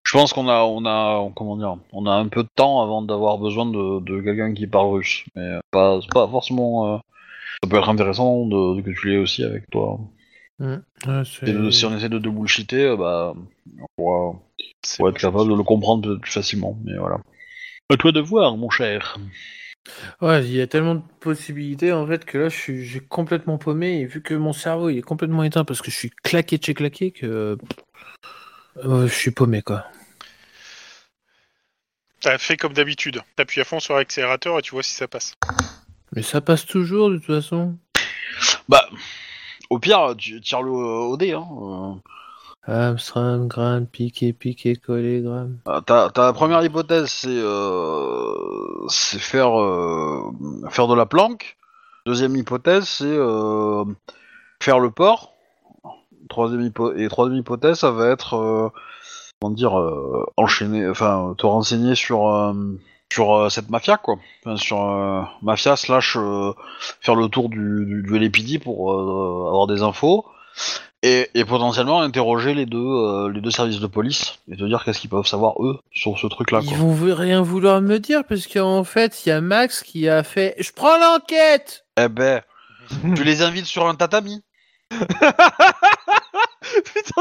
Speaker 1: Je pense qu'on a, on a, comment dire, on a un peu de temps avant d'avoir besoin de, de quelqu'un qui parle russe. Mais euh, pas, c'est pas forcément. euh, ça peut être intéressant de, que tu l'aies aussi avec toi.
Speaker 4: Ouais,
Speaker 1: Et de- si
Speaker 4: c'est-
Speaker 1: on essaie de te bullshiter, euh, bah, on pourra, on pourra être capable de le comprendre peut-être plus facilement. Mais voilà. À toi de voir, mon cher.
Speaker 4: Ouais, il y a tellement de possibilités en fait que là je suis j'ai complètement paumé et vu que mon cerveau il est complètement éteint parce que je suis claqué de chez claqué que euh, euh, je suis paumé quoi.
Speaker 3: T'as fait comme d'habitude. T'appuies à fond sur l'accélérateur et tu vois si ça passe.
Speaker 4: Mais ça passe toujours de toute façon.
Speaker 1: Bah, au pire, tu tires-le au au dé. Hein. Euh,
Speaker 4: Amstram, gramme, piqué, piqué, collé, gramme.
Speaker 1: euh, ta, ta première hypothèse, c'est euh, c'est faire, euh, faire de la planque. Deuxième hypothèse, c'est euh, faire le port. Troisième hypo- et troisième hypothèse, ça va être euh, comment dire euh, enchaîner, enfin te renseigner sur euh, sur euh, cette mafia quoi, Enfin, sur euh, mafia slash euh, faire le tour du du, du LAPD pour euh, avoir des infos et, et potentiellement interroger les deux euh, les deux services de police et te dire qu'est-ce qu'ils peuvent savoir eux sur ce truc là
Speaker 4: Ils
Speaker 1: quoi.
Speaker 4: vont vou- rien vouloir me dire parce qu'en fait il y a Max qui a fait je prends l'enquête.
Speaker 1: Eh ben, tu les invites sur un tatami.
Speaker 2: Putain,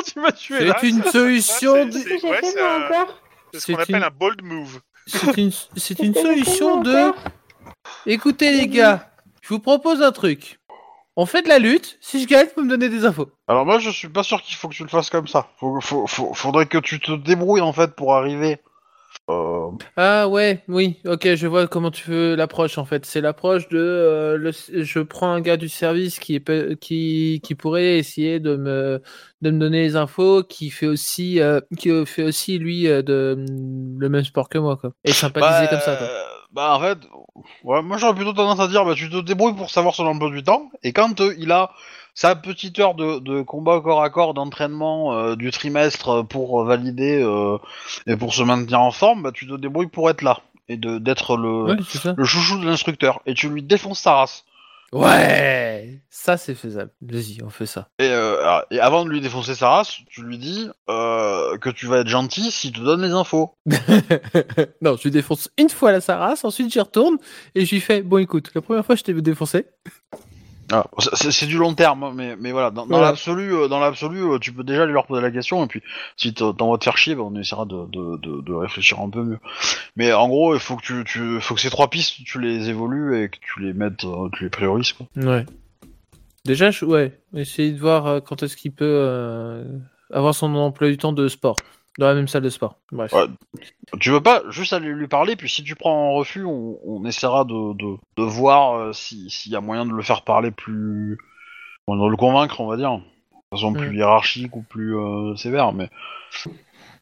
Speaker 2: tu m'as tué là
Speaker 4: C'est une solution.
Speaker 3: c'est-
Speaker 4: de-
Speaker 5: Qu'est-ce que
Speaker 3: ouais,
Speaker 5: j'ai fait
Speaker 3: c'est
Speaker 5: moi
Speaker 3: un-
Speaker 5: encore
Speaker 3: C'est ce
Speaker 4: C'est
Speaker 3: qu'on appelle
Speaker 4: une-
Speaker 3: un bold move.
Speaker 4: C'est une c'est une
Speaker 5: Qu'est-ce que j'ai fait,
Speaker 4: solution
Speaker 5: moi,
Speaker 4: de
Speaker 5: encore
Speaker 4: Écoutez les gars, je vous propose un truc. On fait de la lutte, si je gagne, vous me donnez des infos.
Speaker 1: Alors moi je suis pas sûr qu'il faut que tu le fasses comme ça. Faut- faut- faut- faudrait que tu te débrouilles en fait pour arriver. Euh,
Speaker 4: Ah ouais, oui, ok, je vois comment tu veux l'approche en fait. C'est l'approche de euh, le- je prends un gars du service qui, est pe- qui, qui pourrait essayer de me, de me donner les infos, qui fait aussi, euh, qui euh, fait aussi lui euh, de, le même sport que moi quoi. Et sympathiser
Speaker 1: bah,
Speaker 4: comme ça. Quoi.
Speaker 1: euh, Bah en fait, ouais, moi j'aurais plutôt tendance à dire bah tu te débrouilles pour savoir son emploi du temps et quand euh, il a sa petite heure de, de combat au corps à corps d'entraînement euh, du trimestre euh, pour euh, valider euh, et pour se maintenir en forme, bah tu te débrouilles pour être là et de d'être le
Speaker 4: Ouais, c'est ça.
Speaker 1: le chouchou de l'instructeur et tu lui défonces sa race.
Speaker 4: Ouais, ça c'est faisable. Vas-y, on fait ça.
Speaker 1: Et, euh, ah, et avant de lui défoncer sa race, tu lui dis euh, que tu vas être gentil s'il te donne les infos.
Speaker 4: [laughs] non, je lui défonce une fois la sa race, ensuite j'y retourne et je lui fais Bon, écoute, la première fois je t'ai défoncé.
Speaker 1: Voilà. C'est c'est du long terme, hein, mais, mais voilà, dans dans
Speaker 4: Voilà.
Speaker 1: l'absolu, euh, dans l'absolu, euh, tu peux déjà lui leur poser la question, et puis si t'en t'en vas te faire chier, ben, on essaiera de, de- de- de réfléchir un peu mieux. Mais en gros, il faut que, tu, tu- faut que ces trois pistes, tu les évolues et que tu les mettes, euh, tu les priorises. Quoi.
Speaker 4: Ouais. Déjà, je- ouais, essayer de voir euh, quand est-ce qu'il peut euh, avoir son emploi du temps de sport, dans la même salle de sport. Bref.
Speaker 1: Ouais. Tu veux pas juste aller lui parler, puis si tu prends un refus, on, on essaiera de, de- de voir euh, si- s'il y a moyen de le faire parler plus. bon, de le convaincre, on va dire. De façon plus
Speaker 4: Mm.
Speaker 1: hiérarchique ou plus euh, sévère, mais.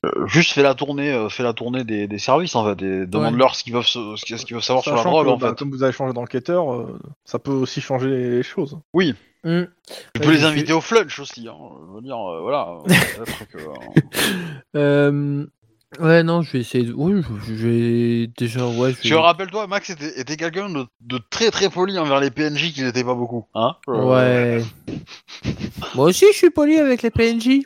Speaker 1: euh, juste fais la tournée, euh, fais la tournée des, des services en fait, et demande-leur ce qu'ils peuvent, se- ce qu'ils ce qu'ils peuvent savoir sur la
Speaker 2: Sachant
Speaker 1: drogue
Speaker 2: que,
Speaker 1: en
Speaker 2: bah,
Speaker 1: fait.
Speaker 2: Comme vous avez changé d'enquêteur, euh, ça peut aussi changer les choses.
Speaker 4: Hmm.
Speaker 1: Tu
Speaker 4: Ouais,
Speaker 1: peux les
Speaker 4: je
Speaker 1: inviter
Speaker 4: suis-
Speaker 1: au flunch aussi, hein. Je veux dire, euh, voilà. euh,
Speaker 2: [laughs]
Speaker 1: peut-être que, euh,
Speaker 4: Euh, Ouais, non, je vais essayer de. Oui, je- je vais déjà. Ouais, je
Speaker 1: Tu
Speaker 4: vais-
Speaker 1: rappelle-toi, Max était, était quelqu'un de, de très très poli envers les PNJ qui n'étaient pas beaucoup, hein. Euh,
Speaker 4: Ouais. Moi aussi, je suis poli avec les PNJ.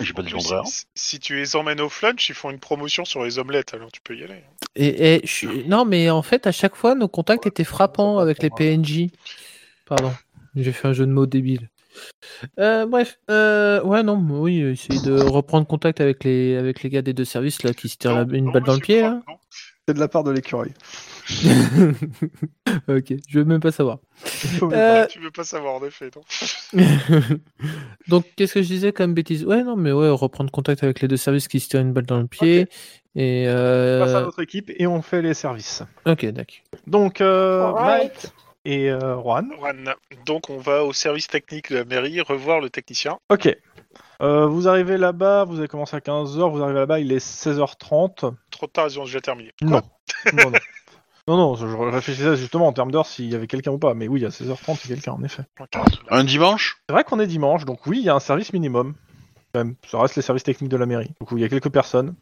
Speaker 1: J'ai pas dit le
Speaker 3: Si,
Speaker 1: contraire.
Speaker 3: si- si tu les emmènes au flunch, ils font une promotion sur les omelettes, alors tu peux y aller.
Speaker 4: Et, et je suis- Non, mais en fait, à chaque fois, nos contacts étaient frappants avec les PNJ. Pardon, j'ai fait un jeu de mots débile. Euh, bref, euh, ouais, non, mais oui, essayer de reprendre contact avec les, avec les gars des deux services là qui se tirent la-
Speaker 3: Non,
Speaker 4: une
Speaker 3: non,
Speaker 4: balle dans le
Speaker 3: monsieur
Speaker 4: pied. hein.
Speaker 3: Croc,
Speaker 4: Là.
Speaker 3: non.
Speaker 2: C'est de la part de [laughs] l'écureuil.
Speaker 4: ok, je veux même pas savoir. [laughs] Euh,
Speaker 3: Tu veux pas savoir, en effet. non
Speaker 4: Donc, qu'est-ce que je disais comme bêtise Ouais, non, mais ouais, reprendre contact avec les deux services qui se tirent une balle dans le pied. Et.
Speaker 2: On passe à
Speaker 4: Euh...
Speaker 2: notre équipe et on fait les services.
Speaker 4: Ok, d'accord.
Speaker 2: Donc, euh,
Speaker 5: Alright.
Speaker 2: Mike et euh, Juan.
Speaker 3: Juan. Donc, on va au service technique de la mairie revoir le technicien.
Speaker 2: Ok. Euh, vous arrivez là-bas, vous avez commencé à 15h, vous arrivez là-bas, il est 16h30.
Speaker 3: Trop tard, ils ont déjà terminé.
Speaker 2: Non. non, non. Non, non, je réfléchissais justement en termes d'heure s'il y avait quelqu'un ou pas, mais oui, à 16h30, il y a quelqu'un en effet.
Speaker 3: Quoi
Speaker 1: Un dimanche
Speaker 2: C'est vrai qu'on est dimanche, donc oui, il y a un service minimum. Quand même, ça reste les services techniques de la mairie. Donc il y a quelques personnes.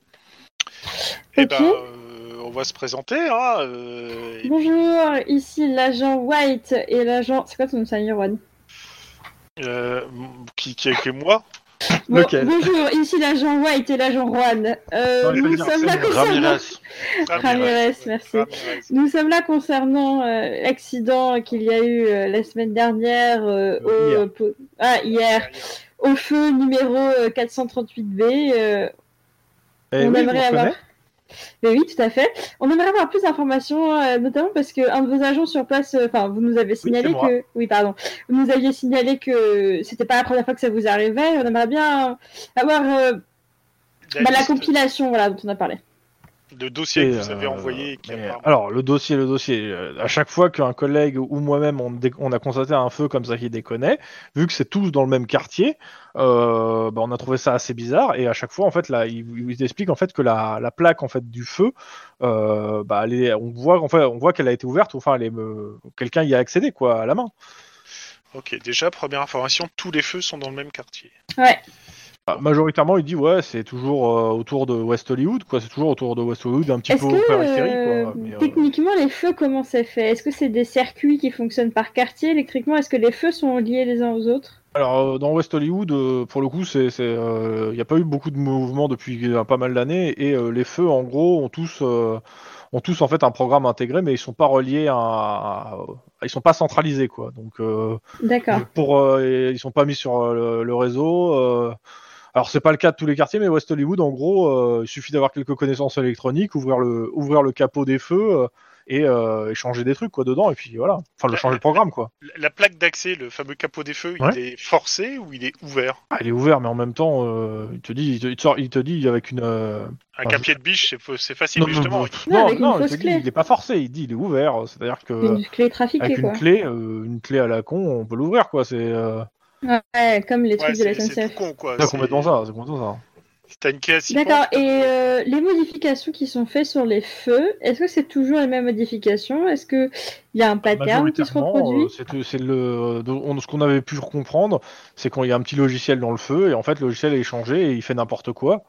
Speaker 3: Eh
Speaker 5: Ok.
Speaker 3: ben, euh, on va se présenter. Hein, euh, et
Speaker 5: Bonjour, ici l'agent White et l'agent. C'est quoi ton nom de famille, Juan
Speaker 3: puis, euh, m- qui, qui est que
Speaker 5: [laughs]
Speaker 3: moi
Speaker 5: Bon-
Speaker 2: Lequel
Speaker 5: Bonjour, ici l'agent White et l'agent Juan. Euh,
Speaker 2: Non, il faut
Speaker 5: nous,
Speaker 2: dire,
Speaker 5: sommes
Speaker 2: c'est
Speaker 5: là
Speaker 2: moi.
Speaker 5: concernant...
Speaker 1: Ramirez.
Speaker 5: Ramirez, merci.
Speaker 3: Ramirez.
Speaker 5: nous sommes là concernant euh, l'accident qu'il y a eu euh, la semaine dernière, euh, au...
Speaker 2: Hier.
Speaker 5: po- ah, hier, au feu numéro euh, 438B. euh,
Speaker 2: Eh
Speaker 5: On
Speaker 2: oui,
Speaker 5: aimerait
Speaker 2: vous
Speaker 5: avoir-
Speaker 2: connaissez
Speaker 5: Mais oui, tout à fait. On aimerait avoir plus d'informations, euh, notamment parce que un de vos agents sur place, euh, enfin, vous nous avez signalé
Speaker 2: c'est moi.
Speaker 5: que, oui, pardon, vous nous aviez signalé que c'était pas la première fois que ça vous arrivait. On aimerait bien avoir euh,
Speaker 3: La
Speaker 5: bah, la
Speaker 3: liste
Speaker 5: compilation, voilà, dont on a parlé.
Speaker 3: de dossiers que
Speaker 2: Et,
Speaker 3: vous avez
Speaker 2: euh,
Speaker 3: envoyés. et qui
Speaker 2: mais,
Speaker 3: apparemment-
Speaker 2: Alors, le dossier, le dossier. euh, À chaque fois qu'un collègue ou moi-même, on, dé- on a constaté un feu comme ça qui déconnait, vu que c'est tous dans le même quartier, euh, bah, on a trouvé ça assez bizarre. Et à chaque fois, en fait, là, il, il explique en fait que la, la plaque en fait du feu, euh, bah, elle est- on voit, en fait, on voit qu'elle a été ouverte. Enfin, elle est, euh, quelqu'un y a accédé, quoi, à la main.
Speaker 3: Ok, déjà, première information, tous les feux sont dans le même quartier.
Speaker 2: Bah, majoritairement, il dit ouais, c'est toujours euh, autour de West Hollywood, quoi. C'est toujours autour de West Hollywood, un petit
Speaker 5: Est-ce
Speaker 2: peu au
Speaker 5: que,
Speaker 2: périphérie,
Speaker 5: euh,
Speaker 2: quoi. Mais, euh,
Speaker 5: techniquement, les feux, comment c'est fait Est-ce que c'est des circuits qui fonctionnent par quartier électriquement Est-ce que les feux sont liés les uns aux autres
Speaker 2: Alors, euh, dans West Hollywood, euh, pour le coup, c'est, c'est, euh, il n'y a pas eu beaucoup de mouvements depuis euh, pas mal d'années, et euh, les feux, en gros, ont tous, euh, ont tous en fait un programme intégré, mais ils sont pas reliés à, à- ils sont pas centralisés, quoi. Donc, euh,
Speaker 5: D'accord.
Speaker 2: pour, euh, ils sont pas mis sur euh, le, le réseau. euh, alors, c'est pas le cas de tous les quartiers, mais West Hollywood, en gros, euh, il suffit d'avoir quelques connaissances électroniques, ouvrir le, ouvrir le capot des feux. euh, et euh, échanger des trucs quoi dedans et puis voilà enfin le changer de programme quoi
Speaker 3: La- La plaque d'accès, le fameux capot des feux,
Speaker 2: Ouais.
Speaker 3: il est forcé ou il est ouvert
Speaker 2: Ah, il est ouvert, mais en même temps, euh, il te dit, il te, il te sort- il te dit avec une. euh,
Speaker 3: Un
Speaker 2: Ah,
Speaker 3: capier de biche, c'est fa- c'est facile,
Speaker 2: non,
Speaker 3: justement.
Speaker 2: non,
Speaker 3: oui.
Speaker 5: Non,
Speaker 2: non,
Speaker 5: avec
Speaker 2: non,
Speaker 5: une
Speaker 2: il te
Speaker 5: fausse
Speaker 2: dit,
Speaker 5: clé.
Speaker 2: il est pas forcé. Il dit, il est ouvert. C'est-à-dire que
Speaker 5: Une clé trafiquée,
Speaker 2: avec
Speaker 5: quoi.
Speaker 2: une clé, euh, une clé à la con, on peut l'ouvrir, quoi. C'est euh,
Speaker 5: Ouais, comme les trucs
Speaker 3: Ouais,
Speaker 5: de la
Speaker 3: c'est c'est
Speaker 5: SNCF.
Speaker 3: tout con, quoi.
Speaker 2: c'est
Speaker 3: C'est-
Speaker 2: complètement ça. C'est complètement ça.
Speaker 3: si T'as une caisse.
Speaker 5: D'accord, et euh, les modifications qui sont faites sur les feux, est-ce que c'est toujours les mêmes modifications Est-ce qu'il y
Speaker 3: Ah,
Speaker 5: a un pattern qui se
Speaker 2: Majoritairement,
Speaker 5: reproduit
Speaker 2: euh, c'est- c'est le, de- on- ce qu'on avait pu comprendre, c'est qu'il y a un petit logiciel dans le feu et en fait, le logiciel est changé et il fait n'importe quoi.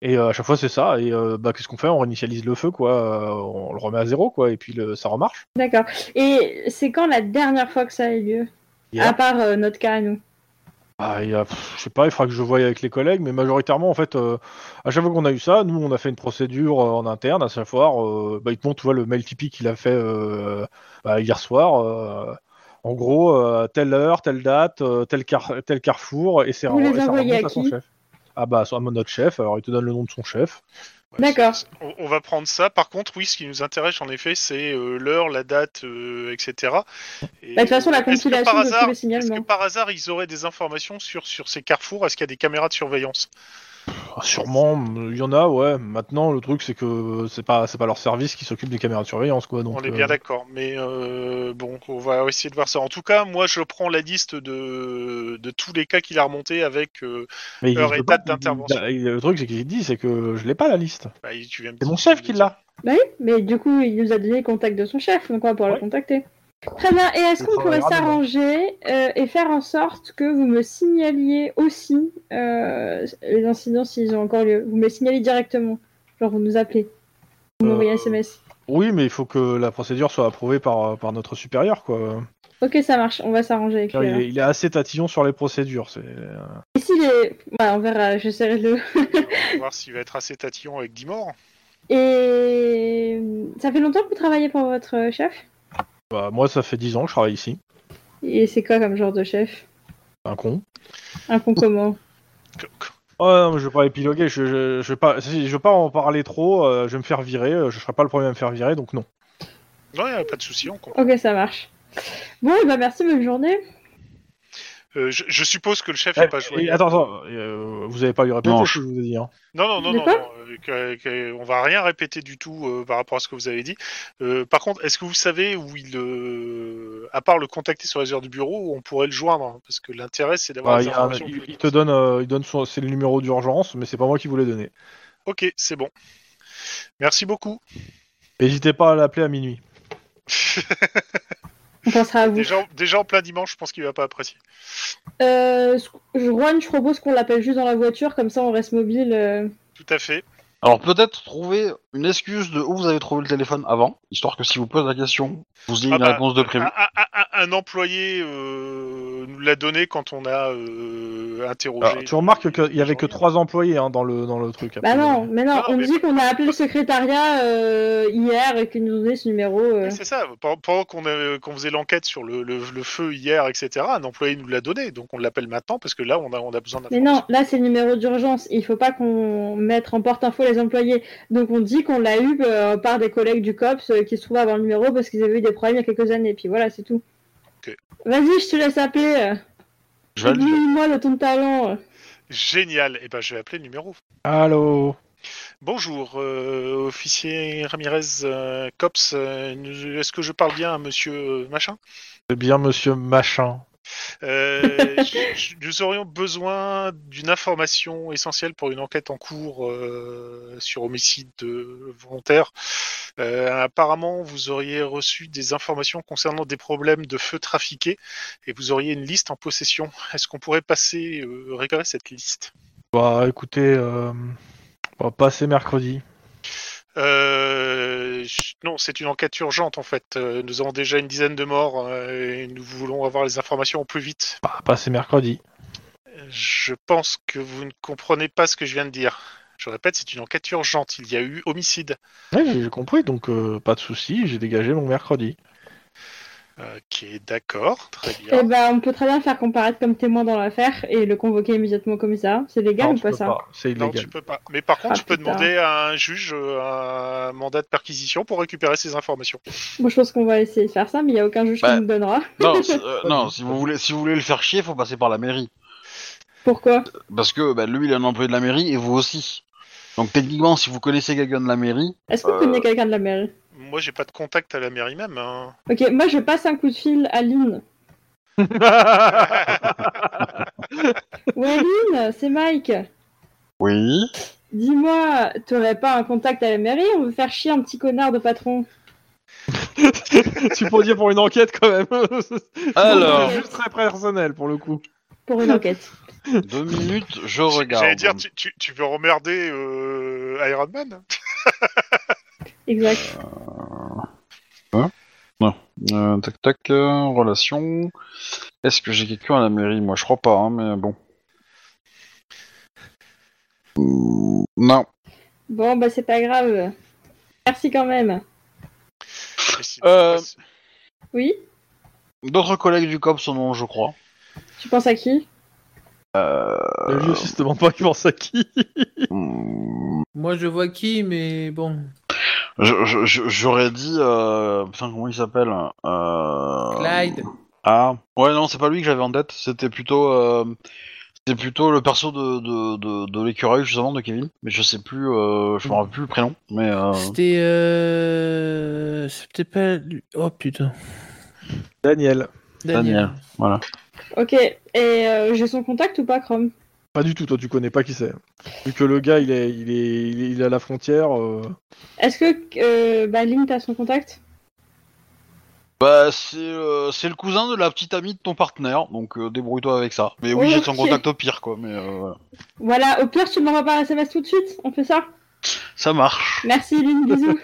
Speaker 2: Et euh, à chaque fois, c'est ça. Et euh, bah, qu'est-ce qu'on fait On réinitialise le feu, quoi. Euh, on le remet à zéro, quoi. Et puis le- ça remarche.
Speaker 5: D'accord. Et c'est quand la dernière fois que ça a eu lieu
Speaker 2: Hier.
Speaker 5: À part euh, notre cas à nous.
Speaker 2: Ah, il y a- pff, je sais pas, il faudra que je voie avec les collègues, mais majoritairement, en fait, euh, à chaque fois qu'on a eu ça, nous, on a fait une procédure euh, en interne, à savoir, euh, bah, il te montre, tu vois, le mail Tipeee qu'il a fait euh, bah, hier soir. euh, en gros, euh, telle heure, telle date, euh, tel, car- tel carrefour, et c'est
Speaker 5: Vous
Speaker 2: et
Speaker 5: les
Speaker 2: ça
Speaker 5: envoyez
Speaker 2: remonte
Speaker 5: à
Speaker 2: son
Speaker 5: qui
Speaker 2: chef. Ah bah, à notre chef, alors il te donne le nom de son chef.
Speaker 5: D'accord.
Speaker 3: Bah, On, on va prendre ça. Par contre, oui, ce qui nous intéresse, en effet, c'est euh, l'heure, la date, euh, etc. Et,
Speaker 5: Bah, De toute façon, la
Speaker 3: est-ce que
Speaker 5: compilation
Speaker 3: par
Speaker 5: de tous
Speaker 3: hasard, Est-ce
Speaker 5: les
Speaker 3: que
Speaker 5: signalements.
Speaker 3: par hasard, ils auraient des informations sur, sur ces carrefours Est-ce qu'il y a des caméras de surveillance
Speaker 2: Ah, sûrement, il y en a, ouais. Maintenant, le truc, c'est que c'est pas, c'est pas leur service qui s'occupe des caméras de surveillance, quoi. Donc,
Speaker 3: On est
Speaker 2: euh,
Speaker 3: bien d'accord, mais euh, bon, on va essayer de voir ça. En tout cas, moi, je prends la liste de, de tous les cas qu'il a remonté avec. euh,
Speaker 2: mais il-
Speaker 3: Heure
Speaker 2: je
Speaker 3: et
Speaker 2: peux pas-
Speaker 3: date d'intervention.
Speaker 2: il- il- Le truc, c'est qu'il dit, c'est que je l'ai pas la liste.
Speaker 3: bah, il- tu viens de
Speaker 2: C'est mon
Speaker 3: dire-
Speaker 2: chef qui l'a.
Speaker 5: Bah oui, mais du coup, il nous a donné le contact de son chef, donc on va pouvoir
Speaker 2: Ouais.
Speaker 5: le contacter. Très bien, et est-ce
Speaker 2: On
Speaker 5: qu'on pourrait
Speaker 2: travaillera demain.
Speaker 5: s'arranger euh, et faire en sorte que vous me signaliez aussi euh, les incidents s'ils ont encore lieu Vous me les signalez directement, genre vous nous appelez, vous m'envoyez un
Speaker 2: Euh,
Speaker 5: SMS.
Speaker 2: Oui, mais il faut que la procédure soit approuvée par, par notre supérieur, quoi.
Speaker 5: Ok, ça marche, on va s'arranger avec
Speaker 2: Il
Speaker 5: lui. alors.
Speaker 2: est, il est assez tatillon sur les procédures. C'est...
Speaker 5: Et si les... Ouais, on verra, j'essaierai de le...
Speaker 3: euh, On va voir s'il va être assez tatillon avec 10 morts.
Speaker 5: Et euh, ça fait longtemps que vous travaillez pour votre chef
Speaker 2: Bah, moi, ça fait 10 ans que je travaille ici.
Speaker 5: Et c'est quoi comme genre de chef
Speaker 2: Un con.
Speaker 5: Un con comment
Speaker 3: Que- que-
Speaker 2: Oh, non, mais je vais pas épiloguer, je, je, je vais pas, si, je vais pas en parler trop, euh, je vais me faire virer, euh, je serai pas le premier à me faire virer, donc non.
Speaker 3: Ouais, pas de souci, on comprend.
Speaker 5: Ok, ça marche. Bon, et bah merci, bonne journée.
Speaker 3: Euh, je, je suppose que le
Speaker 5: Euh,
Speaker 3: chef n'a pas joué.
Speaker 2: Et attends, attends, euh, vous avez pas eu répété
Speaker 1: Non,
Speaker 2: ce que je vous ai dit. Hein.
Speaker 3: Non, non, non,
Speaker 5: De
Speaker 3: non.
Speaker 5: quoi
Speaker 3: non, euh, que- que- on va rien répéter du tout euh, par rapport à ce que vous avez dit. Euh, par contre, est-ce que vous savez où il. euh, à part le contacter sur les heures du bureau, où on pourrait le joindre Parce que l'intérêt, c'est d'avoir
Speaker 2: Bah,
Speaker 3: des
Speaker 2: il, y a-
Speaker 3: informations.
Speaker 2: il-
Speaker 3: plus-
Speaker 2: il te donne, euh, il donne son, c'est le numéro d'urgence, mais c'est pas moi qui vous l'ai donné.
Speaker 3: Ok, c'est bon. Merci beaucoup.
Speaker 2: N'hésitez pas à l'appeler à minuit.
Speaker 5: On pensera à vous.
Speaker 3: Déjà, en- déjà en plein dimanche, je pense qu'il va pas apprécier.
Speaker 5: Euh, ce- je- Juan, je propose qu'on l'appelle juste dans la voiture, comme ça on reste mobile. euh.
Speaker 3: Tout à fait.
Speaker 1: Alors peut-être trouver une excuse de où vous avez trouvé le téléphone avant, histoire que si vous posez la question, vous ayez
Speaker 3: Ah
Speaker 1: une
Speaker 3: bah,
Speaker 1: réponse de
Speaker 3: Un,
Speaker 1: prévu.
Speaker 3: un- un- un employé euh, nous l'a donné quand on a euh, interrogé.
Speaker 2: Alors, tu remarques qu'il y avait que
Speaker 3: trois
Speaker 2: trois employés hein, dans, le, dans le truc.
Speaker 5: Bah non, mais non,
Speaker 3: Non,
Speaker 5: on
Speaker 3: mais-
Speaker 5: dit qu'on a appelé le secrétariat euh, hier et qu'ils nous ont donné ce numéro. euh.
Speaker 3: Oui, c'est ça. Pen- Pendant qu'on euh, qu'on faisait l'enquête sur le, le- le feu hier, etc., un employé nous l'a donné. Donc on l'appelle maintenant parce que là, on a, on a besoin
Speaker 5: Mais
Speaker 3: d'informations.
Speaker 5: non, là c'est le numéro d'urgence. Il faut pas qu'on mette en porte-info les employés. Donc on dit qu'on l'a eu euh, par des collègues du COPS euh, qui se trouvaient à avoir le numéro parce qu'ils avaient eu des problèmes il y a quelques années. Puis voilà, c'est tout.
Speaker 3: Ok.
Speaker 5: Vas-y, je te laisse appeler. euh.
Speaker 1: Je valide.
Speaker 5: [laughs] Dis-moi le ton de talent.
Speaker 3: Génial. Eh ben, je vais appeler le numéro.
Speaker 2: Allô
Speaker 3: Bonjour, euh, officier Ramirez, euh, COPS. euh, nous- Est-ce que je parle bien à monsieur euh, machin
Speaker 2: C'est Eh bien monsieur machin.
Speaker 3: Euh, j- j- Nous aurions besoin d'une information essentielle pour une enquête en cours euh, sur homicide euh, volontaire. Euh, apparemment, vous auriez reçu des informations concernant des problèmes de feu trafiqués et vous auriez une liste en possession. Est-ce qu'on pourrait passer euh, récupérer cette liste
Speaker 2: Bah écoutez, euh, on va passer mercredi.
Speaker 3: Euh, j- Non, c'est une enquête urgente en fait. Euh, nous avons déjà une dizaine de morts euh, et nous voulons avoir les informations au plus vite.
Speaker 2: Bah passer mercredi.
Speaker 3: Je pense que vous ne comprenez pas ce que je viens de dire. Je répète, c'est une enquête urgente. Il y a eu homicide.
Speaker 2: Ouais, j'ai compris, donc euh, pas de souci, j'ai dégagé mon mercredi.
Speaker 3: Ok, Euh, d'accord. Très bien.
Speaker 5: Eh ben, on peut très bien le faire comparaître comme témoin dans l'affaire et le convoquer immédiatement au commissariat. C'est légal
Speaker 2: Non,
Speaker 5: ou
Speaker 2: tu
Speaker 5: pas
Speaker 2: peux
Speaker 5: ça
Speaker 2: pas, C'est
Speaker 3: Non,
Speaker 2: illégal.
Speaker 3: tu peux pas. Mais par contre,
Speaker 5: Ah,
Speaker 3: tu peux
Speaker 5: putain.
Speaker 3: demander à un juge euh, un mandat de perquisition pour récupérer ces informations.
Speaker 5: Bon, je pense qu'on va essayer de faire ça, mais il n'y a aucun juge
Speaker 1: Bah.
Speaker 5: qui nous donnera.
Speaker 1: Non, c'est- euh, non, si vous voulez, si vous voulez le faire chier, faut passer par la mairie,
Speaker 5: Pourquoi
Speaker 1: parce que bah, lui il est un employé de la mairie et vous aussi. Donc techniquement, si vous connaissez quelqu'un de la mairie,
Speaker 5: Est-ce qu'on
Speaker 1: Euh.
Speaker 5: connaît quelqu'un de la mairie
Speaker 3: Moi, j'ai pas de contact à la mairie même. hein.
Speaker 5: Ok, moi je passe un coup de fil à
Speaker 1: [laughs]
Speaker 5: Lynn.
Speaker 2: [laughs]
Speaker 5: Ouais, Lynn, c'est Mike.
Speaker 1: oui.
Speaker 5: Dis-moi, t'aurais pas un contact à la mairie On veut faire chier un petit connard de patron.
Speaker 2: tu peux dire pour une enquête quand même.
Speaker 3: [laughs]
Speaker 1: Alors,
Speaker 2: C'est juste très personnel pour le coup.
Speaker 5: Pour
Speaker 1: [laughs]
Speaker 5: une enquête.
Speaker 1: deux minutes, je
Speaker 3: J-
Speaker 1: regarde. hein.
Speaker 3: J'allais dire, tu, tu- tu veux emmerder euh, Iron Man
Speaker 5: Exact.
Speaker 1: Euh, tac tac, euh, relation. Est-ce que j'ai quelqu'un à la mairie Moi, je crois pas, hein, mais bon. Ouh, Euh, Non.
Speaker 5: Bon, bah c'est pas grave. Merci quand même.
Speaker 3: Et si-
Speaker 1: Euh,
Speaker 5: Oui
Speaker 1: D'autres collègues du COP sont non, je crois.
Speaker 5: Tu penses à qui
Speaker 2: Le vieux justement pas qui pense à qui.
Speaker 1: Mmh.
Speaker 4: Moi, je vois qui, mais bon.
Speaker 1: Je- je- je- J'aurais dit. euh, Putain, comment il s'appelle Euh,
Speaker 4: Clyde.
Speaker 1: Ah. Ouais, non, c'est pas lui que j'avais en tête. C'était plutôt. euh, C'était plutôt le perso de, de, de, de l'écureuil, justement, de Kevin. Mais je sais plus. euh, Je me rappelle plus le prénom. Mais. euh,
Speaker 4: C'était. Euh... C'était pas. lui- Oh putain.
Speaker 2: Daniel.
Speaker 1: Daniel.
Speaker 5: Ok, et euh, j'ai son contact ou pas, Chrome
Speaker 2: Pas du tout, toi tu connais pas qui c'est. Vu que le gars il est, il est, il est, il est à la frontière. euh,
Speaker 5: Est-ce que euh, bah, Lynn, t'as son contact
Speaker 1: Bah, c'est euh, c'est le cousin de la petite amie de ton partenaire, donc euh, débrouille-toi avec ça. Mais oui, j'ai son
Speaker 5: Ok.
Speaker 1: contact au pire, quoi, mais euh, voilà.
Speaker 5: Voilà, au pire, tu m'envoies par SMS tout de suite. On fait ça
Speaker 1: Ça marche.
Speaker 5: Merci Lynn, bisous.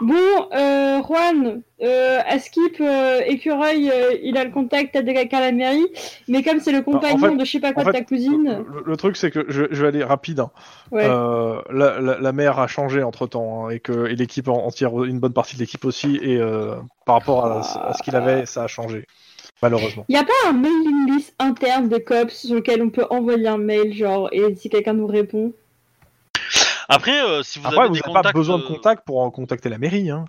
Speaker 5: Bon, euh, Juan, euh, à Skip, euh, Écureuil, euh, il a le contact, t'as des quelqu'un à la mairie, mais comme c'est le compagnon
Speaker 2: Bah, en fait-
Speaker 5: de je sais pas quoi
Speaker 2: en fait,
Speaker 5: de ta cousine,
Speaker 2: Le, le truc c'est que je, je vais aller rapide. hein.
Speaker 5: ouais.
Speaker 2: Euh, la, la, la mer a changé entre temps et que et l'équipe en- entière, une bonne partie de l'équipe aussi. Et euh, par rapport à, à ce qu'il avait, ça a changé. malheureusement.
Speaker 5: Il n'y a pas un mailing list interne de COPS sur lequel on peut envoyer un mail, genre, et si quelqu'un nous répond
Speaker 1: Après, euh, si vous
Speaker 2: Après,
Speaker 1: avez
Speaker 2: vous
Speaker 1: des
Speaker 2: n'avez
Speaker 1: contacts,
Speaker 2: pas besoin de
Speaker 1: euh,
Speaker 2: contacts pour en contacter la mairie. Hein.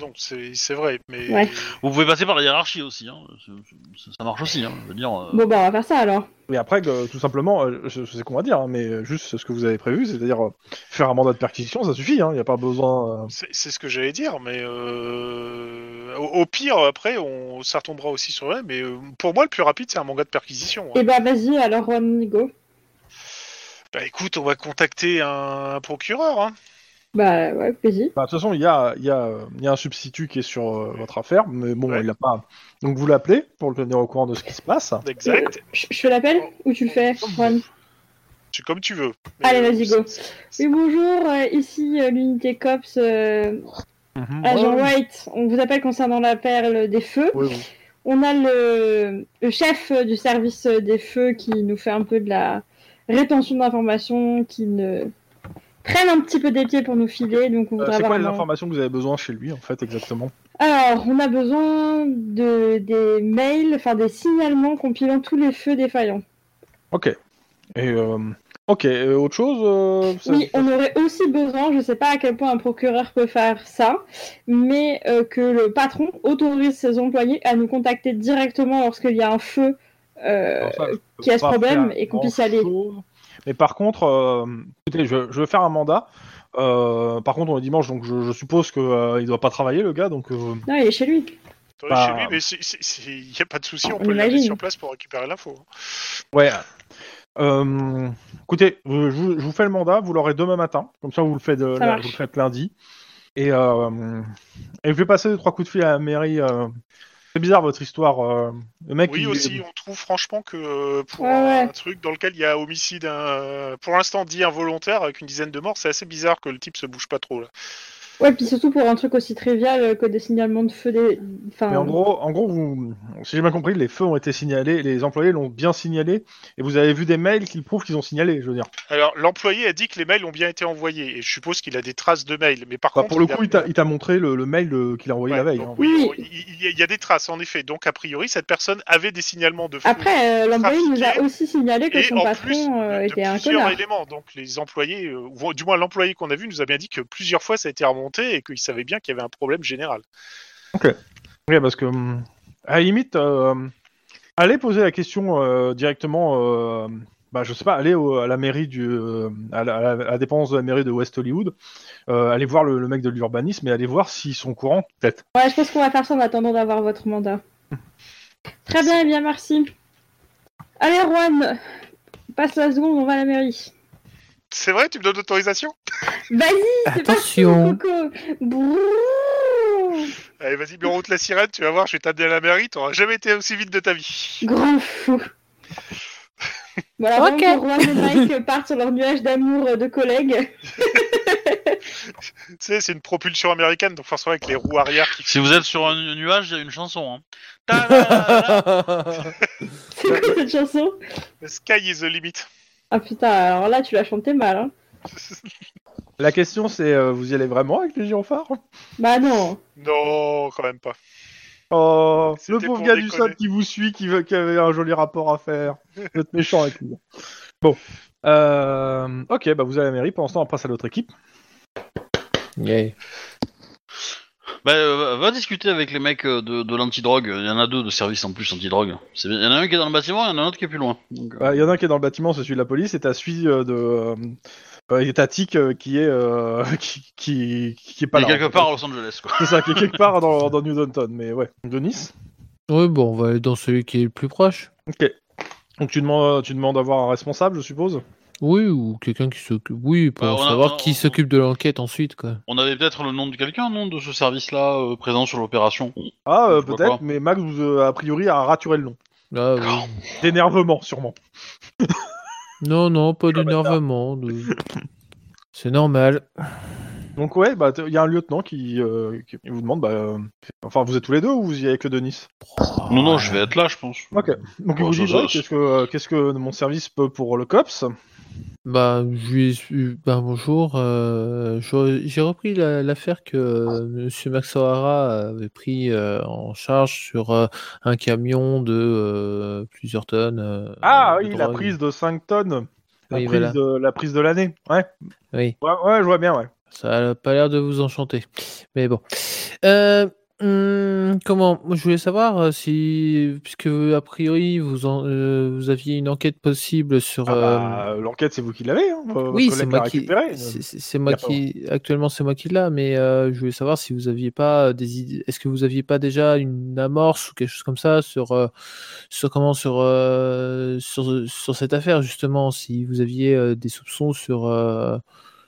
Speaker 3: Donc c'est c'est vrai, mais
Speaker 5: Ouais.
Speaker 1: vous pouvez passer par la hiérarchie aussi. Hein. C'est- c'est- Ça marche aussi. Hein. Je veux dire. euh,
Speaker 5: Bon, bah, on va faire ça alors.
Speaker 2: Et après, que, tout simplement, euh, je, je sais qu'on va dire, hein, mais euh, juste ce que vous avez prévu, c'est-à-dire euh, faire un mandat de perquisition, ça suffit. hein, Il n'y a pas besoin. euh,
Speaker 3: c'est c'est ce que j'allais dire. Mais euh, au, au pire, après, on, ça retombera aussi sur elle. Mais euh, pour moi, le plus rapide, c'est un manga de perquisition. hein.
Speaker 5: Et bah, vas-y, alors, Juan, go.
Speaker 3: Bah écoute, on va contacter un, un procureur. Hein.
Speaker 5: Bah, ouais, vas-y.
Speaker 2: bah, de toute façon, il y a, il y, a, euh, il y a un substitut qui est sur euh, votre affaire, mais bon,
Speaker 3: Ouais.
Speaker 2: il l'a pas. Donc vous l'appelez pour le tenir au courant de ce qui se passe.
Speaker 3: Exact.
Speaker 5: Je je fais l'appel ou tu le fais, Juan
Speaker 3: C'est comme tu veux. Mais,
Speaker 5: Allez,
Speaker 3: euh,
Speaker 5: vas-y, go.
Speaker 3: c'est- c'est-
Speaker 5: Oui, bonjour, euh, ici euh, l'unité COPS, euh, agent
Speaker 2: Ouais.
Speaker 5: White. On vous appelle concernant la perle des feux.
Speaker 2: Oui, oui.
Speaker 5: On a le, le chef euh, du service euh, des feux qui nous fait un peu de la rétention d'informations, qui ne traîne un petit peu des pieds pour nous filer. Donc on
Speaker 2: Euh,
Speaker 5: voudrait
Speaker 2: c'est
Speaker 5: avoir
Speaker 2: quoi les
Speaker 5: un-
Speaker 2: informations que vous avez besoin chez lui, en fait, exactement
Speaker 5: Alors, on a besoin de des mails, enfin des signalements compilant tous les feux défaillants.
Speaker 2: Ok. Et euh, ok, euh, autre chose euh, ça-
Speaker 5: Oui, on aurait aussi besoin, je ne sais pas à quel point un procureur peut faire ça, mais euh, que le patron autorise ses employés à nous contacter directement lorsqu'il y a un feu. euh,
Speaker 2: Alors ça, je peux
Speaker 5: qui a ce
Speaker 2: pas
Speaker 5: problème
Speaker 2: faire
Speaker 5: et qu'on puisse y aller.
Speaker 2: grand-chose. Mais par contre, euh, écoutez, je, je vais faire un mandat. Euh, par contre, on est dimanche, donc je, je suppose que euh, il doit pas travailler le gars, donc euh,
Speaker 5: Non, il est chez lui.
Speaker 3: Attendez,
Speaker 2: Bah-
Speaker 3: chez lui, mais c'est- c'est- c'est- il n'y a pas de souci, on,
Speaker 5: On
Speaker 3: peut le mettre
Speaker 5: imagine.
Speaker 3: sur place pour récupérer l'info. hein.
Speaker 2: ouais. Euh, écoutez, euh, je, vous- je vous fais le mandat, vous l'aurez demain matin, comme ça vous le faites, euh,
Speaker 5: Ça
Speaker 2: la-
Speaker 5: marche.
Speaker 2: vous le faites lundi. Et, euh, et je vais passer deux, trois coups de fil à la mairie. euh. C'est bizarre votre histoire. euh. Le mec,
Speaker 3: Oui,
Speaker 2: il-
Speaker 3: aussi, on trouve franchement que euh, pour
Speaker 5: Ouais,
Speaker 3: un
Speaker 5: ouais.
Speaker 3: truc dans lequel il y a homicide, euh, pour l'instant dit involontaire, avec une dizaine de morts, c'est assez bizarre que le type se bouge pas trop. Là.
Speaker 5: Ouais, puis surtout pour un truc aussi trivial euh, que des signalements de feu des. Enfin,
Speaker 2: Mais en gros, en gros, vous, si j'ai bien compris, les feux ont été signalés, les employés l'ont bien signalé, et vous avez vu des mails qui le prouvent qu'ils ont signalé, je veux dire.
Speaker 3: Alors, l'employé a dit que les mails ont bien été envoyés, et je suppose qu'il a des traces de mails, mais par
Speaker 2: Bah,
Speaker 3: contre...
Speaker 2: pour le
Speaker 3: a-
Speaker 2: coup, il t'a- il t'a montré le, le mail de- qu'il a envoyé
Speaker 3: Ouais,
Speaker 2: la veille.
Speaker 3: donc
Speaker 2: hein.
Speaker 3: oui,
Speaker 5: Oui.
Speaker 3: il- il y a- il y a des traces, en effet. Donc, a priori, cette personne avait des signalements de feu.
Speaker 5: Après, euh, l'employé nous a
Speaker 3: trafiqué,
Speaker 5: aussi signalé que
Speaker 3: Et
Speaker 5: son
Speaker 3: en
Speaker 5: patron
Speaker 3: plus, de-
Speaker 5: euh,
Speaker 3: de
Speaker 5: était un
Speaker 3: plusieurs
Speaker 5: connard.
Speaker 3: éléments. Donc les employés, euh, ou du moins l'employé qu'on a vu, nous a bien dit que plusieurs fois ça a été remonté et qu'il savait bien qu'il y avait un problème général.
Speaker 2: Ouais, parce que hum, à la limite, euh, allez poser la question euh, directement. euh, bah, je sais pas, allez au- à la mairie du, euh, à, la, à la- à la dépendance de la mairie de West Hollywood. euh, allez voir le, le mec de l'urbanisme et allez voir s'ils sont courants, peut-être.
Speaker 5: Ouais, je pense qu'on va faire ça en attendant d'avoir votre
Speaker 3: [laughs]
Speaker 5: mandat. Très bien, eh bien, merci. Allez, Juan, passe la seconde, on va à la mairie.
Speaker 3: C'est vrai, tu me donnes l'autorisation
Speaker 5: Vas-y, c'est parti,
Speaker 4: Attention.
Speaker 5: Coco. Brrrr.
Speaker 3: Allez, vas-y, mets en route la sirène, tu vas voir, je vais t'amener à la mairie, t'auras jamais été aussi vite de ta vie.
Speaker 5: Grand fou. Voilà,
Speaker 4: Ok.
Speaker 5: que Juan et Mike partent sur leur nuage d'amour de collègues. [laughs]
Speaker 3: Tu sais, c'est une propulsion américaine, donc forcément avec les roues arrière qui.
Speaker 1: Si vous êtes sur un nu- nuage, il y a une chanson. Hein.
Speaker 5: [laughs]
Speaker 1: Ta-la-la-la.
Speaker 5: C'est quoi cette chanson
Speaker 3: The sky is the limit.
Speaker 5: Ah putain, alors là, tu l'as chanté mal. Hein.
Speaker 2: La question, c'est euh, vous y allez vraiment avec les gyrophares
Speaker 5: Bah non.
Speaker 3: Non, quand même pas.
Speaker 2: Oh,
Speaker 3: C'était
Speaker 2: le pauvre
Speaker 3: pour
Speaker 2: gars du
Speaker 3: déconner.
Speaker 2: sol qui vous suit, qui, veut, qui avait un joli rapport à faire. Vous êtes méchant avec lui. Bon. Euh, ok, bah vous avez la mairie. Pendant ce temps, on passe à l'autre équipe.
Speaker 4: Yeah.
Speaker 1: Bah, euh, va discuter avec les mecs euh, de, de l'antidrogue. Il y en a deux de service en plus antidrogue. C'est bien. Il y en a un qui est dans le bâtiment, il y en a un autre qui est plus loin. Donc, euh,
Speaker 2: Euh, Il y en a un qui est dans le bâtiment, c'est celui de la police, et t'as celui euh, de. Euh, euh, et t'as Tic, euh, qui est. euh, [laughs] qui, qui, qui est pas
Speaker 1: il est
Speaker 2: là.
Speaker 1: quelque
Speaker 2: en fait.
Speaker 1: part à Los Angeles, quoi.
Speaker 2: C'est ça, qui est quelque part dans, dans New Downton, mais ouais. Denis
Speaker 4: Ouais, bon, on va aller dans celui qui est le plus proche.
Speaker 2: Donc tu demandes, euh, tu demandes avoir un responsable, je suppose
Speaker 4: Oui, ou quelqu'un qui s'occupe. Oui, pour
Speaker 1: Bah, on a-
Speaker 4: savoir
Speaker 1: on-
Speaker 4: qui
Speaker 1: on-
Speaker 4: s'occupe de l'enquête ensuite, quoi.
Speaker 1: On avait peut-être le nom de quelqu'un, non, de ce service-là, euh, présent sur l'opération.
Speaker 2: Ah, euh,
Speaker 1: Je vois pas.
Speaker 2: peut-être, mais Max, vous, euh, a priori, a raturé le nom.
Speaker 4: Ah, oui.
Speaker 2: D'énervement, sûrement.
Speaker 4: Non, non, pas d'énervement. de- C'est normal.
Speaker 2: Donc ouais, bah il y a un lieutenant qui, euh, qui vous demande, bah, euh, enfin vous êtes tous les deux ou vous y allez que Denis
Speaker 1: Non, non, je vais être là, je pense.
Speaker 2: Ok. Donc il
Speaker 1: Bon,
Speaker 2: vous
Speaker 1: ça,
Speaker 2: dit,
Speaker 1: ça,
Speaker 2: ouais,
Speaker 1: ça.
Speaker 2: qu'est-ce que euh, qu'est-ce que mon service peut pour le cops
Speaker 4: Bah, je lui ai su- bah, bonjour. euh, je- J'ai repris la- l'affaire que euh, Monsieur Max O'Hara avait pris euh, en charge sur euh, un camion de euh, plusieurs tonnes. euh,
Speaker 2: Ah
Speaker 4: de
Speaker 2: oui, la
Speaker 4: drogue.
Speaker 2: prise de 5 tonnes. La,
Speaker 4: Oui,
Speaker 2: prise,
Speaker 4: voilà.
Speaker 2: de, la prise de l'année. Ouais.
Speaker 4: Oui,
Speaker 2: ouais, ouais, je vois bien, ouais.
Speaker 4: ça a pas l'air de vous enchanter. Mais bon. Euh, hum, comment Moi, Je voulais savoir euh, si, puisque a priori vous, en- euh, vous aviez une enquête possible sur.
Speaker 2: Ah
Speaker 4: euh,
Speaker 2: bah, L'enquête, c'est vous qui l'avez. Hein. Votre
Speaker 4: Oui,
Speaker 2: collègue
Speaker 4: c'est
Speaker 2: l'a
Speaker 4: moi qui.
Speaker 2: récupérée.
Speaker 4: c'est- c'est- c'est moi
Speaker 2: a pas-
Speaker 4: qui. Actuellement, c'est moi qui l'a, mais euh, je voulais savoir si vous aviez pas euh, des idées. Est-ce que vous aviez pas déjà une amorce ou quelque chose comme ça sur euh, sur comment sur euh, sur, sur cette affaire justement si vous aviez euh, des soupçons sur. euh,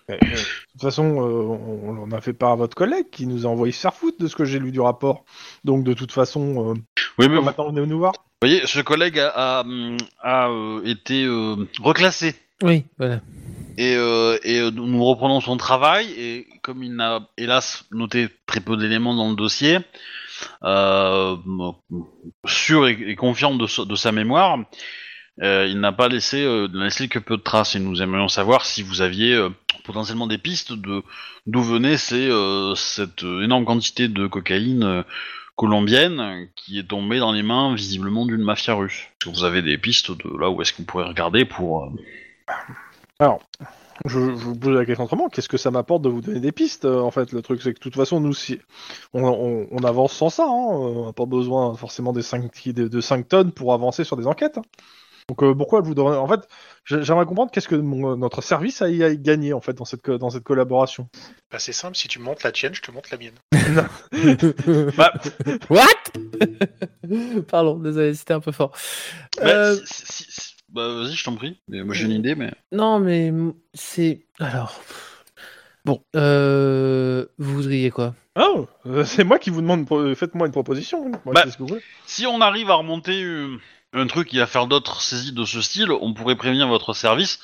Speaker 2: Ouais, ouais. De toute façon, euh, on, on en a fait part à votre collègue qui nous a envoyé se faire foutre de ce que j'ai lu du rapport. Donc, de toute façon, euh,
Speaker 1: Oui, mais vous
Speaker 2: maintenant, venez nous voir.
Speaker 1: voyez, ce collègue a, a, hum, a, euh, été euh, reclassé
Speaker 4: Oui, voilà.
Speaker 1: et, euh, et, euh, nous reprenons son travail. Et comme il n'a hélas noté très peu d'éléments dans le dossier, euh, sûr et, et confiant de, sa- de sa mémoire, euh, il n'a pas laissé, euh, n'a laissé que peu de traces. Et nous aimerions savoir si vous aviez euh, potentiellement des pistes de d'où venait ces, euh, cette euh, énorme quantité de cocaïne. euh, colombienne euh, qui est tombée dans les mains visiblement d'une mafia russe. Est-ce que vous avez des pistes de là où est-ce qu'on pourrait regarder pour... euh,
Speaker 2: Je, je vous pose la question autrement. Qu'est-ce que ça m'apporte de vous donner des pistes euh, En fait, le truc, c'est que de toute façon, nous, si on, on- on avance sans ça, hein, euh, on n'a pas besoin forcément des 5, de, de 5 tonnes pour avancer sur des enquêtes. hein. Donc, euh, pourquoi vous donner En fait, j'ai- j'aimerais comprendre qu'est-ce que mon- euh, notre service a, y a gagné en fait dans cette, co- dans cette collaboration.
Speaker 3: Bah, c'est simple, si tu me montes la tienne, je te montre la mienne. [laughs]
Speaker 4: [laughs] Bah. What [laughs] Pardon, désolé, c'était un peu fort. Euh,
Speaker 1: Bah, si- si- si- bah, vas-y, je t'en prie. Mais moi, j'ai une idée, mais.
Speaker 4: Non, mais m- c'est. Alors. pff. Bon, euh, vous voudriez quoi
Speaker 2: Oh, euh, [laughs] c'est moi qui vous demande, pro- faites-moi une proposition. hein. Moi,
Speaker 1: Bah,
Speaker 2: qu'est-ce que vous voulez
Speaker 1: Si on arrive à remonter euh, un truc qui va faire d'autres saisies de ce style, on pourrait prévenir votre service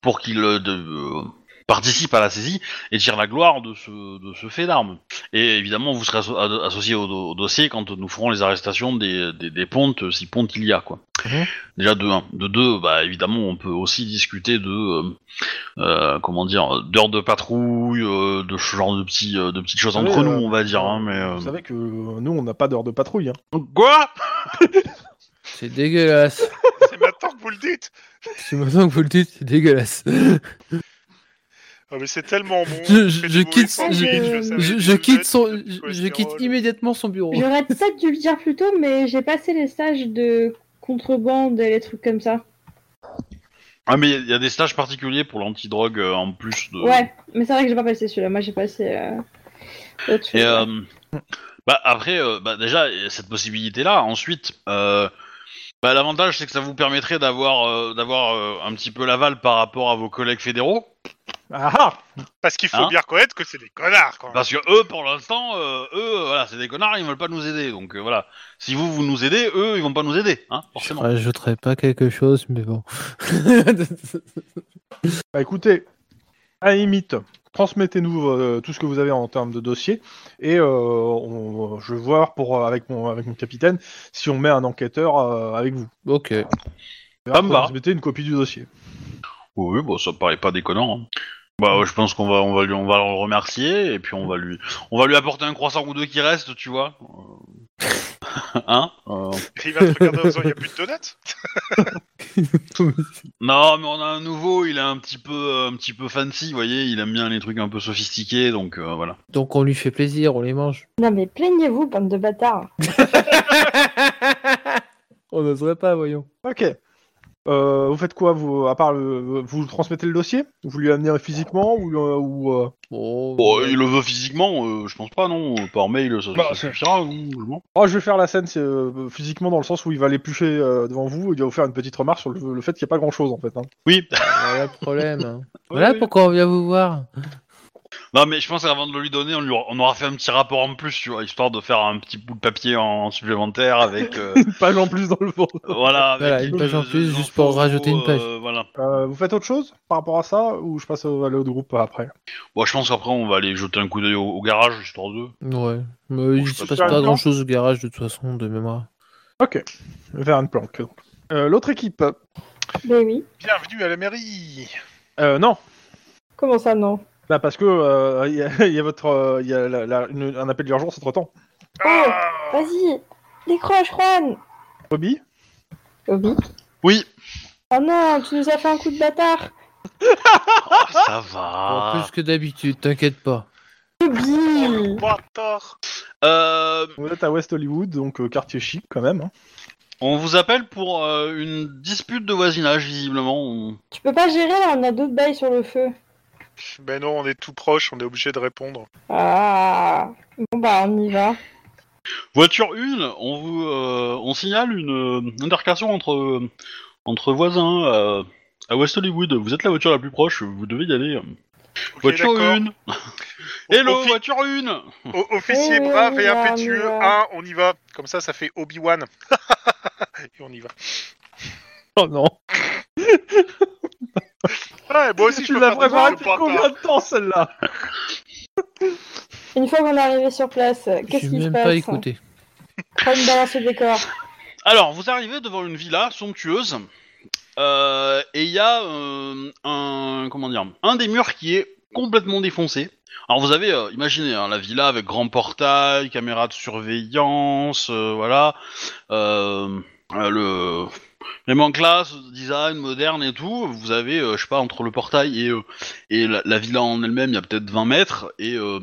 Speaker 1: pour qu'il euh, de- euh, participe à la saisie et tire la gloire de ce, de ce fait d'armes. Et évidemment, vous serez asso- ad- associé au, do- au dossier quand nous ferons les arrestations des, des, des pontes, euh, si pontes il y a, quoi.
Speaker 2: Mhm.
Speaker 1: Déjà de 1. De 2, bah, évidemment, on peut aussi discuter de. euh, euh, comment dire D'heures de patrouille, euh, de ce genre de, petits, euh, de petites choses
Speaker 2: Vous
Speaker 1: entre
Speaker 2: savez,
Speaker 1: nous,
Speaker 2: euh,
Speaker 1: on va dire. Hein, mais, euh,
Speaker 2: Vous savez que euh, nous, on n'a pas d'heure de patrouille. hein.
Speaker 1: Quoi
Speaker 4: C'est [laughs] dégueulasse.
Speaker 3: c'est maintenant que vous le dites
Speaker 4: C'est maintenant que vous le dites, c'est dégueulasse.
Speaker 3: Ah, mais c'est tellement bon.
Speaker 4: Je- je- je
Speaker 3: fais du mauvais
Speaker 4: quitte-
Speaker 3: sandwich,
Speaker 5: je-
Speaker 3: le savais,
Speaker 4: Je,
Speaker 3: du
Speaker 4: je quitte
Speaker 3: nut,
Speaker 4: son,
Speaker 3: du
Speaker 4: je, je
Speaker 3: cholestérol.
Speaker 4: quitte immédiatement son bureau.
Speaker 1: Oh.
Speaker 5: J'aurais peut-être dû le dire plus tôt, mais j'ai passé les stages de contrebande et les trucs comme ça.
Speaker 1: Ah mais il y, a des stages particuliers pour l'antidrogue euh, en plus de.
Speaker 5: Ouais, mais c'est vrai que j'ai pas passé celui-là. Moi, j'ai passé euh, autre chose.
Speaker 1: Et euh, bah après euh, bah déjà il y a cette possibilité là. Ensuite euh, bah, l'avantage c'est que ça vous permettrait d'avoir euh, d'avoir euh, un petit peu l'aval par rapport à vos collègues fédéraux
Speaker 2: Ah ah
Speaker 3: Parce qu'il faut
Speaker 1: Hein Bah.
Speaker 3: bien reconnaître que c'est des connards, quand même.
Speaker 1: parce que eux pour l'instant euh, eux euh, voilà c'est des connards ils veulent pas nous aider donc euh, voilà si vous vous nous aidez eux ils vont pas nous aider hein
Speaker 4: Je
Speaker 1: forcément.
Speaker 4: rajouterai pas quelque chose, mais bon.
Speaker 2: Bah écoutez, à la limite, transmettez-nous euh, tout ce que vous avez en termes de dossier et euh, on- je vais voir pour, euh, avec, mon, avec mon capitaine si on met un enquêteur euh, avec vous.
Speaker 4: [laughs] ok.
Speaker 2: Et
Speaker 1: Ça
Speaker 2: après,
Speaker 1: me va.
Speaker 2: Transmettez une copie du dossier.
Speaker 1: Oui bon ça me paraît pas déconnant. hein. Bah ouais, je pense qu'on va on va lui on va le remercier et puis on va lui on va lui apporter un croissant ou deux qui reste tu vois. Euh, [laughs] hein. Euh,
Speaker 3: Il va te regarder en
Speaker 1: [laughs]
Speaker 3: disant, il n'y a plus de donuts
Speaker 1: Non, mais on a un nouveau, il est un petit peu, euh, un petit peu fancy, vous voyez, il aime bien les trucs un peu sophistiqués, donc euh, voilà.
Speaker 4: Donc on lui fait plaisir, on les mange.
Speaker 5: Non, mais plaignez-vous, bande de bâtards.
Speaker 4: on n'oserait pas, voyons.
Speaker 2: Ok. Euh, vous faites quoi vous, à part le- vous transmettez le dossier Vous lui amenez physiquement ou, euh, ou euh,
Speaker 4: Bon,
Speaker 1: Bon, il le veut physiquement, euh, je pense pas, non, euh, par mail, ça,
Speaker 2: Bah,
Speaker 1: ça
Speaker 2: c'est-
Speaker 1: suffira, non, globalement.
Speaker 2: Oh, je vais faire la scène c'est, euh, physiquement dans le sens où il va l'éplucher euh, devant vous et il va vous faire une petite remarque sur le, le fait qu'il n'y a pas grand-chose en fait. hein.
Speaker 1: Oui.
Speaker 4: voilà le problème. [laughs] hein. Voilà pourquoi on vient vous voir.
Speaker 1: Non, mais je pense qu'avant de le lui donner, on, lui aura, on aura fait un petit rapport en plus, tu vois, histoire de faire un petit bout de papier en supplémentaire avec, euh,
Speaker 2: Une page en plus dans le fond.
Speaker 4: [laughs]
Speaker 1: voilà, avec
Speaker 4: Voilà, une
Speaker 1: les-
Speaker 4: page en
Speaker 1: les
Speaker 4: plus, juste pour
Speaker 1: infos,
Speaker 4: rajouter une page.
Speaker 1: euh, voilà.
Speaker 2: Euh, vous faites autre chose par rapport à ça ou je passe au- à l'autre groupe après
Speaker 1: Bon, je pense qu'après on va aller jeter un coup d'œil au, au garage histoire de.
Speaker 4: Ouais. Mais il
Speaker 1: je
Speaker 4: se
Speaker 1: peux
Speaker 4: passe
Speaker 2: faire
Speaker 4: pas
Speaker 2: une
Speaker 4: grand chose au garage de toute façon, de mémoire.
Speaker 2: Ok, vers une planque. donc. Euh, L'autre équipe,
Speaker 5: Mais oui.
Speaker 3: Bienvenue à la mairie.
Speaker 2: Euh, non,
Speaker 5: Comment ça, non
Speaker 2: bah parce que euh, [laughs] il y a- il y, a votre, euh, il y a la- la- une- un appel d'urgence entre temps.
Speaker 5: Oh,
Speaker 3: Ah,
Speaker 5: vas-y, décroche, Juan
Speaker 2: Bobby,
Speaker 5: Obi
Speaker 1: Oui.
Speaker 5: Oh non, tu nous as fait un coup de bâtard
Speaker 1: ça
Speaker 4: Bon,
Speaker 1: va.
Speaker 4: Plus que d'habitude, t'inquiète pas.
Speaker 5: Obi
Speaker 3: Bâtard.
Speaker 1: Euh,
Speaker 2: vous êtes à West Hollywood, donc euh, quartier chic quand même. hein.
Speaker 1: on vous appelle pour euh, une dispute de voisinage, visiblement. On-
Speaker 5: Tu peux pas gérer, là, on a d'autres bails sur le feu.
Speaker 3: Ben non, on est tout proche, on est obligé de répondre.
Speaker 5: Ah Bon bah, on y va.
Speaker 1: Voiture 1, on vous, euh, on signale une euh, altercation entre euh, entre voisins euh, à West Hollywood. Vous êtes la voiture la plus proche, vous devez y aller.
Speaker 3: Ok,
Speaker 1: voiture
Speaker 3: d'accord.
Speaker 1: 1 [laughs] Hello,
Speaker 3: Offi-
Speaker 1: voiture 1
Speaker 3: O- officier
Speaker 4: Oh,
Speaker 5: Oui, oui,
Speaker 3: brave
Speaker 5: on y
Speaker 3: et
Speaker 5: va, on y
Speaker 3: impétueux,
Speaker 5: va.
Speaker 3: un, on y va. Comme ça, ça fait Obi-Wan. [laughs] et on y va.
Speaker 2: Oh non.
Speaker 3: Ouais, moi aussi, je
Speaker 2: tu
Speaker 3: peux
Speaker 2: l'as
Speaker 3: faire des
Speaker 2: préparé
Speaker 3: blagues de
Speaker 2: depuis combien
Speaker 3: bâtard.
Speaker 2: de temps celle-là
Speaker 5: Une fois qu'on est arrivé sur place, qu'est-ce
Speaker 4: J'ai
Speaker 5: qui se
Speaker 4: même pas
Speaker 5: passe
Speaker 4: écouté.
Speaker 5: Juan balance le décor.
Speaker 1: Alors, vous arrivez devant une villa somptueuse. euh, et il y a euh, un comment dire un des murs qui est complètement défoncé. Alors vous avez euh, imaginez hein, la villa avec grand portail, caméra de surveillance, euh, voilà, euh, euh, le vraiment classe, design moderne et tout. Vous avez euh, je sais pas entre le portail et euh, et la, la villa en elle-même, il y a peut-être 20 mètres et euh,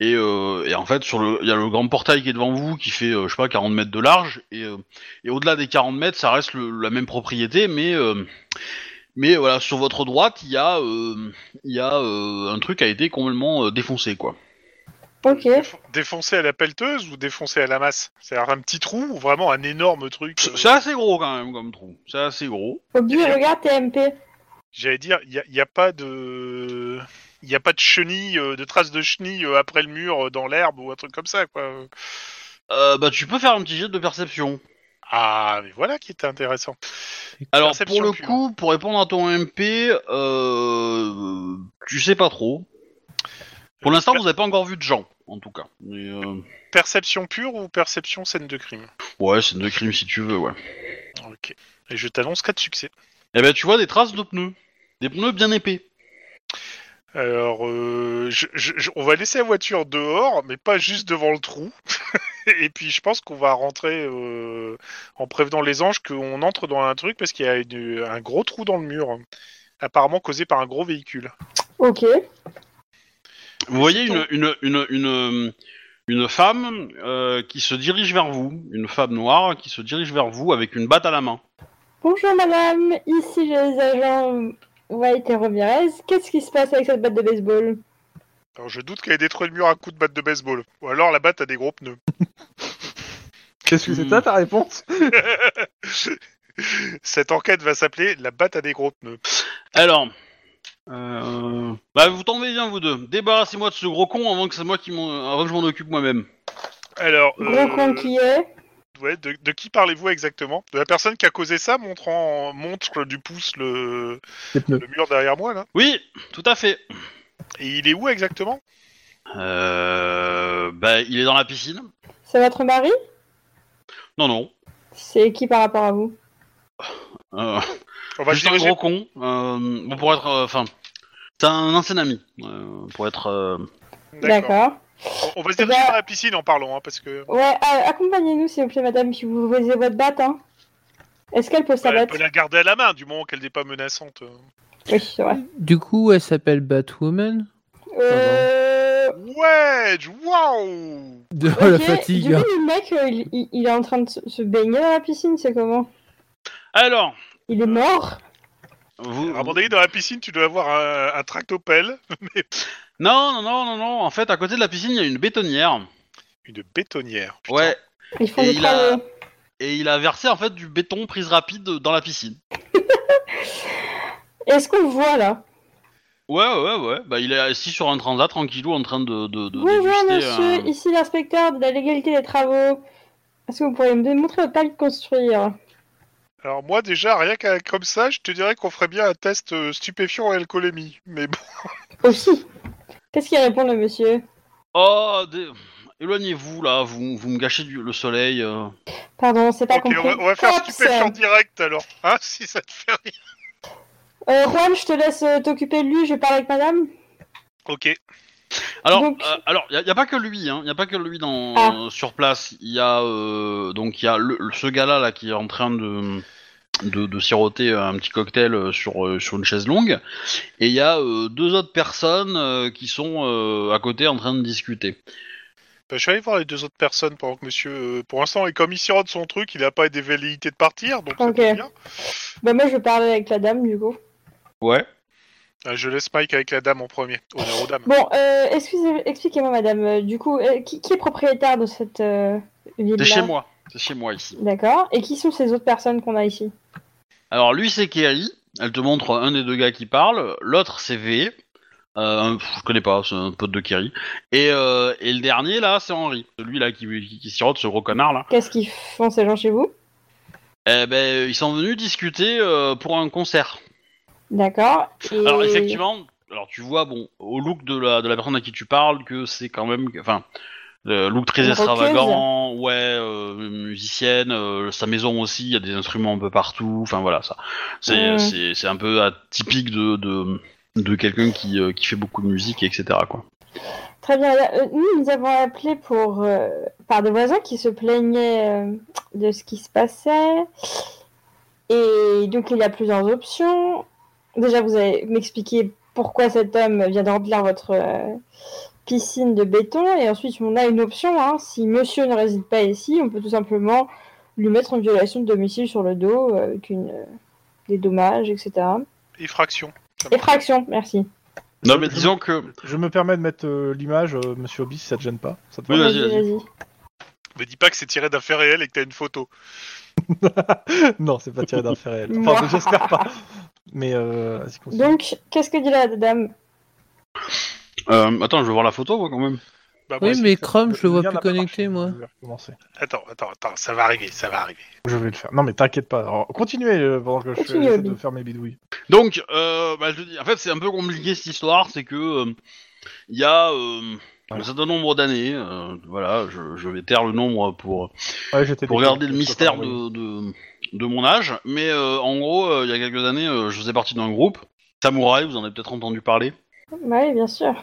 Speaker 1: et, euh, et en fait sur le il y a le grand portail qui est devant vous qui fait euh, je sais pas 40 mètres de large et euh, et au-delà des 40 mètres, ça reste le- la même propriété, mais, euh, mais voilà, sur votre droite, il y a, euh, il y a euh, un truc qui a été complètement euh, défoncé, quoi.
Speaker 5: Ok.
Speaker 3: Déf- Défoncer à la pelleteuse ou défoncer à la masse C'est-à-dire un petit trou ou vraiment un énorme truc euh,
Speaker 1: C'est c'est assez gros quand même comme trou, c'est assez gros.
Speaker 5: Obi, regarde tes MP.
Speaker 3: J'allais dire, il n'y a, pas de. Il n'y a pas de chenille, euh, de traces de chenille euh, après le mur, euh, dans l'herbe ou un truc comme ça, quoi.
Speaker 1: Euh, bah, tu peux faire un petit jet de perception.
Speaker 3: Ah, mais voilà qui était intéressant.
Speaker 1: Alors,
Speaker 3: Perception
Speaker 1: pour le
Speaker 3: pure.
Speaker 1: coup, pour répondre à ton MP, euh, tu sais pas trop. Pour l'instant, vous n'avez pas encore vu de gens, en tout cas. Mais, euh,
Speaker 3: Perception pure ou perception scène de crime
Speaker 1: ouais, c'est de crime si tu veux, ouais.
Speaker 3: Ok. Et je t'annonce quatre succès.
Speaker 1: Et ben, tu vois des traces de pneus. Des pneus bien épais.
Speaker 3: Alors, euh, je- je- je- on va laisser la voiture dehors, mais pas juste devant le trou. [laughs] Et puis, je pense qu'on va rentrer euh, en prévenant les anges qu'on entre dans un truc parce qu'il y a une- un gros trou dans le mur, apparemment causé par un gros véhicule.
Speaker 5: Ok.
Speaker 1: Vous voyez une, une, une, une, une femme euh, qui se dirige vers vous, une femme noire qui se dirige vers vous avec une batte à la main.
Speaker 5: Bonjour madame, ici les agents White et Ramirez. Qu'est-ce qui se passe avec cette batte de baseball
Speaker 3: Alors, je doute qu'elle ait détruit le mur à coups de batte de baseball. Ou alors la batte a des gros pneus.
Speaker 2: Qu'est-ce que c'est
Speaker 1: Hmm.
Speaker 2: ça ta réponse
Speaker 3: Cette enquête va s'appeler La batte à des gros pneus.
Speaker 1: Alors, euh, bah vous tombez bien vous deux. Débarrassez-moi de ce gros con avant que c'est moi qui m'en- avant que je m'en occupe moi-même.
Speaker 3: Alors,
Speaker 5: Gros con
Speaker 3: euh,
Speaker 5: qui est
Speaker 3: ouais, de, de qui parlez-vous exactement De la personne qui a causé ça montre, en- montre du pouce le,
Speaker 2: Les pneus.
Speaker 3: le mur derrière moi, là.
Speaker 1: Oui, tout à fait.
Speaker 3: Et il est où exactement
Speaker 1: Euh, bah il est dans la piscine.
Speaker 5: C'est votre mari
Speaker 1: Non non.
Speaker 5: C'est qui par rapport à vous
Speaker 1: Euh,
Speaker 3: On va se
Speaker 1: juste un
Speaker 3: diriger-
Speaker 1: gros con. Euh, bon, pour être, euh, enfin, c'est un ancien ami. euh, pour être. euh,
Speaker 3: D'accord.
Speaker 5: D'accord.
Speaker 3: On va se diriger
Speaker 5: Bah-
Speaker 3: vers la piscine en parlant, hein, parce que
Speaker 5: Ouais, a- accompagnez-nous s'il vous plaît madame, si vous voyez votre batte. Hein. Est-ce qu'elle pose sa
Speaker 3: elle
Speaker 5: batte
Speaker 3: peut la garder à la main, du moment qu'elle n'est pas menaçante.
Speaker 5: Oui, c'est vrai.
Speaker 4: Du coup, elle s'appelle Batwoman.
Speaker 5: Euh...
Speaker 3: Wedge, waouh
Speaker 4: De
Speaker 5: ok,
Speaker 4: Oh, la
Speaker 5: Du
Speaker 4: fatigue. hein.
Speaker 5: coup, le mec, euh, il, il- il est en train de se se baigner dans la piscine, c'est comment
Speaker 1: Alors,
Speaker 5: Il
Speaker 3: Euh,
Speaker 5: est mort
Speaker 1: vous.
Speaker 3: À mon avis, dans la piscine, tu dois avoir un, un tractopelle,
Speaker 1: Non non non non non. En fait, à côté de la piscine, il y a une bétonnière.
Speaker 3: une bétonnière. Putain.
Speaker 1: Ouais.
Speaker 5: Ils font
Speaker 1: Et
Speaker 5: des
Speaker 1: il a-
Speaker 5: travaux.
Speaker 1: et il a versé en fait du béton prise rapide dans la piscine.
Speaker 5: Est-ce qu'on le voit là
Speaker 1: Ouais, ouais, ouais. Bah, il est assis sur un transat tranquillou en train de. de, de
Speaker 5: Bonjour
Speaker 1: déguster
Speaker 5: monsieur,
Speaker 1: un-
Speaker 5: ici l'inspecteur de la légalité des travaux. Est-ce que vous pourriez me démontrer votre permis de construire
Speaker 3: Alors moi, déjà, rien qu'à comme ça, je te dirais qu'on ferait bien un test euh, stupéfiant et alcoolémie. Mais bon,
Speaker 5: Aussi Qu'est-ce qu'il répond le monsieur
Speaker 1: Oh, des- éloignez-vous là, vous, vous me gâchez du- le soleil. euh.
Speaker 5: Pardon, c'est pas
Speaker 3: Ok,
Speaker 5: compris.
Speaker 3: on va, on va faire
Speaker 5: Cops.
Speaker 3: stupéfiant direct alors, hein, [laughs] si ça te fait rire.
Speaker 5: Euh, Juan, je te laisse euh, t'occuper de lui, je parle avec madame.
Speaker 3: Ok,
Speaker 1: Alors,
Speaker 5: Donc-
Speaker 1: euh, alors, il n'y a, pas que lui, il n'y a pas que lui dans
Speaker 5: Ah.
Speaker 1: euh, sur place. Il y a euh, donc il y a le- le- ce gars-là là qui est en train de de, de siroter un petit cocktail euh, sur euh, sur une chaise longue, et il y a euh, deux autres personnes euh, qui sont euh, à côté en train de discuter.
Speaker 3: Bah, je suis allé voir les deux autres personnes pendant que monsieur, euh, pour l'instant, et comme il sirote son truc, il n'a pas des velléités de partir, donc
Speaker 5: Ok.
Speaker 3: c'est bien.
Speaker 5: Bah, moi, je parle avec la dame, du coup.
Speaker 1: Ouais.
Speaker 3: Euh, Je laisse Mike avec la dame en premier, honneur aux dames.
Speaker 5: Bon, euh, excusez- expliquez-moi, madame. euh, Du coup, euh, qui, qui est propriétaire de cette euh, ville-là
Speaker 1: C'est chez moi. C'est chez moi ici.
Speaker 5: D'accord. Et qui sont ces autres personnes qu'on a ici
Speaker 1: Alors lui c'est Kerry, elle te montre un des deux gars qui parlent, l'autre c'est V, euh, un- pff, je connais pas, c'est un pote de Kerry, et, euh, et le dernier là c'est Henri, celui là qui, qui, qui sirote ce gros connard là.
Speaker 5: Qu'est-ce qu'ils font ces gens chez vous
Speaker 1: Eh ben ils sont venus discuter euh, pour un concert.
Speaker 5: D'accord. Et-
Speaker 1: Alors effectivement, alors tu vois bon au look de la, de la personne à qui tu parles que c'est quand même, enfin le look très
Speaker 5: Une
Speaker 1: extravagant, ouais, euh, musicienne, euh, sa maison aussi, il y a des instruments un peu partout, enfin voilà ça. C'est
Speaker 5: Mm.
Speaker 1: c'est c'est un peu atypique de de, de quelqu'un qui euh, qui fait beaucoup de musique etc quoi.
Speaker 5: Très bien. madame. Euh, nous, nous avons appelé pour, euh, par des voisins qui se plaignaient euh, de ce qui se passait. Et donc, il y a plusieurs options. Déjà, vous allez m'expliquer pourquoi cet homme vient de remplir votre euh, piscine de béton. Et ensuite, on a une option. hein. Si monsieur ne réside pas ici, on peut tout simplement lui mettre une violation de domicile sur le dos euh, avec une, euh, des dommages, etc.
Speaker 3: Effraction.
Speaker 5: Effraction, merci.
Speaker 1: Non mais disons que
Speaker 2: Je me permets de mettre euh, l'image, euh, monsieur Obi, si ça te gêne pas. Ça te
Speaker 1: Oui,
Speaker 2: va
Speaker 1: vas-y, vas-y.
Speaker 3: Me dis pas que c'est tiré d'un fait réel et que t'as une photo.
Speaker 2: Non, c'est pas tiré d'un fait réel.
Speaker 5: Moi.
Speaker 2: Enfin, j'espère pas. Mais euh, vas-y, continue.
Speaker 5: Donc, qu'est-ce que dit la dame
Speaker 1: euh, attends je veux voir la photo moi, quand même.
Speaker 3: Bah, moi,
Speaker 4: Oui,
Speaker 3: c'est-
Speaker 4: mais Chrome, je le vois
Speaker 2: lien
Speaker 4: plus
Speaker 2: n'a pas marché. [laughs]
Speaker 4: connecté, moi.
Speaker 2: Je vais recommencer.
Speaker 3: Attends, attends, attends, ça va arriver, ça va arriver.
Speaker 2: Je vais le faire. Non, mais t'inquiète pas. Alors, continuez euh, pendant que je fais-
Speaker 5: Continuez,
Speaker 2: j'essaie
Speaker 5: Obi.
Speaker 2: de faire mes bidouilles.
Speaker 1: Donc, euh, bah, je te dis, en fait, c'est un peu compliqué cette histoire, c'est que euh, il y a euh, un certain nombre d'années, euh, voilà, je, je vais taire le nombre pour,
Speaker 2: Ouais, j'étais
Speaker 1: pour
Speaker 2: décalé,
Speaker 1: garder le
Speaker 2: je peux
Speaker 1: mystère
Speaker 2: pas envoyer.
Speaker 1: de, de, de mon âge, mais euh, en gros, euh, il y a quelques années, euh, je faisais partie d'un groupe, Samouraï, vous en avez peut-être entendu parler,
Speaker 5: Oui, bien sûr.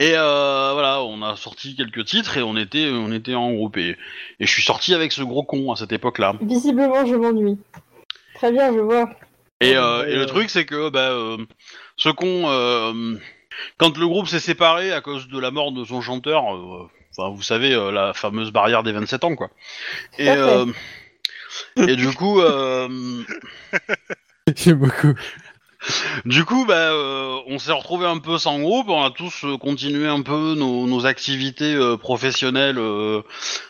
Speaker 1: et euh, voilà, on a sorti quelques titres et on était, on était en groupe, et, et je suis sorti avec ce gros con à cette époque-là.
Speaker 5: Visiblement, je m'ennuie. Très bien, je vois.
Speaker 1: Et,
Speaker 2: Ouais,
Speaker 1: euh,
Speaker 2: mais,
Speaker 1: et le
Speaker 2: euh,
Speaker 1: truc, c'est que bah, euh, ce con, euh, quand le groupe s'est séparé à cause de la mort de son chanteur, euh, enfin, vous savez, euh, la fameuse barrière des 27 ans, quoi. Et,
Speaker 5: à fait.
Speaker 1: euh, et du coup, euh,
Speaker 4: J'aime beaucoup.
Speaker 1: du coup bah, euh, on s'est retrouvé un peu sans groupe, on a tous euh, continué un peu nos, nos activités euh, professionnelles euh,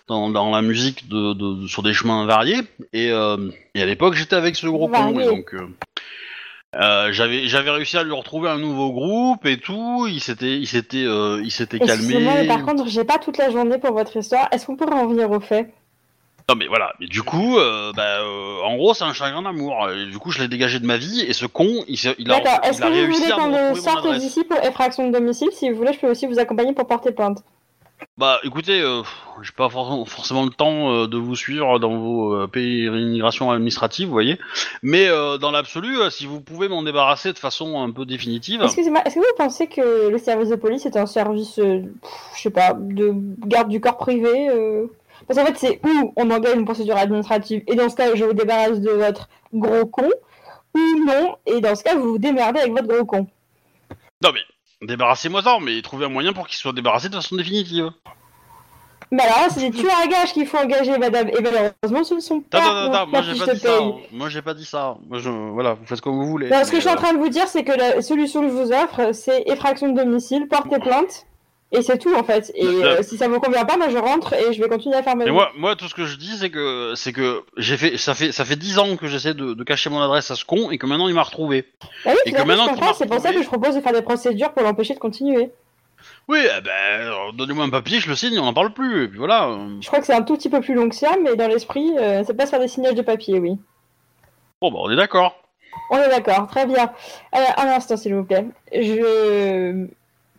Speaker 1: dans, dans la musique de, de- de- sur des chemins variés. Et, euh, et à l'époque, j'étais avec ce gros con.
Speaker 5: Varié.
Speaker 1: Et donc, euh, euh, j'avais j'avais réussi à lui retrouver un nouveau groupe et tout. Il s'était il s'était euh, il s'était calmé.
Speaker 5: Excusez-moi, mais par contre, j'ai pas toute la journée pour votre histoire. Est-ce qu'on pourrait en venir au fait
Speaker 1: Non mais voilà. Mais du coup, euh, bah, euh, en gros, c'est un chagrin d'amour. Et Du coup, je l'ai dégagé de ma vie. Et ce con, il, s'est- il a
Speaker 5: D'accord. Est-ce
Speaker 1: il a
Speaker 5: que vous
Speaker 1: réussi
Speaker 5: voulez
Speaker 1: à me
Speaker 5: qu'on le
Speaker 1: retrouver mon
Speaker 5: sorte
Speaker 1: adresse.
Speaker 5: d'ici pour effraction de domicile Si vous voulez, je peux aussi vous accompagner pour porter plainte.
Speaker 1: Bah écoutez, euh, j'ai pas for- forcément le temps euh, de vous suivre dans vos euh, pérégrinations administratives, vous voyez. Mais euh, dans l'absolu, euh, si vous pouvez m'en débarrasser de façon un peu définitive,
Speaker 5: Excusez-moi, est-ce que vous pensez que le service de police est un service, euh, pff, je sais pas, de garde du corps privé euh Parce qu'en fait, c'est ou on engage une procédure administrative et dans ce cas, je vous débarrasse de votre gros con, ou non, et dans ce cas, vous vous démerdez avec votre gros con.
Speaker 1: non mais débarrassez-moi ça, mais trouvez un moyen pour qu'il soit débarrassé de façon définitive.
Speaker 5: Mais alors là, c'est des tueurs à gages qu'il faut engager, madame. Et malheureusement, ce ne sont pas.
Speaker 1: Attends, attends,
Speaker 5: la
Speaker 1: attends, moi j'ai
Speaker 5: fiche
Speaker 1: pas
Speaker 5: de
Speaker 1: dit ça.
Speaker 5: paye.
Speaker 1: hein. Moi j'ai pas dit ça. Moi je, voilà, vous faites comme vous voulez.
Speaker 5: Non, ce que
Speaker 1: Mais,
Speaker 5: je suis en
Speaker 1: euh,
Speaker 5: train de vous dire, c'est que la solution que je vous offre, c'est effraction de domicile, porter plainte, et c'est tout en fait. Et
Speaker 1: Le-
Speaker 5: euh, si ça vous convient pas, moi je rentre et je vais continuer à faire mes.
Speaker 1: Mais moi, moi, tout ce que je dis, c'est que, c'est que j'ai fait, ça fait, ça fait dix ans que j'essaie de, de cacher mon adresse à ce con et que maintenant il m'a retrouvé.
Speaker 5: Ah oui,
Speaker 1: et
Speaker 5: tout à
Speaker 1: que
Speaker 5: fait,
Speaker 1: maintenant
Speaker 5: je
Speaker 1: qu'il
Speaker 5: comprends,
Speaker 1: m'a
Speaker 5: c'est pour ça que
Speaker 1: retrouvé-
Speaker 5: je propose de faire des procédures pour l'empêcher de continuer.
Speaker 1: Oui, eh ben, alors, donnez-moi un papier, je le signe, on en parle plus. Et puis voilà. euh.
Speaker 5: Je crois que c'est un tout petit peu plus long que ça, mais dans l'esprit, euh, ça passe par des signages de papier, oui.
Speaker 1: Bon, bah, on est d'accord.
Speaker 5: Euh, On est d'accord, très bien. Alors, un instant, s'il vous plaît. Je...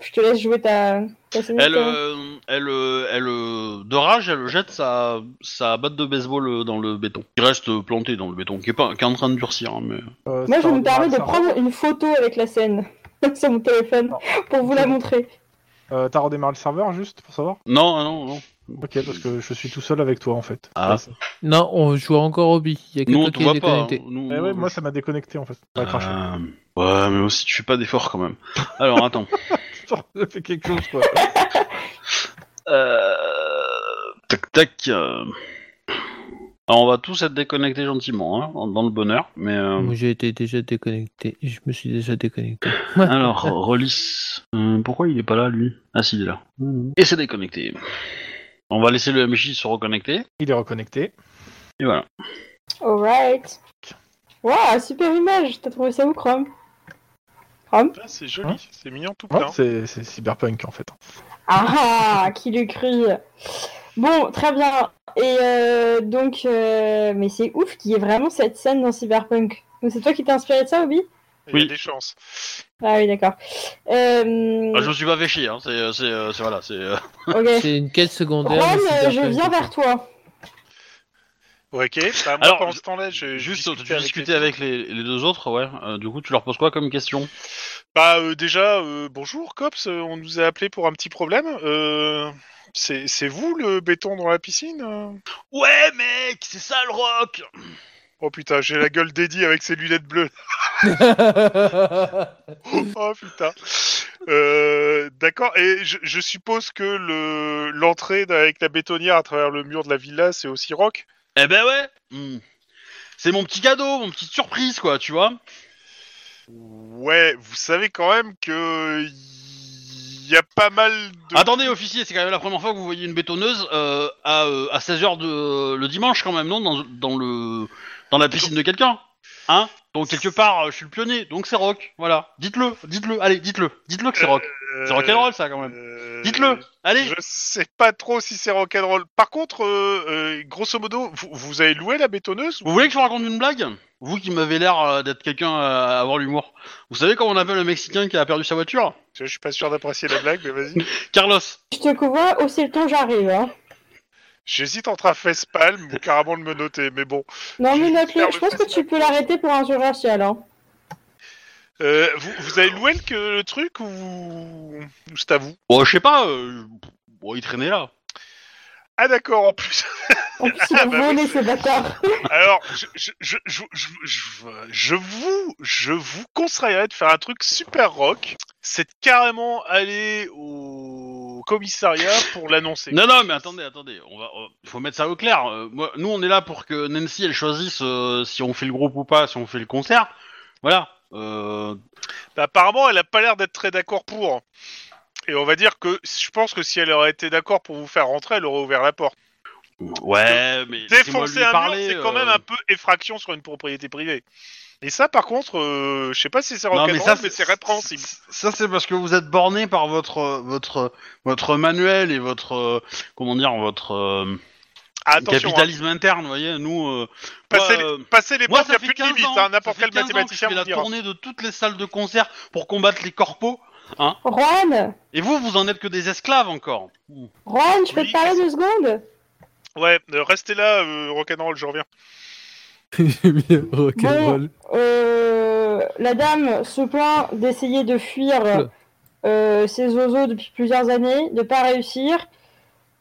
Speaker 5: Je te laisse jouer ta. ta scénette,
Speaker 1: Elle,
Speaker 5: hein.
Speaker 1: euh, elle, euh, elle, euh, de rage, elle jette sa, sa batte de baseball euh, dans le béton. Qui reste euh, plantée dans le béton, qui est pas, qui est en train de durcir. hein, mais...
Speaker 2: Euh,
Speaker 5: Moi, je
Speaker 2: Star
Speaker 5: me permets de
Speaker 2: Radioactive.
Speaker 5: prendre une photo avec la scène [laughs] sur mon téléphone
Speaker 2: Non.
Speaker 5: pour vous la montrer.
Speaker 2: Euh, T'as redémarré le serveur juste pour savoir
Speaker 1: Non, ah non, non.
Speaker 2: Ok, parce que je suis tout seul avec toi en fait.
Speaker 1: Ah.
Speaker 2: Ouais, c'est-
Speaker 4: Non, on joue encore au bi. Il y a
Speaker 1: Nous, on
Speaker 4: quelqu'un
Speaker 1: te
Speaker 4: qui est
Speaker 1: voit pas. hein.
Speaker 4: déconnecté.
Speaker 1: Nous,
Speaker 2: Eh
Speaker 1: nous,
Speaker 2: ouais, moi ça m'a déconnecté en fait. Ça a craché.
Speaker 1: Euh, Ouais, mais aussi, tu fais pas d'efforts quand même. Alors, attends.
Speaker 2: [laughs] Genre, j'ai fait quelque chose quoi.
Speaker 1: Euh, Tac, tac. euh. Alors, on va tous être déconnectés gentiment, hein, dans le bonheur. Mais euh,
Speaker 4: Moi, j'ai été déjà déconnecté. Je me suis déjà déconnecté.
Speaker 1: [laughs] alors, Relis. euh, pourquoi il est pas là, lui Ah, si, il est là. Et c'est déconnecté. On va laisser le MJ se reconnecter.
Speaker 2: Il est reconnecté.
Speaker 1: Et voilà.
Speaker 5: Alright. Waouh, super image. T'as trouvé ça où, Chrome Chrome
Speaker 3: Ah, c'est joli,
Speaker 2: Hein
Speaker 3: c'est mignon tout
Speaker 2: Ouais,
Speaker 3: plein.
Speaker 2: c'est c'est cyberpunk en fait.
Speaker 5: Ah [laughs] ah, qui le crie Bon, très bien. Et euh, donc, euh, mais c'est ouf qu'il y ait vraiment cette scène dans Cyberpunk. Donc c'est toi qui t'es inspiré de ça, Obi
Speaker 3: Il y a
Speaker 1: Oui.
Speaker 3: des chances.
Speaker 5: Ah oui, d'accord. Euh,
Speaker 1: Ah, je me suis pas fait chier, hein. c'est, c'est, euh, c'est- voilà, c'est. euh,
Speaker 5: ok.
Speaker 4: [laughs] C'est une quête secondaire.
Speaker 5: Rome,
Speaker 4: mais
Speaker 5: euh,
Speaker 4: c'est
Speaker 5: je
Speaker 4: bien
Speaker 5: viens
Speaker 4: fait.
Speaker 5: vers toi.
Speaker 3: Ouais, ok, bah, moi,
Speaker 1: Alors,
Speaker 3: pendant ce temps-là, je.
Speaker 1: Juste, tu
Speaker 3: discutais
Speaker 1: discutais
Speaker 3: les-
Speaker 1: avec les, les deux autres, ouais. Euh, du coup, tu leur poses quoi comme question
Speaker 3: Bah, euh, déjà, euh, bonjour, Cops, euh, on nous a appelé pour un petit problème. Euh, c'est c'est vous le béton dans la piscine euh
Speaker 1: Ouais, mec, c'est ça le rock
Speaker 3: Oh putain, j'ai la gueule dédiée avec ses lunettes bleues. [laughs] Oh putain. Euh, D'accord. Et je, je suppose que le l'entrée avec la bétonnière à travers le mur de la villa, c'est aussi rock.
Speaker 1: Eh ben ouais Hmm. C'est mon petit cadeau, mon petite surprise, quoi, tu vois
Speaker 3: Ouais. Vous savez quand même que il y a pas mal de.
Speaker 1: Attendez, officier, c'est quand même la première fois que vous voyez une bétonneuse euh, à, 16h de, le dimanche, quand même, non dans, dans, le, dans la piscine de quelqu'un Hein Donc, quelque part, euh, je suis le pionnier, donc c'est rock, voilà. Dites-le, dites-le, allez, dites-le, dites-le que c'est rock. C'est rock'n'roll, ça, quand même.
Speaker 3: Euh,
Speaker 1: Dites-le, allez
Speaker 3: Je sais pas trop si c'est rock'n'roll. Par contre, euh, euh, grosso modo, vous, vous avez loué la bétonneuse ou-
Speaker 1: Vous voulez que je vous raconte une blague Vous qui m'avez l'air euh, d'être quelqu'un à avoir l'humour. Vous savez comment on appelle le Mexicain qui a perdu sa voiture
Speaker 3: Je suis pas sûr d'apprécier la blague, mais vas-y.
Speaker 1: [laughs] Carlos.
Speaker 5: Je te vois aussi le temps, j'arrive. Hein.
Speaker 3: J'hésite entre un fesse palme ou carrément le menotter, mais bon.
Speaker 5: Non, mais
Speaker 3: Je
Speaker 5: note-le.
Speaker 3: ferme
Speaker 5: Je pense
Speaker 3: le
Speaker 5: que tu peux l'arrêter pour injure raciale. Hein.
Speaker 3: Euh, vous, vous avez loué le, que- le truc ou, ou c'est à vous
Speaker 1: Bon, je sais pas, euh, bon, il traînait là.
Speaker 3: Ah d'accord, en plus.
Speaker 5: En plus, il a
Speaker 3: bah oui.
Speaker 5: volé ce bâtard.
Speaker 3: [laughs] Alors, je, je, je, je, je, je- je vous, je vous conseillerais de faire un truc super rock. C'est de carrément aller au commissariat pour l'annoncer.
Speaker 1: Non, non, mais attendez, attendez, on va, euh, faut mettre ça au clair. Euh, moi, nous, on est là pour que Nancy, elle choisisse euh, si on fait le groupe ou pas, si on fait le concert. Voilà. Euh,
Speaker 3: Bah, Apparemment, elle a pas l'air d'être très d'accord pour. Et on va dire que je pense que si elle aurait été d'accord pour vous faire rentrer, elle aurait ouvert la porte.
Speaker 1: ouais, mais laissez-moi
Speaker 3: Défoncer
Speaker 1: lui
Speaker 3: un
Speaker 1: parler.
Speaker 3: mur, c'est quand
Speaker 1: euh.
Speaker 3: même un peu effraction sur une propriété privée. Et ça, par contre, euh, je sais pas si c'est
Speaker 1: Non,
Speaker 3: rock'n'roll,
Speaker 1: mais ça,
Speaker 3: mais c'est répréhensible.
Speaker 1: c- Ça, c'est parce que vous êtes borné par votre, euh, votre, votre manuel et votre, euh, comment dire, votre euh,
Speaker 3: Ah, attention, hein.
Speaker 1: capitalisme interne, vous voyez. Nous, euh,
Speaker 3: Passez
Speaker 1: moi,
Speaker 3: les-
Speaker 1: euh,
Speaker 3: passer les
Speaker 1: Moi,
Speaker 3: portes, il
Speaker 1: ça
Speaker 3: a
Speaker 1: fait
Speaker 3: plus de
Speaker 1: 15
Speaker 3: limite.
Speaker 1: ans,
Speaker 3: hein,
Speaker 1: ça
Speaker 3: N'importe
Speaker 1: fait
Speaker 3: quel
Speaker 1: 15 ans que
Speaker 3: mathématicien
Speaker 1: je fais
Speaker 3: vous
Speaker 1: la
Speaker 3: dira.
Speaker 1: tournée de toutes les salles de concert pour combattre les corpos.
Speaker 5: Juan,
Speaker 1: Et vous, vous en êtes que des esclaves encore. Hmm.
Speaker 5: Juan, je peux
Speaker 3: Oui,
Speaker 5: te parler
Speaker 3: vas-y.
Speaker 5: deux secondes
Speaker 3: Ouais, euh, restez là, euh, rock'n'roll, je reviens.
Speaker 4: Rock'n'roll.
Speaker 5: Euh, la dame se plaint d'essayer de fuir
Speaker 4: Oula.
Speaker 5: euh, ses zozos depuis plusieurs années, de pas réussir.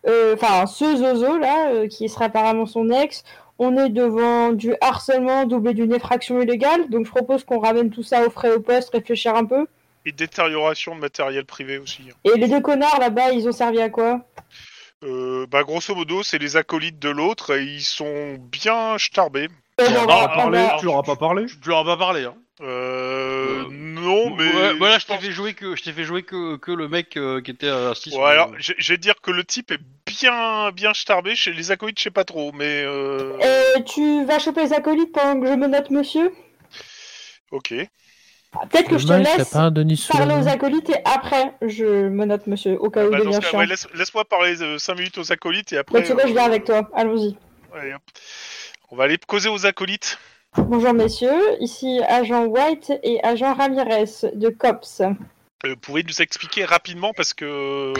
Speaker 5: Euh, Enfin, ce zozo là, euh, qui sera apparemment son ex. On est devant du harcèlement doublé d'une effraction illégale, donc je propose qu'on ramène tout ça au frais au poste, réfléchir un peu.
Speaker 3: Et détérioration de matériel privé aussi. hein.
Speaker 5: Et les deux connards là-bas, ils ont servi à quoi
Speaker 3: Euh, bah, grosso modo, c'est les acolytes de l'autre et ils sont bien starbés.
Speaker 5: Eh ben,
Speaker 1: Non,
Speaker 5: on
Speaker 1: non,
Speaker 5: va- on
Speaker 2: Parler,
Speaker 5: va-
Speaker 2: tu l'auras pas parlé
Speaker 1: Tu leur as pas parlé. Hein. Euh,
Speaker 3: Euh, non, mais.
Speaker 1: Ouais, voilà, je t'ai
Speaker 3: pense-
Speaker 1: fait jouer que, je t'ai fait jouer que, que le mec euh, qui était euh, assis. sur
Speaker 3: Ouais,
Speaker 1: le-
Speaker 3: alors, je je vais dire que le type est bien, bien starbé. Chez les acolytes, je sais pas trop, mais. euh,
Speaker 5: Euh, tu vas choper les acolytes pendant que je me note monsieur
Speaker 3: Ok.
Speaker 5: Ah, Peut-être que je te
Speaker 4: Dommage, t'as
Speaker 5: laisse
Speaker 4: pas un Denis
Speaker 5: parler aux
Speaker 4: Solano.
Speaker 5: acolytes et après je me note monsieur, au cas où
Speaker 3: Bah, dans
Speaker 5: il
Speaker 3: ce
Speaker 5: devient
Speaker 3: cas,
Speaker 5: chiant.
Speaker 3: ouais, laisse- Laisse-moi parler 5 minutes aux acolytes et après.
Speaker 5: Donc, Bah, tu vois,
Speaker 3: euh,
Speaker 5: je viens avec toi. Allons-y.
Speaker 3: allez, hop. On va aller causer aux acolytes.
Speaker 5: Bonjour, messieurs. Ici, agent White et agent Ramirez de COPS.
Speaker 3: Euh, pouvez nous expliquer rapidement parce que euh,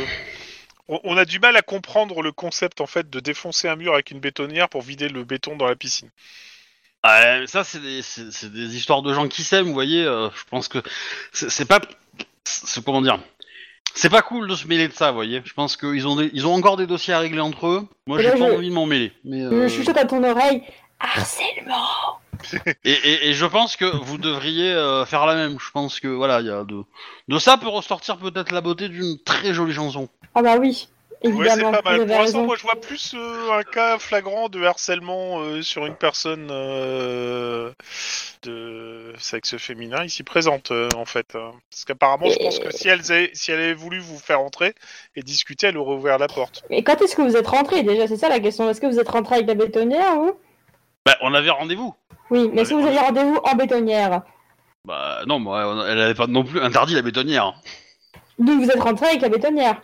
Speaker 3: on, on a du mal à comprendre le concept en fait de défoncer un mur avec une bétonnière pour vider le béton dans la piscine.
Speaker 1: euh. Ouais, ça, c'est des, c'est- c'est des histoires de gens qui s'aiment, vous voyez. euh, je pense que c'est c'est pas. C'est comment dire C'est pas cool de se mêler de ça, vous voyez. Je pense qu'ils ont, des- ils ont encore des dossiers à régler entre eux. Moi,
Speaker 5: Et
Speaker 1: j'ai
Speaker 5: là,
Speaker 1: pas
Speaker 5: je-
Speaker 1: envie de m'en mêler. Mais, euh,
Speaker 5: Je chuchote à ton oreille. Harcèlement
Speaker 1: et, et- et je pense que vous devriez euh, faire la même. Je pense que, voilà, il y a de. De ça peut ressortir peut-être la beauté d'une très jolie chanson.
Speaker 5: Ah bah oui,
Speaker 3: Ouais, c'est
Speaker 5: évidemment.
Speaker 3: pas
Speaker 5: vous
Speaker 3: mal.
Speaker 5: avez
Speaker 3: Pour l'instant,
Speaker 5: raison.
Speaker 3: moi, je vois plus euh, un cas flagrant de harcèlement euh, sur une personne euh, de sexe féminin ici présente, euh, en fait. hein. Parce qu'apparemment, je
Speaker 5: Et-
Speaker 3: pense que si elle, si elle avait voulu vous faire entrer et discuter, elle aurait ouvert la porte.
Speaker 5: Mais quand est-ce que vous êtes rentré déjà C'est ça la question. Est-ce que vous êtes rentré avec la bétonnière ou
Speaker 1: Bah, on avait rendez-vous.
Speaker 5: Oui, mais est-ce que vous avez rendez-vous en bétonnière
Speaker 1: Bah, non, bah, on- elle avait pas non plus interdit la bétonnière. hein.
Speaker 5: Donc vous êtes rentré avec la bétonnière,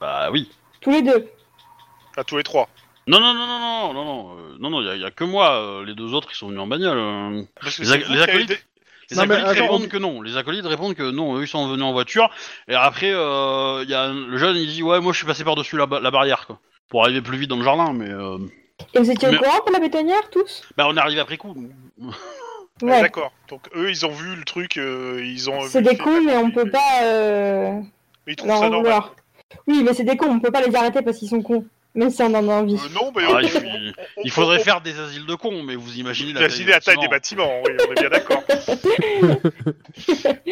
Speaker 1: Bah, oui.
Speaker 5: tous les deux.
Speaker 3: À tous les trois.
Speaker 1: Non, non, non, non, non, non, non, euh, non, non, il y, a que moi, euh, les deux autres qui sont venus en bagnole. euh.
Speaker 3: Parce que
Speaker 1: Les
Speaker 3: c'est
Speaker 1: ac-
Speaker 3: vous
Speaker 1: les
Speaker 3: qui avez
Speaker 1: acolytes
Speaker 3: dé-
Speaker 1: Les
Speaker 2: Non, mais
Speaker 1: acolytes
Speaker 2: attends,
Speaker 1: répondent
Speaker 2: on-
Speaker 1: que non, les acolytes répondent que non, eux ils sont venus en voiture, et après, euh, il y a un- le jeune il dit ouais, moi je suis passé par-dessus la, ba- la barrière, quoi, pour arriver plus vite dans le jardin, mais euh,
Speaker 5: Et vous étiez
Speaker 1: Mais-
Speaker 5: au courant pour la bétonnière tous
Speaker 1: bah, on est arrivé après coup.
Speaker 3: Ah,
Speaker 5: Ouais.
Speaker 3: D'accord. Donc eux, ils ont vu le truc, euh, ils ont.
Speaker 5: C'est
Speaker 3: vu
Speaker 5: des
Speaker 3: le
Speaker 5: cons,
Speaker 3: fait-
Speaker 5: mais on peut pas euh,
Speaker 3: Mais ils trouvent
Speaker 5: leur
Speaker 3: ça
Speaker 5: en
Speaker 3: normal.
Speaker 5: vouloir. Oui, mais c'est des cons, on peut pas les arrêter parce qu'ils sont cons. Même si on en a envie.
Speaker 3: Euh, non, mais
Speaker 1: Ah,
Speaker 3: on-
Speaker 1: il, il-
Speaker 3: on-
Speaker 1: il faudrait
Speaker 3: on-
Speaker 1: faire des asiles de cons, mais vous imaginez la,
Speaker 3: Imaginez la taille des bâtiments, oui, on est bien d'accord.
Speaker 5: [laughs]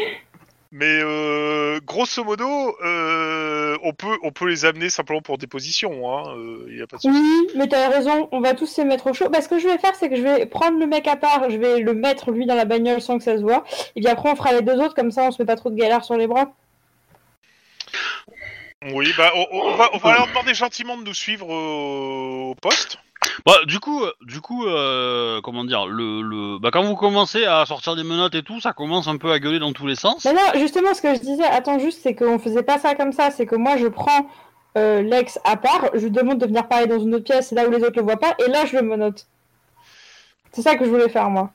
Speaker 3: Mais euh, grosso modo, euh, on, peut, on peut les amener simplement pour des positions. Hein, euh, il y a pas de souci.
Speaker 5: Oui, mais t'as raison, on va tous se mettre au chaud. Bah, ce que je vais faire, c'est que je vais prendre le mec à part, je vais le mettre lui dans la bagnole sans que ça se voit. Et puis après, on fera les deux autres, comme ça, on se met pas trop de galère sur les bras.
Speaker 3: Oui, bah, on, on va, on va leur demander gentiment de nous suivre euh, au poste.
Speaker 1: Bah, du coup, euh, du coup, euh, comment dire, le, le, bah, quand vous commencez à sortir des menottes et tout, ça commence un peu à gueuler dans tous les sens.
Speaker 5: Mais non, justement, ce que je disais, attends juste, c'est qu'on faisait pas ça comme ça, c'est que moi, je prends euh, l'ex à part, je lui demande de venir parler dans une autre pièce, là où les autres le voient pas, et là, je le monote. C'est ça que je voulais faire, moi.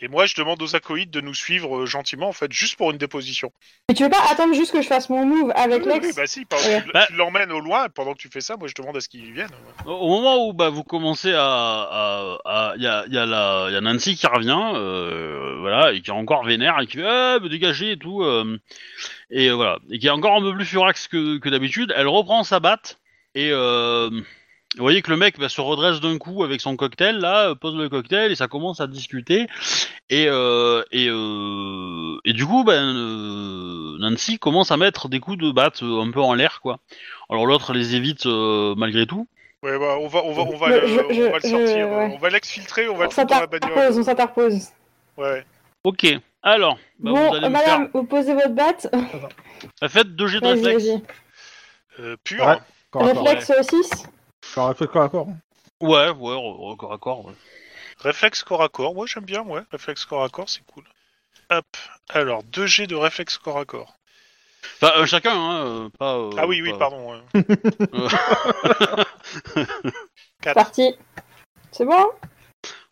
Speaker 3: Et moi, je demande aux acolytes de nous suivre euh, gentiment, en fait, juste pour une déposition.
Speaker 5: Mais tu veux pas attendre juste que je fasse mon move avec
Speaker 3: Oui,
Speaker 5: l'ex
Speaker 3: bah si, par-
Speaker 5: Ouais.
Speaker 3: tu,
Speaker 1: Bah-
Speaker 3: tu l'emmènes au loin, et pendant que tu fais ça, moi, je demande à ce qu'ils viennent.
Speaker 1: Au- Au moment où bah, vous commencez à, il y a, y a la, y a Nancy qui revient, euh, voilà, et qui est encore vénère et qui fait ah, me dégager et tout, euh, et euh, voilà, et qui est encore un peu plus furax que, que d'habitude. Elle reprend sa batte et euh, vous voyez que le mec bah, se redresse d'un coup avec son cocktail là, euh, pose le cocktail et ça commence à discuter et euh, et, euh, et du coup ben euh, Nancy commence à mettre des coups de batte euh, un peu en l'air quoi. Alors l'autre les évite euh, malgré tout.
Speaker 3: Ouais, bah, on va, on va, on va,
Speaker 5: Mais
Speaker 3: le,
Speaker 5: je-
Speaker 3: on
Speaker 5: je-
Speaker 3: va le
Speaker 5: je-
Speaker 3: sortir, euh,
Speaker 5: ouais.
Speaker 3: on va l'exfiltrer, on va
Speaker 5: On
Speaker 3: le foutre dans la
Speaker 5: s'interpose, on
Speaker 3: bagnole.
Speaker 5: s'interpose.
Speaker 3: Ouais.
Speaker 1: Ok, alors, bah,
Speaker 5: bon,
Speaker 1: vous allez me
Speaker 5: madame,
Speaker 1: faire...
Speaker 5: vous posez votre batte
Speaker 1: Bah, Faites deux jets de
Speaker 5: Vas-y,
Speaker 1: réflexe.
Speaker 5: vas-y.
Speaker 3: Euh, pur.
Speaker 2: Ouais. Corps à corps.
Speaker 5: Réflexe 6
Speaker 2: Corps à corps, corps à corps.
Speaker 1: Ouais, ouais, re- re- corps à corps. ouais.
Speaker 3: Réflexe corps à corps, moi j'aime bien, ouais. Réflexe corps à corps, c'est cool. Hop. Alors, 2G de réflexe corps à corps.
Speaker 1: Enfin, euh, chacun, hein, euh, pas... euh,
Speaker 3: ah oui, oui,
Speaker 1: pas-
Speaker 3: pardon.
Speaker 5: C'est
Speaker 3: 4.
Speaker 5: parti. C'est bon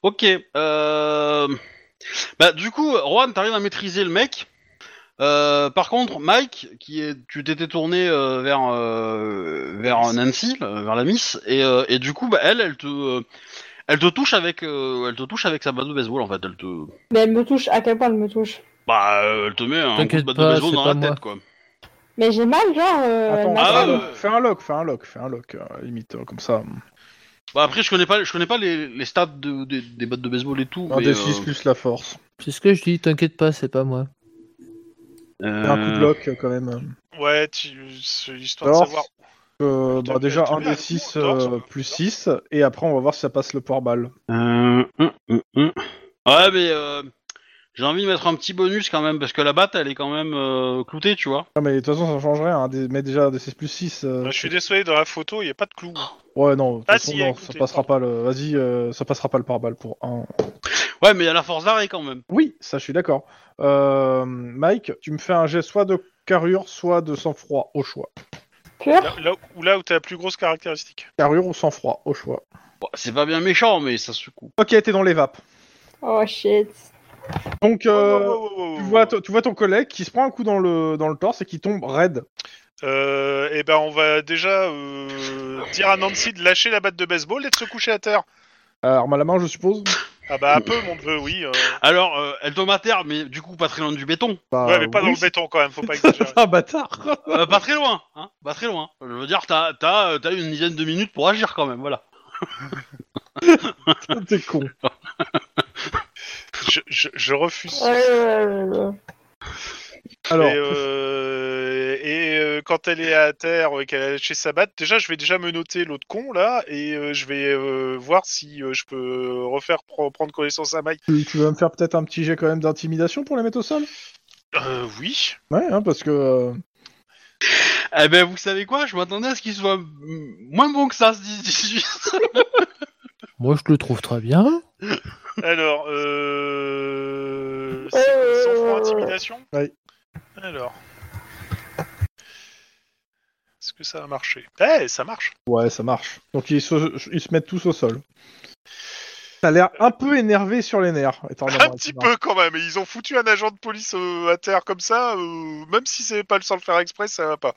Speaker 1: Ok, euh... Bah, du coup, Juan, t'arrives à maîtriser le mec. Euh, par contre, Mike, qui est, tu t'étais tourné euh, vers euh, vers Nancy, là, vers la Miss, et, euh, et du coup, bah, elle, elle te, euh, elle te touche avec, euh, elle te touche avec sa batte de baseball en fait. Elle te,
Speaker 5: Mais elle me touche, à quel point elle me touche
Speaker 1: bah, euh, elle te met un coup de
Speaker 4: T'inquiète
Speaker 1: batte de
Speaker 4: pas,
Speaker 1: baseball
Speaker 4: c'est
Speaker 1: dans la
Speaker 4: pas moi.
Speaker 1: tête quoi.
Speaker 5: Mais j'ai mal, genre. euh, elle
Speaker 2: Attends,
Speaker 5: m'a-
Speaker 1: ah,
Speaker 2: fais, un
Speaker 1: ouais.
Speaker 2: lock, fais un lock, fais un lock, fais un lock, euh, limite, euh, comme ça.
Speaker 1: Bah après je connais pas je connais pas les, les stats de, des- des battes de baseball et tout.
Speaker 2: Un
Speaker 1: mais,
Speaker 2: des 6
Speaker 1: euh,
Speaker 2: plus la force.
Speaker 4: C'est ce que je dis, t'inquiète pas, c'est pas moi.
Speaker 1: euh,
Speaker 2: Et Un coup de lock, euh, quand même.
Speaker 3: Ouais, tu... c'est histoire de
Speaker 2: Alors,
Speaker 3: savoir.
Speaker 2: Euh,
Speaker 3: Putain,
Speaker 2: bah, déjà,
Speaker 3: tu
Speaker 2: un
Speaker 3: mets un
Speaker 2: des 6
Speaker 3: coup, on dort, ça va.
Speaker 2: plus 6, et après, on va voir si ça passe le port balle.
Speaker 1: euh, euh, euh, euh. Ouais mais euh, j'ai envie de mettre un petit bonus quand même parce que la batte elle est quand même euh, cloutée tu vois.
Speaker 2: Ah, mais de toute façon, ça change rien, hein, des- mais déjà, un des 6 plus euh, 6.
Speaker 3: Bah, je suis désolé, dans la photo, il n'y a pas de clou.
Speaker 2: Ouais, non, de toute
Speaker 3: Ah,
Speaker 2: façon,
Speaker 3: si,
Speaker 2: non,
Speaker 3: écoutez,
Speaker 2: ça passera pas le. Vas-y, euh, ça passera pas le pare balle pour un.
Speaker 1: Ouais mais il y a la force d'arrêt quand même.
Speaker 2: Oui, ça, je suis d'accord. Euh, Mike, tu me fais un jet soit de carrure, soit de sang-froid, au choix.
Speaker 5: Pure
Speaker 3: Là, là où, là où t'as la plus grosse caractéristique.
Speaker 2: Carrure ou sang-froid, au choix.
Speaker 1: Bon, c'est pas bien méchant mais ça secoue.
Speaker 2: Ok, t'es dans les vapes.
Speaker 5: Oh shit.
Speaker 2: Donc, euh,
Speaker 3: Wow, wow, wow, wow,
Speaker 2: tu,
Speaker 3: wow.
Speaker 2: vois, tu vois ton collègue qui se prend un coup dans le, dans le torse et qui tombe raide.
Speaker 3: Euh, eh ben, on va déjà euh, dire à Nancy de lâcher la batte de baseball et de se coucher à terre.
Speaker 2: Euh, arme à la main, je suppose.
Speaker 3: Ah bah, un peu, mon neveu, oui. euh.
Speaker 1: Alors, euh, elle tombe à terre, mais du coup, pas très loin du béton.
Speaker 2: Bah,
Speaker 3: ouais, mais pas
Speaker 2: oui,
Speaker 3: dans le
Speaker 2: c'est-
Speaker 3: béton quand même, faut
Speaker 2: [laughs]
Speaker 3: pas exagérer.
Speaker 2: c'est un bâtard.
Speaker 1: Euh, pas très loin, hein Pas très loin. Je veux dire, t'as as, une dizaine de minutes pour agir quand même, voilà.
Speaker 2: oh, T'es con.
Speaker 3: je, je- je refuse.
Speaker 5: Euh,
Speaker 2: Alors,
Speaker 3: Et, euh, et, euh, quand elle est à terre et qu'elle a lâché sa batte, déjà je vais déjà me noter l'autre con là et euh, je vais euh, voir si euh, je peux refaire pre- prendre connaissance à Mike.
Speaker 2: tu, tu vas me faire peut-être un petit jet quand même d'intimidation pour les mettre au sol
Speaker 3: Euh, oui.
Speaker 2: Ouais, hein, parce que. euh,
Speaker 1: Eh ben, vous savez quoi Je m'attendais à ce qu'il soit mm, moins bon que ça, [laughs] ce 18.
Speaker 4: Moi, je le trouve très bien.
Speaker 3: Alors, euh, c'est quoi, sans froid intimidation.
Speaker 2: Ouais.
Speaker 3: Alors, est-ce que ça va marcher Eh, ça marche.
Speaker 2: Ouais, ça marche. Donc, ils se, ils se mettent tous au sol. T'as l'air un peu énervé sur les nerfs. étant
Speaker 3: Un
Speaker 2: donné la
Speaker 3: petit
Speaker 2: marche.
Speaker 3: peu quand même. Ils ont foutu un agent de police euh, à terre comme ça, euh, même si c'est pas le sans le faire exprès, ça va pas.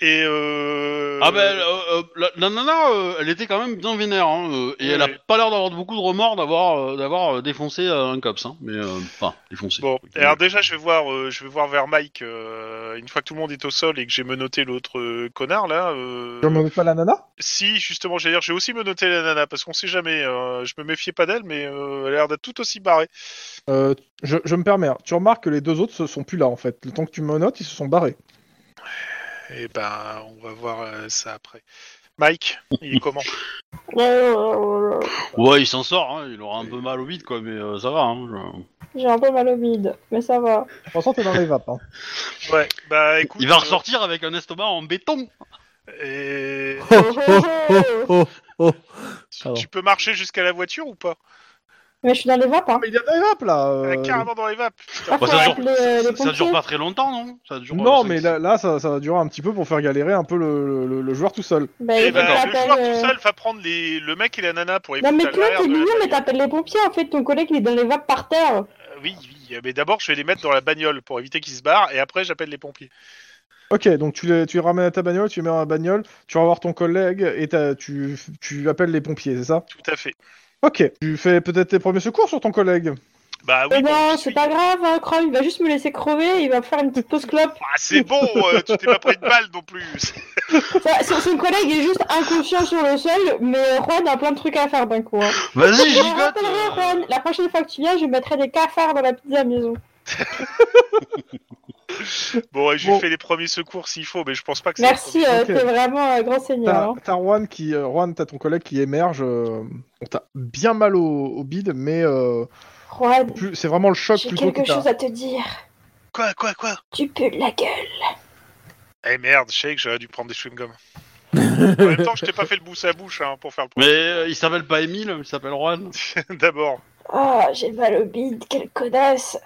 Speaker 3: Et euh...
Speaker 1: Ah ben, euh, euh, la, la nana, euh, elle était quand même bien vénère, hein, euh, et
Speaker 3: Oui,
Speaker 1: elle a
Speaker 3: oui.
Speaker 1: pas l'air d'avoir beaucoup de remords d'avoir euh, d'avoir euh, défoncé euh, un cops, hein, mais euh, enfin, défoncé.
Speaker 3: Bon, alors déjà, je vais voir, euh, je vais voir vers Mike euh, une fois que tout le monde est au sol et que j'ai menotté l'autre euh, connard là. euh,
Speaker 2: Je me pas la nana
Speaker 3: Si justement, j'allais dire, j'ai aussi menotté la nana parce qu'on sait jamais. euh, je me méfiais pas d'elle, mais euh, elle a l'air d'être tout aussi barrée.
Speaker 2: Euh, je, je me permets. hein. Tu remarques que les deux autres se sont plus là en fait. Le temps que tu me notes, ils se sont barrés.
Speaker 3: Et ben, on va voir euh, ça après. Mike, il est
Speaker 1: [laughs]
Speaker 3: comment
Speaker 5: euh,
Speaker 1: Ouais, il s'en sort, hein, il aura un peu mal au bide, quoi, mais euh, ça va. Hein, je-
Speaker 5: J'ai un peu mal au bide, mais
Speaker 2: [laughs]
Speaker 5: ça va.
Speaker 2: Pour l'instant, t'es dans les vapes. Hein.
Speaker 3: Ouais, bah écoute.
Speaker 1: Il va
Speaker 3: euh,
Speaker 1: ressortir avec un estomac en béton.
Speaker 3: et-
Speaker 4: Oh, oh, oh, oh, oh. Pardon.
Speaker 3: Tu peux marcher jusqu'à la voiture ou pas
Speaker 5: Mais je suis dans les vapes, hein.
Speaker 2: Ah, Mais il est dans les vapes là. euh.
Speaker 3: Ah, Carrément dans les vapes. putain.
Speaker 5: Ah,
Speaker 1: Bah,
Speaker 5: faut
Speaker 1: ça, dure,
Speaker 5: appeler, euh,
Speaker 1: ça-
Speaker 5: les
Speaker 1: ça
Speaker 5: pompiers.
Speaker 1: dure pas très longtemps, non Ça dure. euh,
Speaker 2: Non,
Speaker 1: cinq-
Speaker 2: mais là, là, ça, ça va durer un petit peu pour faire galérer un peu le, le- le joueur tout seul.
Speaker 5: Bah,
Speaker 3: Eh
Speaker 5: il faut
Speaker 3: ben,
Speaker 5: que
Speaker 3: le
Speaker 5: t'appelles,
Speaker 3: joueur
Speaker 5: euh,
Speaker 3: tout seul va prendre les... le mec et la nana pour les
Speaker 5: Non,
Speaker 3: foutre
Speaker 5: mais
Speaker 3: à
Speaker 5: toi,
Speaker 3: l'arrière
Speaker 5: t'es
Speaker 3: de la
Speaker 5: mignon, mais
Speaker 3: bagnole.
Speaker 5: t'appelles les pompiers, en fait. Ton collègue, il est dans les vapes par terre.
Speaker 3: Euh, Oui, oui, euh, mais d'abord je vais les mettre dans la bagnole pour éviter qu'ils se barrent et après j'appelle les pompiers.
Speaker 2: Ok, donc tu les, tu les ramènes à ta bagnole, tu les mets dans la bagnole, tu vas voir ton collègue et t'as- tu, tu appelles les pompiers, c'est ça
Speaker 3: Tout à fait.
Speaker 2: Ok, tu fais peut-être tes premiers secours sur ton collègue.
Speaker 3: Bah oui,
Speaker 5: Eh
Speaker 3: bon,
Speaker 5: ben,
Speaker 3: j'y
Speaker 5: c'est
Speaker 3: suis.
Speaker 5: pas grave, hein, Chrome, il va juste me laisser crever, il va me faire une petite pause clope.
Speaker 3: Ah, c'est bon, euh, tu t'es pas pris de balle non plus.
Speaker 5: [laughs] Enfin, son, son collègue est juste inconscient sur le sol, mais Juan a plein de trucs à faire d'un coup. hein.
Speaker 1: Vas-y,
Speaker 5: Je me
Speaker 1: gigote.
Speaker 5: rappellerai,
Speaker 1: euh,
Speaker 5: Juan, la prochaine fois que tu viens, je mettrai des cafards dans la pizza maison.
Speaker 3: Bon, ouais, j'ai
Speaker 2: Bon.
Speaker 3: fait les premiers secours s'il faut, mais je pense pas que c'est.
Speaker 5: Merci, euh,
Speaker 2: Ok.
Speaker 5: t'es vraiment un grand seigneur.
Speaker 2: T'as
Speaker 5: hein.
Speaker 2: t'as Juan qui, euh, Juan, t'as ton collègue qui émerge. euh, bon, t'as bien mal au, au bide, mais euh,
Speaker 5: Juan,
Speaker 2: plus- c'est vraiment le choc
Speaker 5: j'ai
Speaker 2: plutôt que
Speaker 5: quelque
Speaker 2: t'as.
Speaker 5: chose à te dire.
Speaker 3: Quoi, quoi, quoi
Speaker 5: Tu pues de la gueule.
Speaker 3: Eh merde, shake, j'aurais dû prendre des chewing-gums. en même temps, je t'ai pas fait le bouche à bouche hein, pour faire le
Speaker 1: Mais
Speaker 3: premier.
Speaker 1: euh, il s'appelle pas Émile, il s'appelle Juan.
Speaker 3: [laughs] D'abord,
Speaker 5: Oh, j'ai mal au bide, quelle connasse.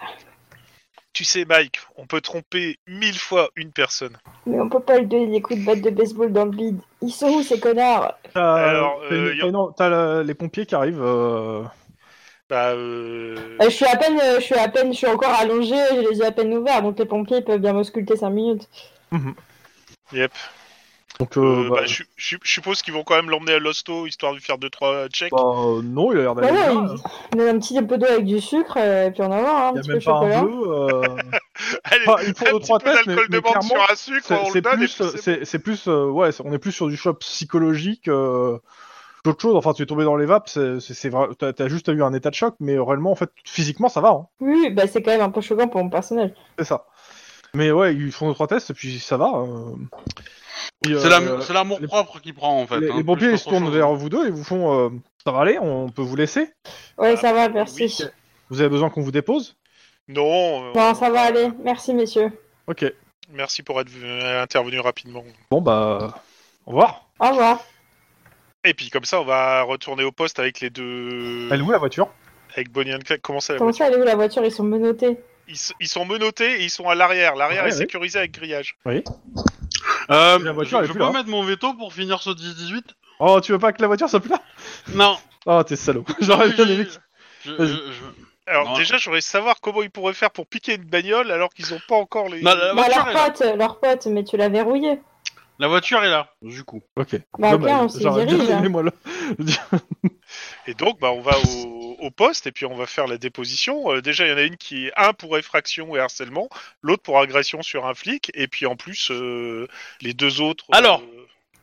Speaker 3: tu sais, Mike, on peut tromper mille fois une personne.
Speaker 5: Mais on peut pas lui donner des coups de batte de baseball dans le bide. Ils sont où ces connards
Speaker 2: T'as
Speaker 3: Alors,
Speaker 2: t'as une-
Speaker 3: euh, y a-
Speaker 2: t'as une- t'as la- les pompiers qui arrivent. euh,
Speaker 3: Bah, euh.
Speaker 2: Ah,
Speaker 5: Euh, Je suis à peine, euh, je suis à peine, je suis encore allongée, j'ai les yeux à peine ouverts, donc les pompiers peuvent bien m'ausculter 5 minutes.
Speaker 2: donc, euh,
Speaker 3: euh,
Speaker 2: bah,
Speaker 3: bah, je, je- je suppose qu'ils vont quand même l'emmener à l'hosto histoire de lui faire 2-3 checks.
Speaker 2: bah, euh, non, il a l'air
Speaker 5: Ouais,
Speaker 2: d'aller
Speaker 5: Bah ouais,
Speaker 2: bien.
Speaker 5: il- il a un petit peu d'eau avec du sucre, euh, et puis on en a un,
Speaker 2: Il y a
Speaker 5: petit peu
Speaker 2: même
Speaker 5: de
Speaker 2: pas
Speaker 5: chocolat.
Speaker 2: un bleu. euh,
Speaker 3: [laughs] [laughs] Allez,
Speaker 2: Enfin, il faut
Speaker 3: un
Speaker 2: deux,
Speaker 3: petit
Speaker 2: trois
Speaker 3: peu
Speaker 2: tests,
Speaker 3: d'alcool
Speaker 2: mais-
Speaker 3: de
Speaker 2: mais
Speaker 3: menthe
Speaker 2: clairement,
Speaker 3: sur un sucre,
Speaker 2: C'est
Speaker 3: on le
Speaker 2: c'est
Speaker 3: donne et
Speaker 2: plus,
Speaker 3: puis c'est
Speaker 2: c'est- c'est plus, euh, ouais, c'est- on est plus sur du choc psychologique euh, qu'autre chose. Enfin, tu es tombé dans les vapes, c'est- c'est c'est vrai. T'as t'as juste eu un état de choc, mais euh, réellement, en fait, physiquement, ça va. hein.
Speaker 5: Oui, bah c'est quand même un peu choquant pour mon personnage.
Speaker 2: c'est ça. Mais ouais, ils font deux trois tests, puis ça va. euh. Puis,
Speaker 1: C'est
Speaker 2: euh,
Speaker 1: la- c'est l'amour
Speaker 2: les-
Speaker 1: propre qu'il prend en fait.
Speaker 2: les,
Speaker 1: hein,
Speaker 2: les
Speaker 1: plus
Speaker 2: pompiers ils
Speaker 1: qu'autre
Speaker 2: se tournent
Speaker 1: chose.
Speaker 2: vers vous deux et vous font. euh, ça va aller, on peut vous laisser.
Speaker 5: Ouais,
Speaker 3: Ah,
Speaker 5: ça va, merci.
Speaker 3: oui.
Speaker 2: Vous avez besoin qu'on vous dépose.
Speaker 3: bon. Non, euh,
Speaker 5: Non, ça va aller, merci messieurs.
Speaker 2: Ok.
Speaker 3: Merci pour être venu- intervenu rapidement.
Speaker 2: Bon bah, au revoir.
Speaker 5: Au revoir.
Speaker 3: Et puis comme ça, on va retourner au poste avec les deux.
Speaker 2: Elle est où la voiture
Speaker 3: Avec Bonnie and Clyde. Comment ça la
Speaker 5: Comment
Speaker 3: voiture
Speaker 5: ça, elle est où la voiture Ils sont menottés.
Speaker 3: ils, s- ils sont menottés et ils sont à l'arrière. L'arrière
Speaker 2: Ah Ouais,
Speaker 3: est
Speaker 2: ouais.
Speaker 3: sécurisé avec grillage.
Speaker 1: Euh,
Speaker 2: La voiture, elle
Speaker 1: je je
Speaker 2: est plus
Speaker 1: peux
Speaker 2: là.
Speaker 1: mettre mon veto pour finir ce 10-18
Speaker 2: Oh, tu veux pas que la voiture soit plus là
Speaker 1: Non.
Speaker 2: Oh, t'es salaud. [laughs] J'aurais bien aimé.
Speaker 1: Je-
Speaker 2: Vas-y.
Speaker 1: je- je-
Speaker 3: Alors
Speaker 1: Non.
Speaker 3: déjà, j'aurais savoir comment ils pourraient faire pour piquer une bagnole alors qu'ils ont pas encore les.
Speaker 1: Non, la,
Speaker 5: Bah,
Speaker 1: voiture
Speaker 5: leur
Speaker 1: est là.
Speaker 5: pote, leur pote, mais tu l'as verrouillé.
Speaker 1: la voiture est là, du coup.
Speaker 2: Ok.
Speaker 5: Bah, ok,
Speaker 2: Dommage.
Speaker 5: on s'y
Speaker 2: J'aurais bien
Speaker 5: dirige.
Speaker 2: aimé, [laughs] moi, le-
Speaker 3: Et donc, bah, on va au, au poste et puis on va faire la déposition. Euh, déjà, il y en a une qui est un pour effraction et harcèlement, l'autre pour agression sur un flic, et puis en plus euh, les deux autres. euh,
Speaker 1: Alors.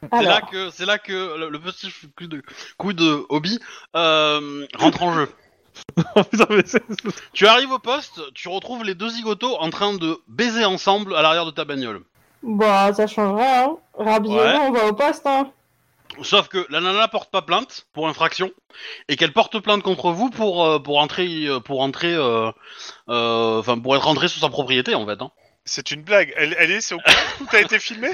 Speaker 1: C'est
Speaker 5: Alors,
Speaker 1: là que c'est là que le, le petit coup de, coup de hobby euh, rentre en jeu.
Speaker 2: Putain, mais c'est-
Speaker 1: Tu arrives au poste, tu retrouves les deux zigotos en train de baiser ensemble à l'arrière de ta bagnole.
Speaker 5: bah, ça change rien. Hein. Rabi et
Speaker 1: Ouais.
Speaker 5: moi, on va au poste. Hein.
Speaker 1: Sauf que la nana porte pas plainte pour infraction et qu'elle porte plainte contre vous pour euh, pour entrer euh, pour entrer euh, euh, enfin pour être rentrée sous sa propriété en fait. hein.
Speaker 3: C'est une blague. Elle, elle est, c'est au courant que tout a
Speaker 2: [laughs]
Speaker 3: été filmé.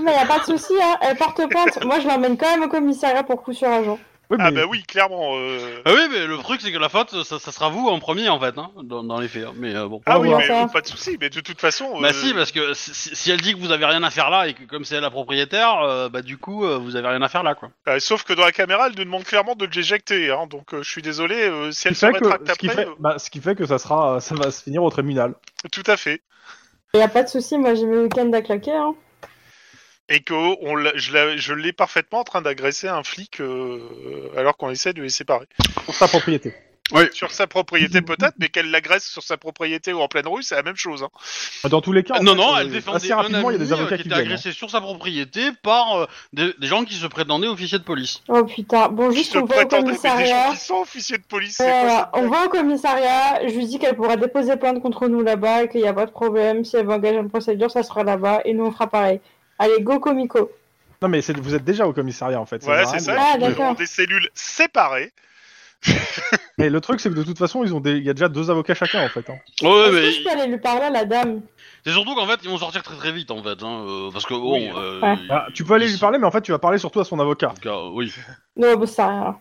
Speaker 5: Mais y a pas de souci, hein. elle porte plainte. moi, je l'emmène quand même au commissariat pour coup sur agent.
Speaker 2: Oui,
Speaker 3: Ah
Speaker 2: mais-
Speaker 3: bah oui, clairement. euh.
Speaker 1: Ah oui mais le truc c'est que la faute ça, ça sera vous en premier en fait hein, dans, dans les faits. hein. Mais euh, bon.
Speaker 3: Ah
Speaker 5: On
Speaker 3: oui,
Speaker 5: va
Speaker 3: mais
Speaker 5: voir ça.
Speaker 3: euh, pas de souci. Mais de toute façon.
Speaker 1: Bah
Speaker 3: euh,
Speaker 1: si, parce que si, si- si elle dit que vous avez rien à faire là et que comme c'est elle la propriétaire, euh, bah du coup euh, vous avez rien à faire là quoi.
Speaker 3: euh, sauf que dans la caméra, elle nous demande clairement de l'éjecter. Hein, donc euh, je suis désolé. euh, si
Speaker 2: Ce qui
Speaker 3: elle se
Speaker 2: fait que,
Speaker 3: rétracte
Speaker 2: ce qui
Speaker 3: après,
Speaker 2: fait, bah, ce qui fait que ça sera, ça va se finir au tribunal.
Speaker 3: euh, tout à fait.
Speaker 5: Y a pas de souci, moi j'ai mes week-ends à claquer. Hein.
Speaker 3: Et que on l'a- je l'a- je l'ai parfaitement en train d'agresser un flic euh, alors qu'on essaie de les séparer.
Speaker 2: Pour sa propriété.
Speaker 3: Sur
Speaker 2: [laughs]
Speaker 3: sa propriété peut-être, mais qu'elle l'agresse sur sa propriété ou en pleine rue, c'est la même chose. hein.
Speaker 2: Dans tous les cas. en
Speaker 1: non
Speaker 2: fait,
Speaker 1: non,
Speaker 2: euh,
Speaker 1: elle défendait
Speaker 2: Assez
Speaker 1: un
Speaker 2: rapidement,
Speaker 1: ami
Speaker 2: il y a des
Speaker 1: euh,
Speaker 2: avocats
Speaker 1: qui
Speaker 2: qui hein.
Speaker 1: était
Speaker 2: gagnent.
Speaker 1: agressé sur sa propriété par euh, des, des gens qui se prétendaient officiers de police.
Speaker 5: Oh putain, bon,
Speaker 3: Je
Speaker 5: juste
Speaker 3: te
Speaker 5: on va au
Speaker 3: prétendais, mais des gens
Speaker 5: commissariat.
Speaker 3: qui sont officiers de police, c'est quoi
Speaker 5: hein. Voilà,
Speaker 3: cette
Speaker 5: on
Speaker 3: blague
Speaker 5: va au commissariat, je lui dis qu'elle pourra déposer plainte contre nous là-bas et qu'il n'y a pas de problème. Si elle veut engager une procédure, ça sera là-bas et nous on fera pareil. Allez, go comico.
Speaker 2: hein. Non mais c'est- vous êtes déjà au commissariat en fait.
Speaker 3: Voilà,
Speaker 2: sert à
Speaker 3: c'est ça.
Speaker 2: rien
Speaker 5: Ah,
Speaker 3: ils ont
Speaker 5: d'accord.
Speaker 3: des cellules séparées.
Speaker 2: de- Mais le truc c'est que de toute façon ils ont des... il y a déjà deux avocats chacun en fait. hein.
Speaker 1: Ouais
Speaker 5: Est-ce que
Speaker 1: mais
Speaker 5: je peux aller lui parler à la dame
Speaker 1: c'est surtout qu'en fait ils vont sortir très très vite en fait, hein, euh, parce que bon.
Speaker 2: Oui.
Speaker 1: euh,
Speaker 5: Ouais.
Speaker 1: ils-
Speaker 2: Bah, tu peux aller
Speaker 1: ils
Speaker 2: lui
Speaker 1: sont-
Speaker 2: parler mais en fait tu vas parler surtout à son avocat.
Speaker 1: en tout cas, oui.
Speaker 5: Non, bah, ça sert à rien.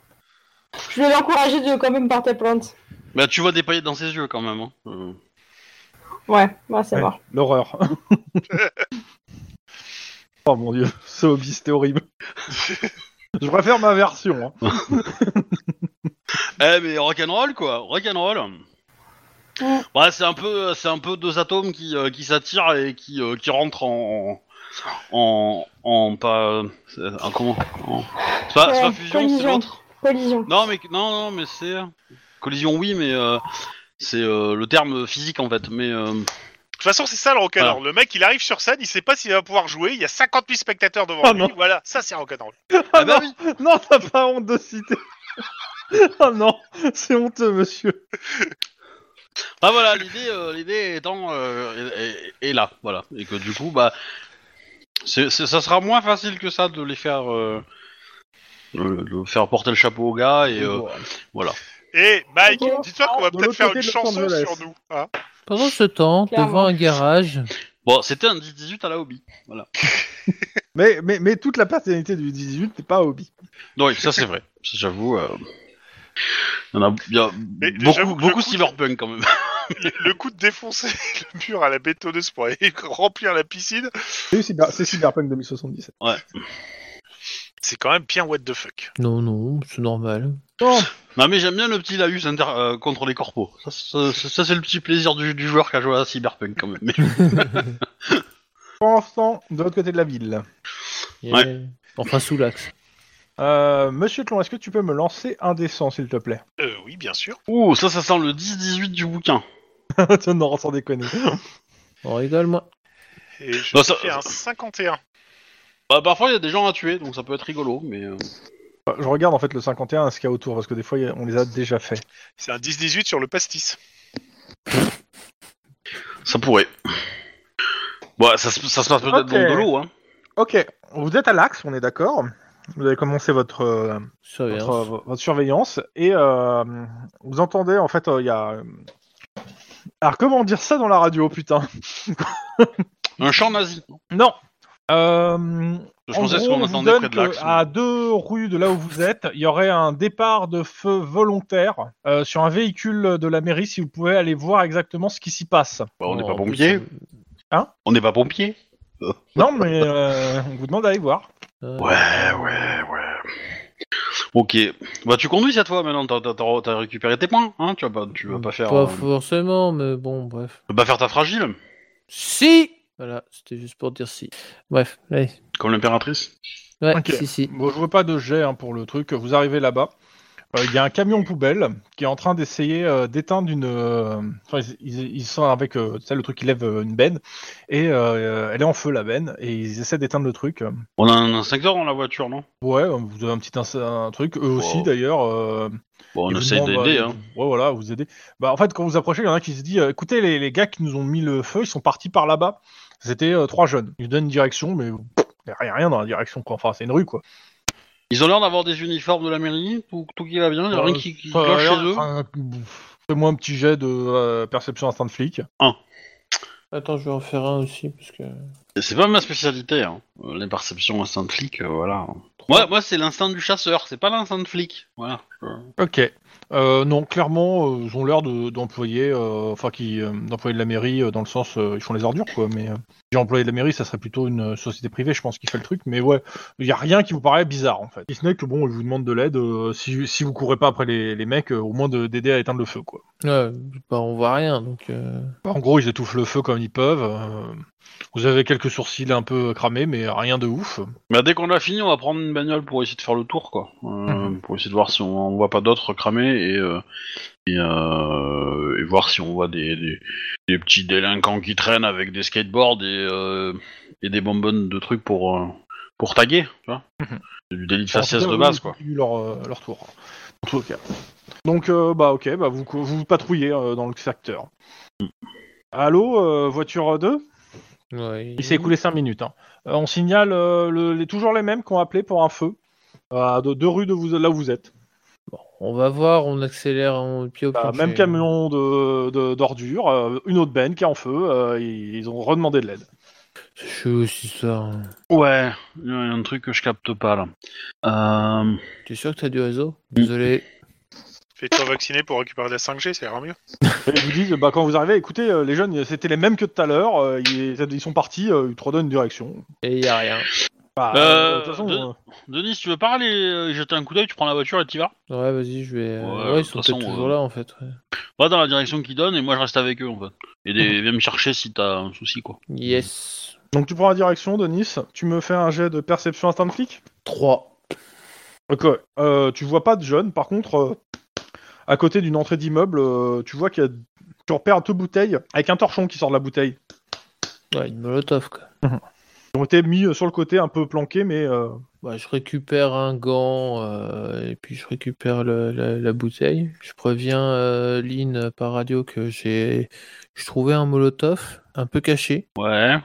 Speaker 5: Je vais l'encourager de quand même porter plainte.
Speaker 1: Bah tu vois des paillettes dans ses yeux quand même. hein. Euh,
Speaker 5: Ouais, bah, c'est
Speaker 2: Ouais,
Speaker 5: mort.
Speaker 2: [laughs] L'horreur. oh mon dieu, ce hobby c'était [laughs] horrible. Je préfère ma version. hein.
Speaker 1: Eh mais rock'n'roll quoi, rock'n'roll.
Speaker 5: Ouais.
Speaker 1: Ouais, c'est un peu, c'est un peu deux atomes qui, euh, qui s'attirent et qui, euh, qui rentrent en, en, en pas, euh, c'est- en comment, en- c'est pas, c'est pas
Speaker 5: Ouais,
Speaker 1: fusion, c'est
Speaker 5: collision.
Speaker 1: l'autre.
Speaker 5: Collision.
Speaker 1: Non mais non non mais c'est collision oui mais euh, c'est euh, le terme physique en fait mais euh,
Speaker 3: De toute façon, c'est ça le rock'n'roll. Le mec, il arrive sur scène, il sait pas s'il va pouvoir jouer. Il y a 58 spectateurs devant
Speaker 2: Oh
Speaker 3: lui.
Speaker 2: non.
Speaker 3: Voilà, ça c'est rock'n'roll.
Speaker 5: Oh
Speaker 1: ah bah oui.
Speaker 2: Non, t'as pas honte de citer. [laughs] oh non, c'est honteux monsieur.
Speaker 1: Bah voilà, l'idée, euh, l'idée étant euh, est, est- est là, voilà, et que du coup, bah, c'est- c'est- ça sera moins facile que ça de les faire, euh, de, de faire porter le chapeau au gars et euh, voilà.
Speaker 3: Et Mike,
Speaker 5: Oh,
Speaker 3: dis-toi qu'on va
Speaker 2: de
Speaker 3: peut-être
Speaker 2: l'autre
Speaker 3: faire
Speaker 2: côté
Speaker 3: une
Speaker 2: de Los
Speaker 3: chanson
Speaker 2: Angeles.
Speaker 3: sur nous. hein.
Speaker 4: Pendant ce temps,
Speaker 5: Clairement.
Speaker 4: devant un garage,
Speaker 1: Bon, c'était un 10-18 à la hobby.
Speaker 2: Mais, mais, mais toute la paternité du 18 n'est pas hobby.
Speaker 1: Non, oui, ça c'est [laughs] vrai. Ça, J'avoue, euh, il y en a, il y a
Speaker 3: Mais
Speaker 1: beaucoup,
Speaker 3: j'avoue que
Speaker 1: beaucoup
Speaker 3: le coup-
Speaker 1: cyberpunk
Speaker 3: [laughs]
Speaker 1: quand même.
Speaker 3: le, le coup de défoncer [laughs] le mur à la bétonneuse pour aller [laughs] remplir la piscine,
Speaker 2: C'est cyber- c'est Cyberpunk 2077.
Speaker 3: c'est quand même bien what the fuck.
Speaker 4: non, non, c'est normal.
Speaker 1: Non, mais j'aime bien le petit laïus inter- euh, contre les corpos. Ça, ça- ça, ça, c'est le petit plaisir du, du joueur qui a joué à cyberpunk quand même. Mais-
Speaker 2: Pour l'instant, de l'autre côté de la ville.
Speaker 4: Yeah. Enfin, sous l'axe.
Speaker 2: Euh, Monsieur Clon, est-ce que tu peux me lancer un dessin, s'il te plaît [laughs]
Speaker 3: Euh, oui, bien sûr.
Speaker 1: Ouh, ça, ça sent le 10-18 du bouquin.
Speaker 2: Non, sans déconner.
Speaker 4: On rigole, moi.
Speaker 3: Et je
Speaker 1: Non, ça-
Speaker 3: fais un 51.
Speaker 1: Bah, parfois il y a des gens à tuer, donc ça peut être rigolo, mais. euh,
Speaker 2: Je regarde en fait le 51, ce qu'il y a autour, parce que des fois, on les a déjà fait.
Speaker 3: C'est un 10-18 sur le pastis.
Speaker 1: Ça pourrait. Bon, ça, se- ça se passe peut-être
Speaker 2: Ok.
Speaker 1: dans de l'eau, hein.
Speaker 2: Ok, vous êtes à l'axe, on est d'accord vous avez commencé votre, euh,
Speaker 4: Surveillance.
Speaker 2: votre, euh, votre surveillance et euh, vous entendez en fait euh, il y a euh, alors comment dire ça dans la radio putain
Speaker 1: Un champ nazi.
Speaker 2: non Euh,
Speaker 1: Je
Speaker 2: En
Speaker 1: pensais ce qu'on
Speaker 2: gros, on vous
Speaker 1: attendait près
Speaker 2: donne
Speaker 1: de
Speaker 2: que Ah,
Speaker 1: l'axe.
Speaker 2: À deux rues de là où vous êtes, il y aurait un départ de feu volontaire euh, sur un véhicule de la mairie si vous pouvez aller voir exactement ce qui s'y passe.
Speaker 1: Bah, on n'est
Speaker 4: Oh,
Speaker 1: pas
Speaker 4: en plus,
Speaker 1: pompier.
Speaker 4: euh,
Speaker 1: On n'est pas pompier.
Speaker 2: Non, mais euh, on vous demande d'aller voir.
Speaker 4: euh,
Speaker 1: Ouais, ouais, ouais. Eh Ok. Bah tu conduis cette fois maintenant, t'as- t'as- t'as t'as récupéré tes points, hein tu vas pas, tu vas pas faire,
Speaker 4: Pas
Speaker 1: euh,
Speaker 4: forcément, mais bon, bref.
Speaker 1: tu vas pas faire ta fragile,
Speaker 4: Si Voilà, c'était juste pour dire si. Bref, allez.
Speaker 1: comme l'impératrice.
Speaker 4: Ouais,
Speaker 2: Ok.
Speaker 4: si, si.
Speaker 2: Bon, je veux pas de jet hein, pour le truc. Vous arrivez là-bas. Euh, Il y a un camion poubelle qui est en train d'essayer euh, d'éteindre une. euh, Enfin, ils, ils- ils sont avec euh, tu sais, le truc qui lève euh, une benne et euh, elle est en feu la benne et ils essaient d'éteindre le truc.
Speaker 1: On a un instincteur dans la voiture, non
Speaker 2: Ouais, euh, vous avez un petit ins- un truc. Eux aussi
Speaker 1: Wow.
Speaker 2: d'ailleurs. euh,
Speaker 1: Bon,
Speaker 2: ils
Speaker 1: on
Speaker 2: vous
Speaker 1: essaye
Speaker 2: demandent,
Speaker 1: d'aider,
Speaker 2: euh,
Speaker 1: hein.
Speaker 2: Ouais, voilà, vous aider. Bah, en fait, quand vous approchez, il y en a un qui se dit euh, écoutez, les, les gars qui nous ont mis le feu, ils sont partis par là-bas. C'était euh, trois jeunes. Ils donnent une direction, mais il n'y a rien dans la direction. Quoi. Enfin, c'est une rue, quoi.
Speaker 1: Ils ont l'air d'avoir des uniformes de la mairie, tout, tout qui va bien, y a
Speaker 2: Euh,
Speaker 1: rien qui, qui
Speaker 2: Ça a
Speaker 1: cloche
Speaker 2: l'air-
Speaker 1: chez eux.
Speaker 2: enfin, pff, Fais-moi un petit jet de euh, perception instinct de flic.
Speaker 4: Attends, je vais en faire un aussi, parce que...
Speaker 1: C'est pas ma spécialité, hein. Euh, les perceptions instinct de flic, euh, voilà. Moi, moi c'est l'instinct du chasseur, c'est pas l'instinct de flic, voilà. Euh,
Speaker 2: Ok. Euh, non, clairement, euh, ils ont l'air de- d'employer, euh, enfin, qui euh, d'employer de la mairie euh, dans le sens, euh, ils font les ordures, quoi. Mais euh, si employé de la mairie, ça serait plutôt une euh, société privée, je pense, qui fait le truc. Mais ouais, il y a rien qui vous paraît bizarre, en fait. Si ce n'est que bon, ils vous demandent de l'aide. euh, si, si vous courez pas après les, les mecs, euh, au moins de- d'aider à éteindre le feu, quoi.
Speaker 4: Ouais, bah, on voit rien, donc... euh,
Speaker 2: Bah, En gros, ils étouffent le feu comme ils peuvent. euh, vous avez quelques sourcils un peu cramés, mais rien de ouf.
Speaker 1: Bah, dès qu'on a fini, on va prendre une bagnole pour essayer de faire le tour, quoi. Euh,
Speaker 2: Mhm.
Speaker 1: Pour essayer de voir si on, on voit pas d'autres cramés et, euh, et, euh, et voir si on voit des, des, des petits délinquants qui traînent avec des skateboards et, euh, et des bonbonnes de trucs pour, euh, pour taguer, tu vois.
Speaker 2: Mhm.
Speaker 1: C'est du délit de
Speaker 2: Enfin, en
Speaker 1: faciès
Speaker 2: tout cas,
Speaker 1: de
Speaker 2: eux,
Speaker 1: base,
Speaker 2: ils
Speaker 1: quoi.
Speaker 2: continuent Leur, euh, leur tour. En tout cas. Donc, euh, bah, ok, bah, vous, cou- vous patrouillez euh, dans le secteur. Allô, euh, voiture 2
Speaker 4: ouais.
Speaker 2: Il s'est écoulé 5 minutes. hein. Euh, on signale euh, le- les, toujours les mêmes qui ont appelé pour un feu. À deux, deux rues de vous, là où vous êtes.
Speaker 4: Bon, on va voir, on accélère, on pied au
Speaker 2: Bah,
Speaker 4: plancher.
Speaker 2: même camion d'ordures, de, d'ordures, euh, une autre benne qui est en feu. euh, ils, ils ont redemandé de l'aide.
Speaker 4: C'est chaud aussi, ça. hein.
Speaker 1: Ouais, il y a un truc que je capte pas, là. Euh...
Speaker 4: T'es sûr que t'as du réseau Désolé.
Speaker 3: Fais-toi vacciner pour récupérer la 5G, ça ira mieux.
Speaker 2: Et ils vous disent, bah, quand vous arrivez, écoutez, euh, les jeunes, c'était les mêmes que tout à l'heure. euh, ils, ils sont partis, euh, ils te redonnent une direction.
Speaker 4: Et Eh, y a rien.
Speaker 2: Bah,
Speaker 1: Euh,
Speaker 2: de toute façon,
Speaker 1: de-
Speaker 2: euh,
Speaker 1: Denis, tu veux pas aller euh, jeter un coup d'œil, tu prends la voiture et t'y vas
Speaker 4: Ouais, vas-y, je vais...
Speaker 1: Ouais,
Speaker 4: Ouais,
Speaker 1: de
Speaker 4: ils sont
Speaker 1: toute façon,
Speaker 4: peut-être toujours
Speaker 1: euh,
Speaker 4: là, en fait. ouais.
Speaker 1: Va dans la direction qu'ils donnent et moi je reste avec eux en fait. Et des, viens me chercher si t'as un souci quoi.
Speaker 4: Yes.
Speaker 2: Donc tu prends la direction, Denis. Tu me fais un jet de perception instinct de flic.
Speaker 4: 3.
Speaker 2: Ok. Euh, tu vois pas de jeune. Par contre, euh, à côté d'une entrée d'immeuble, euh, tu vois qu'il y a... Tu repères deux bouteilles avec un torchon qui sort de la bouteille.
Speaker 4: Ouais, une molotov, quoi.
Speaker 2: Ils ont été mis euh, sur le côté, un peu planqués, mais... euh,
Speaker 4: Bah, je récupère un gant euh, et puis je récupère le- la, la bouteille. Je préviens euh, Lynn euh, par radio que j'ai je trouvais un molotov un peu caché.
Speaker 1: Ouais.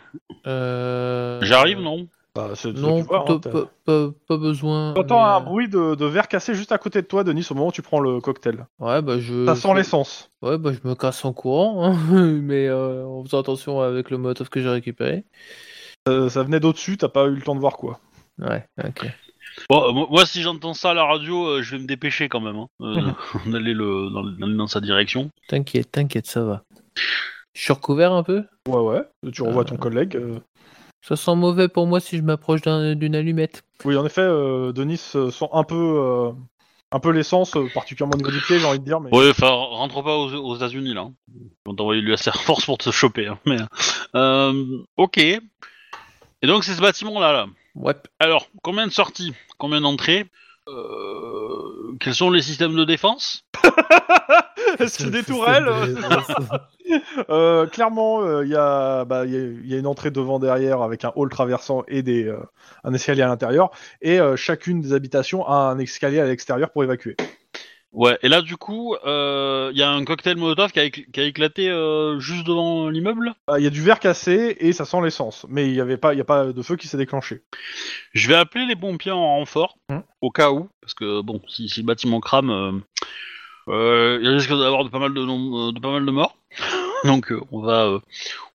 Speaker 4: Euh,
Speaker 1: J'arrive non
Speaker 2: bah, c'est-
Speaker 4: Non,
Speaker 2: tu vois, hein,
Speaker 4: plutôt
Speaker 2: t'as-
Speaker 4: pas, pas- pas besoin.
Speaker 2: T'entends
Speaker 4: mais,
Speaker 2: un
Speaker 4: euh,
Speaker 2: bruit de, de verre cassé juste à côté de toi, Denis, au moment où tu prends le cocktail.
Speaker 4: Ouais, bah je.
Speaker 2: Ça sent l'essence.
Speaker 4: Ouais, bah je me casse en courant, hein, [laughs] mais euh, en faisant attention avec le molotov que j'ai récupéré.
Speaker 2: Euh, ça venait d'au-dessus, t'as pas eu le temps de voir quoi.
Speaker 4: Ouais, ok.
Speaker 1: Bon, euh, moi- Moi si j'entends ça à la radio, euh, je vais me dépêcher quand même hein, euh, [laughs] d'aller le- dans, d'aller dans sa direction.
Speaker 4: T'inquiète, t'inquiète, ça va. Je suis recouvert un peu
Speaker 2: Ouais, ouais. Tu revois
Speaker 4: Euh.
Speaker 2: ton collègue. euh.
Speaker 4: Ça sent mauvais pour moi si je m'approche d'un- d'une allumette.
Speaker 2: Oui, en effet, euh, Denis euh, sent un peu, euh, un peu l'essence, euh, particulièrement au niveau du pied, j'ai envie de dire. Mais...
Speaker 1: Ouais, enfin rentre pas aux, aux États-Unis là. hein. Ils vont t'envoyer l'US Air Force pour te choper. hein, mais, euh, ok. Et donc c'est ce bâtiment là là.
Speaker 4: Ouais.
Speaker 1: Alors combien de sorties Combien d'entrées Euh, Quels sont les systèmes de défense
Speaker 2: [laughs] Est-ce qu'il y a des tourelles euh, [laughs] Euh, Clairement, euh, il y, a- bah, il y, a, il y a une entrée devant, derrière, avec un hall traversant et des, euh, un escalier à l'intérieur. Et euh, chacune des habitations a un escalier à l'extérieur pour évacuer.
Speaker 1: Ouais, et là du coup, il y a un cocktail Molotov qui a, écl- qui a éclaté euh, juste devant l'immeuble.
Speaker 2: Euh, Il y a du verre cassé et ça sent l'essence. Mais il n'y avait pas, il y a pas de feu qui s'est déclenché.
Speaker 1: Je vais appeler les pompiers en renfort,
Speaker 2: Mhm.
Speaker 1: au cas où, parce que bon, si, si le bâtiment crame, euh, euh, il risque d'avoir de pas mal de, nom- euh, de pas mal de morts. [laughs] Donc euh, on va euh,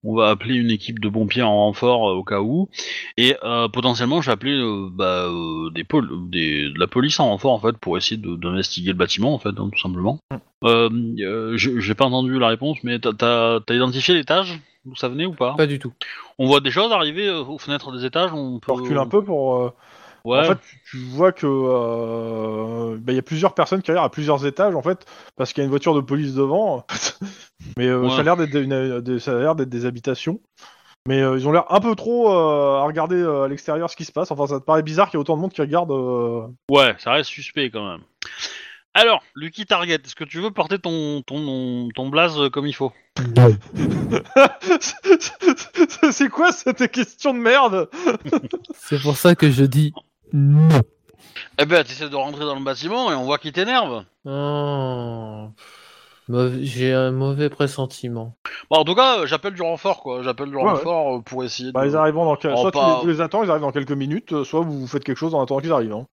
Speaker 1: on va appeler une équipe de pompiers en renfort euh, au cas où et euh, potentiellement je vais appeler euh, bah, euh, des, pol- des- de la police en renfort en fait pour essayer de- d'investiguer le bâtiment en fait hein, tout simplement. Euh, euh, j'ai j'ai pas entendu la réponse mais t'as- t'as t'as identifié l'étage d'où ça venait ou pas
Speaker 4: Pas du tout.
Speaker 1: On voit des choses arriver euh, aux fenêtres des étages, on peut
Speaker 2: Je recule un peu pour. euh,
Speaker 1: Ouais.
Speaker 2: En fait, tu- tu vois que euh, bah, il y a plusieurs personnes qui arrivent à plusieurs étages en fait, parce qu'il y a une voiture de police devant. [laughs] mais euh,
Speaker 1: Ouais.
Speaker 2: ça a l'air d'être des- une- des- ça a l'air d'être des habitations. Mais euh, ils ont l'air un peu trop euh, à regarder euh, à l'extérieur ce qui se passe. Enfin, ça te paraît bizarre qu'il y ait autant de monde qui regarde. euh, [laughs]
Speaker 1: Ouais, ça reste suspect quand même. Alors, Lucky Target, est-ce que tu veux porter ton ton ton blaze euh, comme il faut
Speaker 2: C'est quoi cette question de merde
Speaker 4: C'est pour ça que je dis non.
Speaker 1: Eh ben, t'essaies de rentrer dans le bâtiment et on voit qu'il t'énerve.
Speaker 4: Oh. Mauvais- J'ai un mauvais pressentiment.
Speaker 1: Bon, en tout cas, euh, j'appelle du renfort, quoi. J'appelle du
Speaker 2: Ouais,
Speaker 1: renfort euh, pour essayer.
Speaker 2: Bah,
Speaker 1: de...
Speaker 2: ils arriveront dans quel-
Speaker 1: Oh,
Speaker 2: soit tu
Speaker 1: pas-
Speaker 2: les- tu les attends, ils arrivent dans quelques minutes, euh, soit vous faites quelque chose en attendant qu'ils arrivent. hein.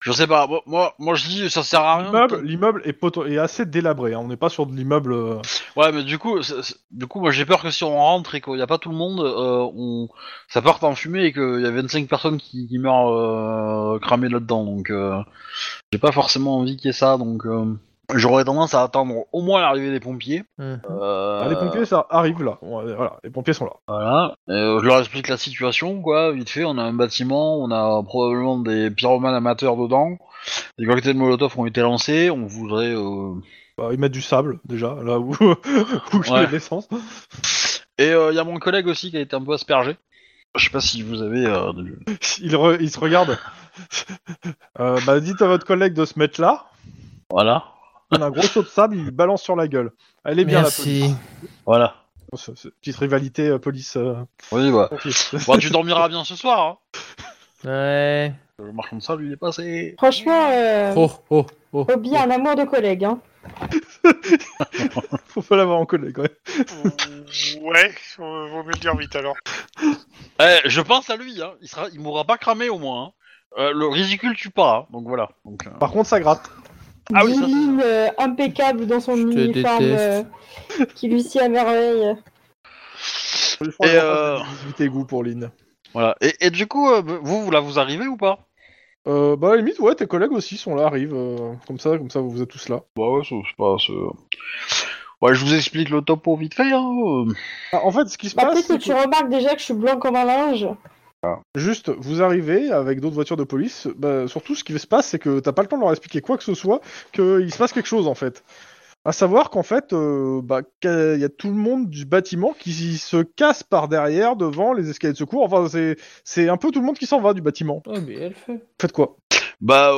Speaker 1: Je sais pas. Moi, moi, moi, je dis, ça sert à rien.
Speaker 2: L'immeuble- L'immeuble est, poten- est assez délabré. hein. On n'est pas sur de l'immeuble. euh,
Speaker 1: Ouais, mais du coup, c'est- c'est- du coup, moi, j'ai peur que si on rentre et qu'il n'y a pas tout le monde, euh, on... ça parte en fumée et qu'il y a 25 personnes qui, qui meurent euh, cramées là-dedans. Donc, euh, j'ai pas forcément envie qu'il y ait ça. Donc, euh, j'aurais tendance à attendre au moins l'arrivée des pompiers.
Speaker 4: Mhm.
Speaker 1: Euh,
Speaker 2: ah, les pompiers, ça arrive là. Ouais, Voilà, les pompiers sont là.
Speaker 1: Voilà. Et, euh, je leur explique la situation, quoi. Vite fait, on a un bâtiment, on a probablement des pyromanes amateurs dedans. Des cocktails Molotov ont été lancés. On voudrait. euh,
Speaker 2: Bah, ils mettent du sable déjà là où, [laughs] où il y a
Speaker 1: Ouais.
Speaker 2: de l'essence.
Speaker 1: Et euh, il y a mon collègue aussi qui a été un peu aspergé. Je sais pas si vous avez. euh, de-
Speaker 2: Ils, re- ils se regardent. [laughs] Euh, bah, dites à votre collègue de se mettre là.
Speaker 1: Voilà.
Speaker 2: On a un gros saut de sable, il lui balance sur la gueule. Elle est bien
Speaker 4: Merci.
Speaker 1: Voilà.
Speaker 2: la police. C'est- c'est- Petite rivalité euh, police. euh,
Speaker 1: Oui, bah.
Speaker 2: pompiers.
Speaker 1: [laughs] Bon, tu dormiras bien ce soir. Hein.
Speaker 2: Euh,
Speaker 4: Ouais.
Speaker 1: Le Euh, marchand de sable, il est passé.
Speaker 5: Franchement, euh,
Speaker 4: Oh, oh, oh.
Speaker 5: Obi a un amour de collègue. Hein.
Speaker 2: [laughs] Faut pas l'avoir en collègue. Ouais.
Speaker 3: [laughs] ouais, euh, vaut mieux le dire vite alors.
Speaker 1: Eh, je pense à lui. Hein. Il sera, il mourra pas cramé au moins. hein. Euh, le ridicule tue pas. hein. Donc voilà. Donc, euh,
Speaker 2: Par contre, ça gratte.
Speaker 1: Ah oui, ça,
Speaker 5: Divine, euh, impeccable dans son
Speaker 4: Je te
Speaker 5: uniforme
Speaker 4: déteste.
Speaker 5: euh, qui lui sied à merveille.
Speaker 2: Je crois
Speaker 1: Et,
Speaker 2: que ça
Speaker 1: euh,
Speaker 2: fait 18 égouts pour Lynn.
Speaker 1: voilà. Et, et du coup, euh, vous, vous là, vous arrivez ou pas
Speaker 2: Euh, bah, à la limite, ouais, tes collègues aussi sont là, arrivent. euh, comme ça, comme ça, vous êtes tous là.
Speaker 1: Bah ouais, c'est pas. Ouais, je vous explique le topo vite fait. Hein. euh.
Speaker 2: Ah, en fait, ce qui se
Speaker 5: Bah,
Speaker 2: passe,
Speaker 5: peut-être que
Speaker 2: c'est
Speaker 5: tu
Speaker 2: que
Speaker 5: remarques déjà que je suis blanc comme un linge.
Speaker 2: juste vous arrivez avec d'autres voitures de police. bah, surtout, ce qui se passe, c'est que t'as pas le temps de leur expliquer quoi que ce soit, qu'il se passe quelque chose en fait. À savoir qu'en fait, euh, bah, qu'il y a tout le monde du bâtiment qui se casse par derrière, devant les escaliers de secours. Enfin, c'est c'est un peu tout le monde qui s'en va du bâtiment.
Speaker 4: Oh, mais elle fait.
Speaker 2: Faites quoi
Speaker 1: Bah, euh,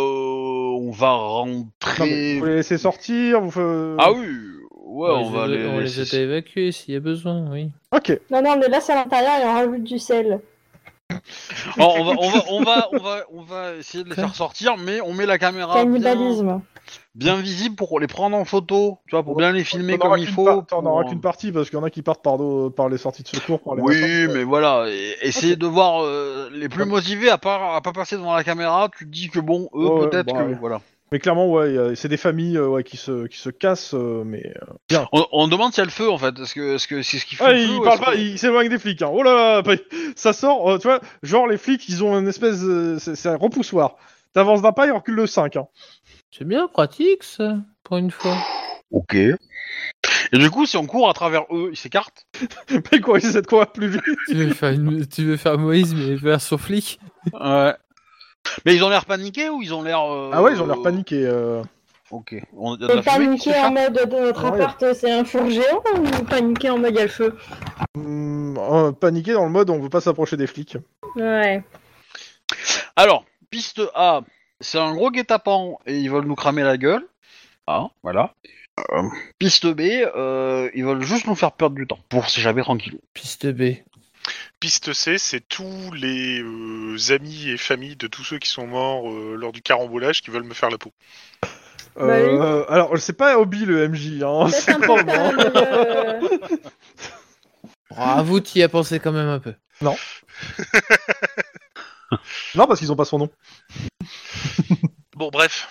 Speaker 1: on va
Speaker 2: Non, mais
Speaker 1: rentrer.
Speaker 2: Vous les laissez sortir. Vous euh, fa-
Speaker 1: Ah oui. Ouais, on, va
Speaker 4: les,
Speaker 1: les.
Speaker 4: on les
Speaker 1: laisser-
Speaker 4: aide à évacuer s'il y a besoin, oui.
Speaker 2: Ok.
Speaker 5: Non, non, on les laisse à l'intérieur et on rajoute du sel.
Speaker 1: Oh, on, va, on va, on va, on va, on va essayer de les
Speaker 4: Quoi
Speaker 1: faire sortir, mais on met la
Speaker 5: Ah,
Speaker 1: caméra bien,
Speaker 5: Cannibalisme.
Speaker 1: bien visible pour les prendre en photo, tu vois, pour
Speaker 2: Ouais,
Speaker 1: bien les filmer
Speaker 2: T'en auras
Speaker 1: comme il
Speaker 2: qu'une
Speaker 1: faut.
Speaker 2: part- T'en
Speaker 1: pour-
Speaker 2: auras qu'une partie parce qu'il y en a qui partent par, do- par les sorties de secours. Par les Ah,
Speaker 1: Oui,
Speaker 2: machins.
Speaker 1: mais voilà, et- essayez de voir euh, les plus motivés à part à pas passer devant la caméra. Tu te dis que bon, eux
Speaker 2: Ouais, ouais,
Speaker 1: peut-être
Speaker 2: bah,
Speaker 1: que
Speaker 2: ouais.
Speaker 1: voilà.
Speaker 2: Mais clairement, ouais, y a- c'est des familles euh, ouais, qui, se, qui se cassent, euh, mais
Speaker 1: On, on demande s'il y a le feu en fait. Est-ce que, est-ce que c'est ce qu'il faut
Speaker 2: Ah,
Speaker 1: le feu
Speaker 2: il
Speaker 1: ou
Speaker 2: parle
Speaker 1: est-ce
Speaker 2: pas,
Speaker 1: que-
Speaker 2: il s'éloigne des flics. Hein. Oh là là, bah, ça sort, euh, tu vois, genre les flics, ils ont une espèce, euh, c'est c'est un repoussoir. T'avances d'un pas, ils reculent le 5. Hein. [laughs]
Speaker 4: C'est bien pratique, ça, pour une fois.
Speaker 1: Ok. Et du coup, si on court à travers eux, ils s'écartent.
Speaker 2: Mais quoi, ils essaient de courir plus vite.
Speaker 4: tu, veux faire une- tu veux faire Moïse, mais version flic
Speaker 1: Ouais. Mais ils ont l'air paniqués ou ils ont l'air. euh,
Speaker 2: Ah ouais, ils ont l'air paniqués. Euh...
Speaker 1: Ok. On, y a de
Speaker 5: Euh,
Speaker 1: la fumée qui
Speaker 5: paniquer en
Speaker 1: s'échappe
Speaker 5: mode de notre
Speaker 2: Ah ouais.
Speaker 5: appart, euh, c'est un four géant ou paniquer en mode il y a le feu
Speaker 2: hum, euh, paniqués dans le mode, on veut pas s'approcher des flics.
Speaker 5: Ouais.
Speaker 1: Alors, piste A, c'est un gros guet-apens et ils veulent nous cramer la gueule. Ah, voilà. Euh, piste B, euh, ils veulent juste nous faire perdre du temps pour s'échapper tranquille.
Speaker 4: Piste B.
Speaker 3: Piste C, c'est tous les euh, amis et familles de tous ceux qui sont morts euh, lors du carambolage qui veulent me faire la peau.
Speaker 2: Euh,
Speaker 5: Bah oui.
Speaker 2: euh, alors, c'est pas Obi le MJ. Hein.
Speaker 5: C'est un peu quand même, euh,
Speaker 4: Bravo, t'y as pensé quand même un peu.
Speaker 2: Non, parce qu'ils ont pas son nom.
Speaker 3: Bon, bref.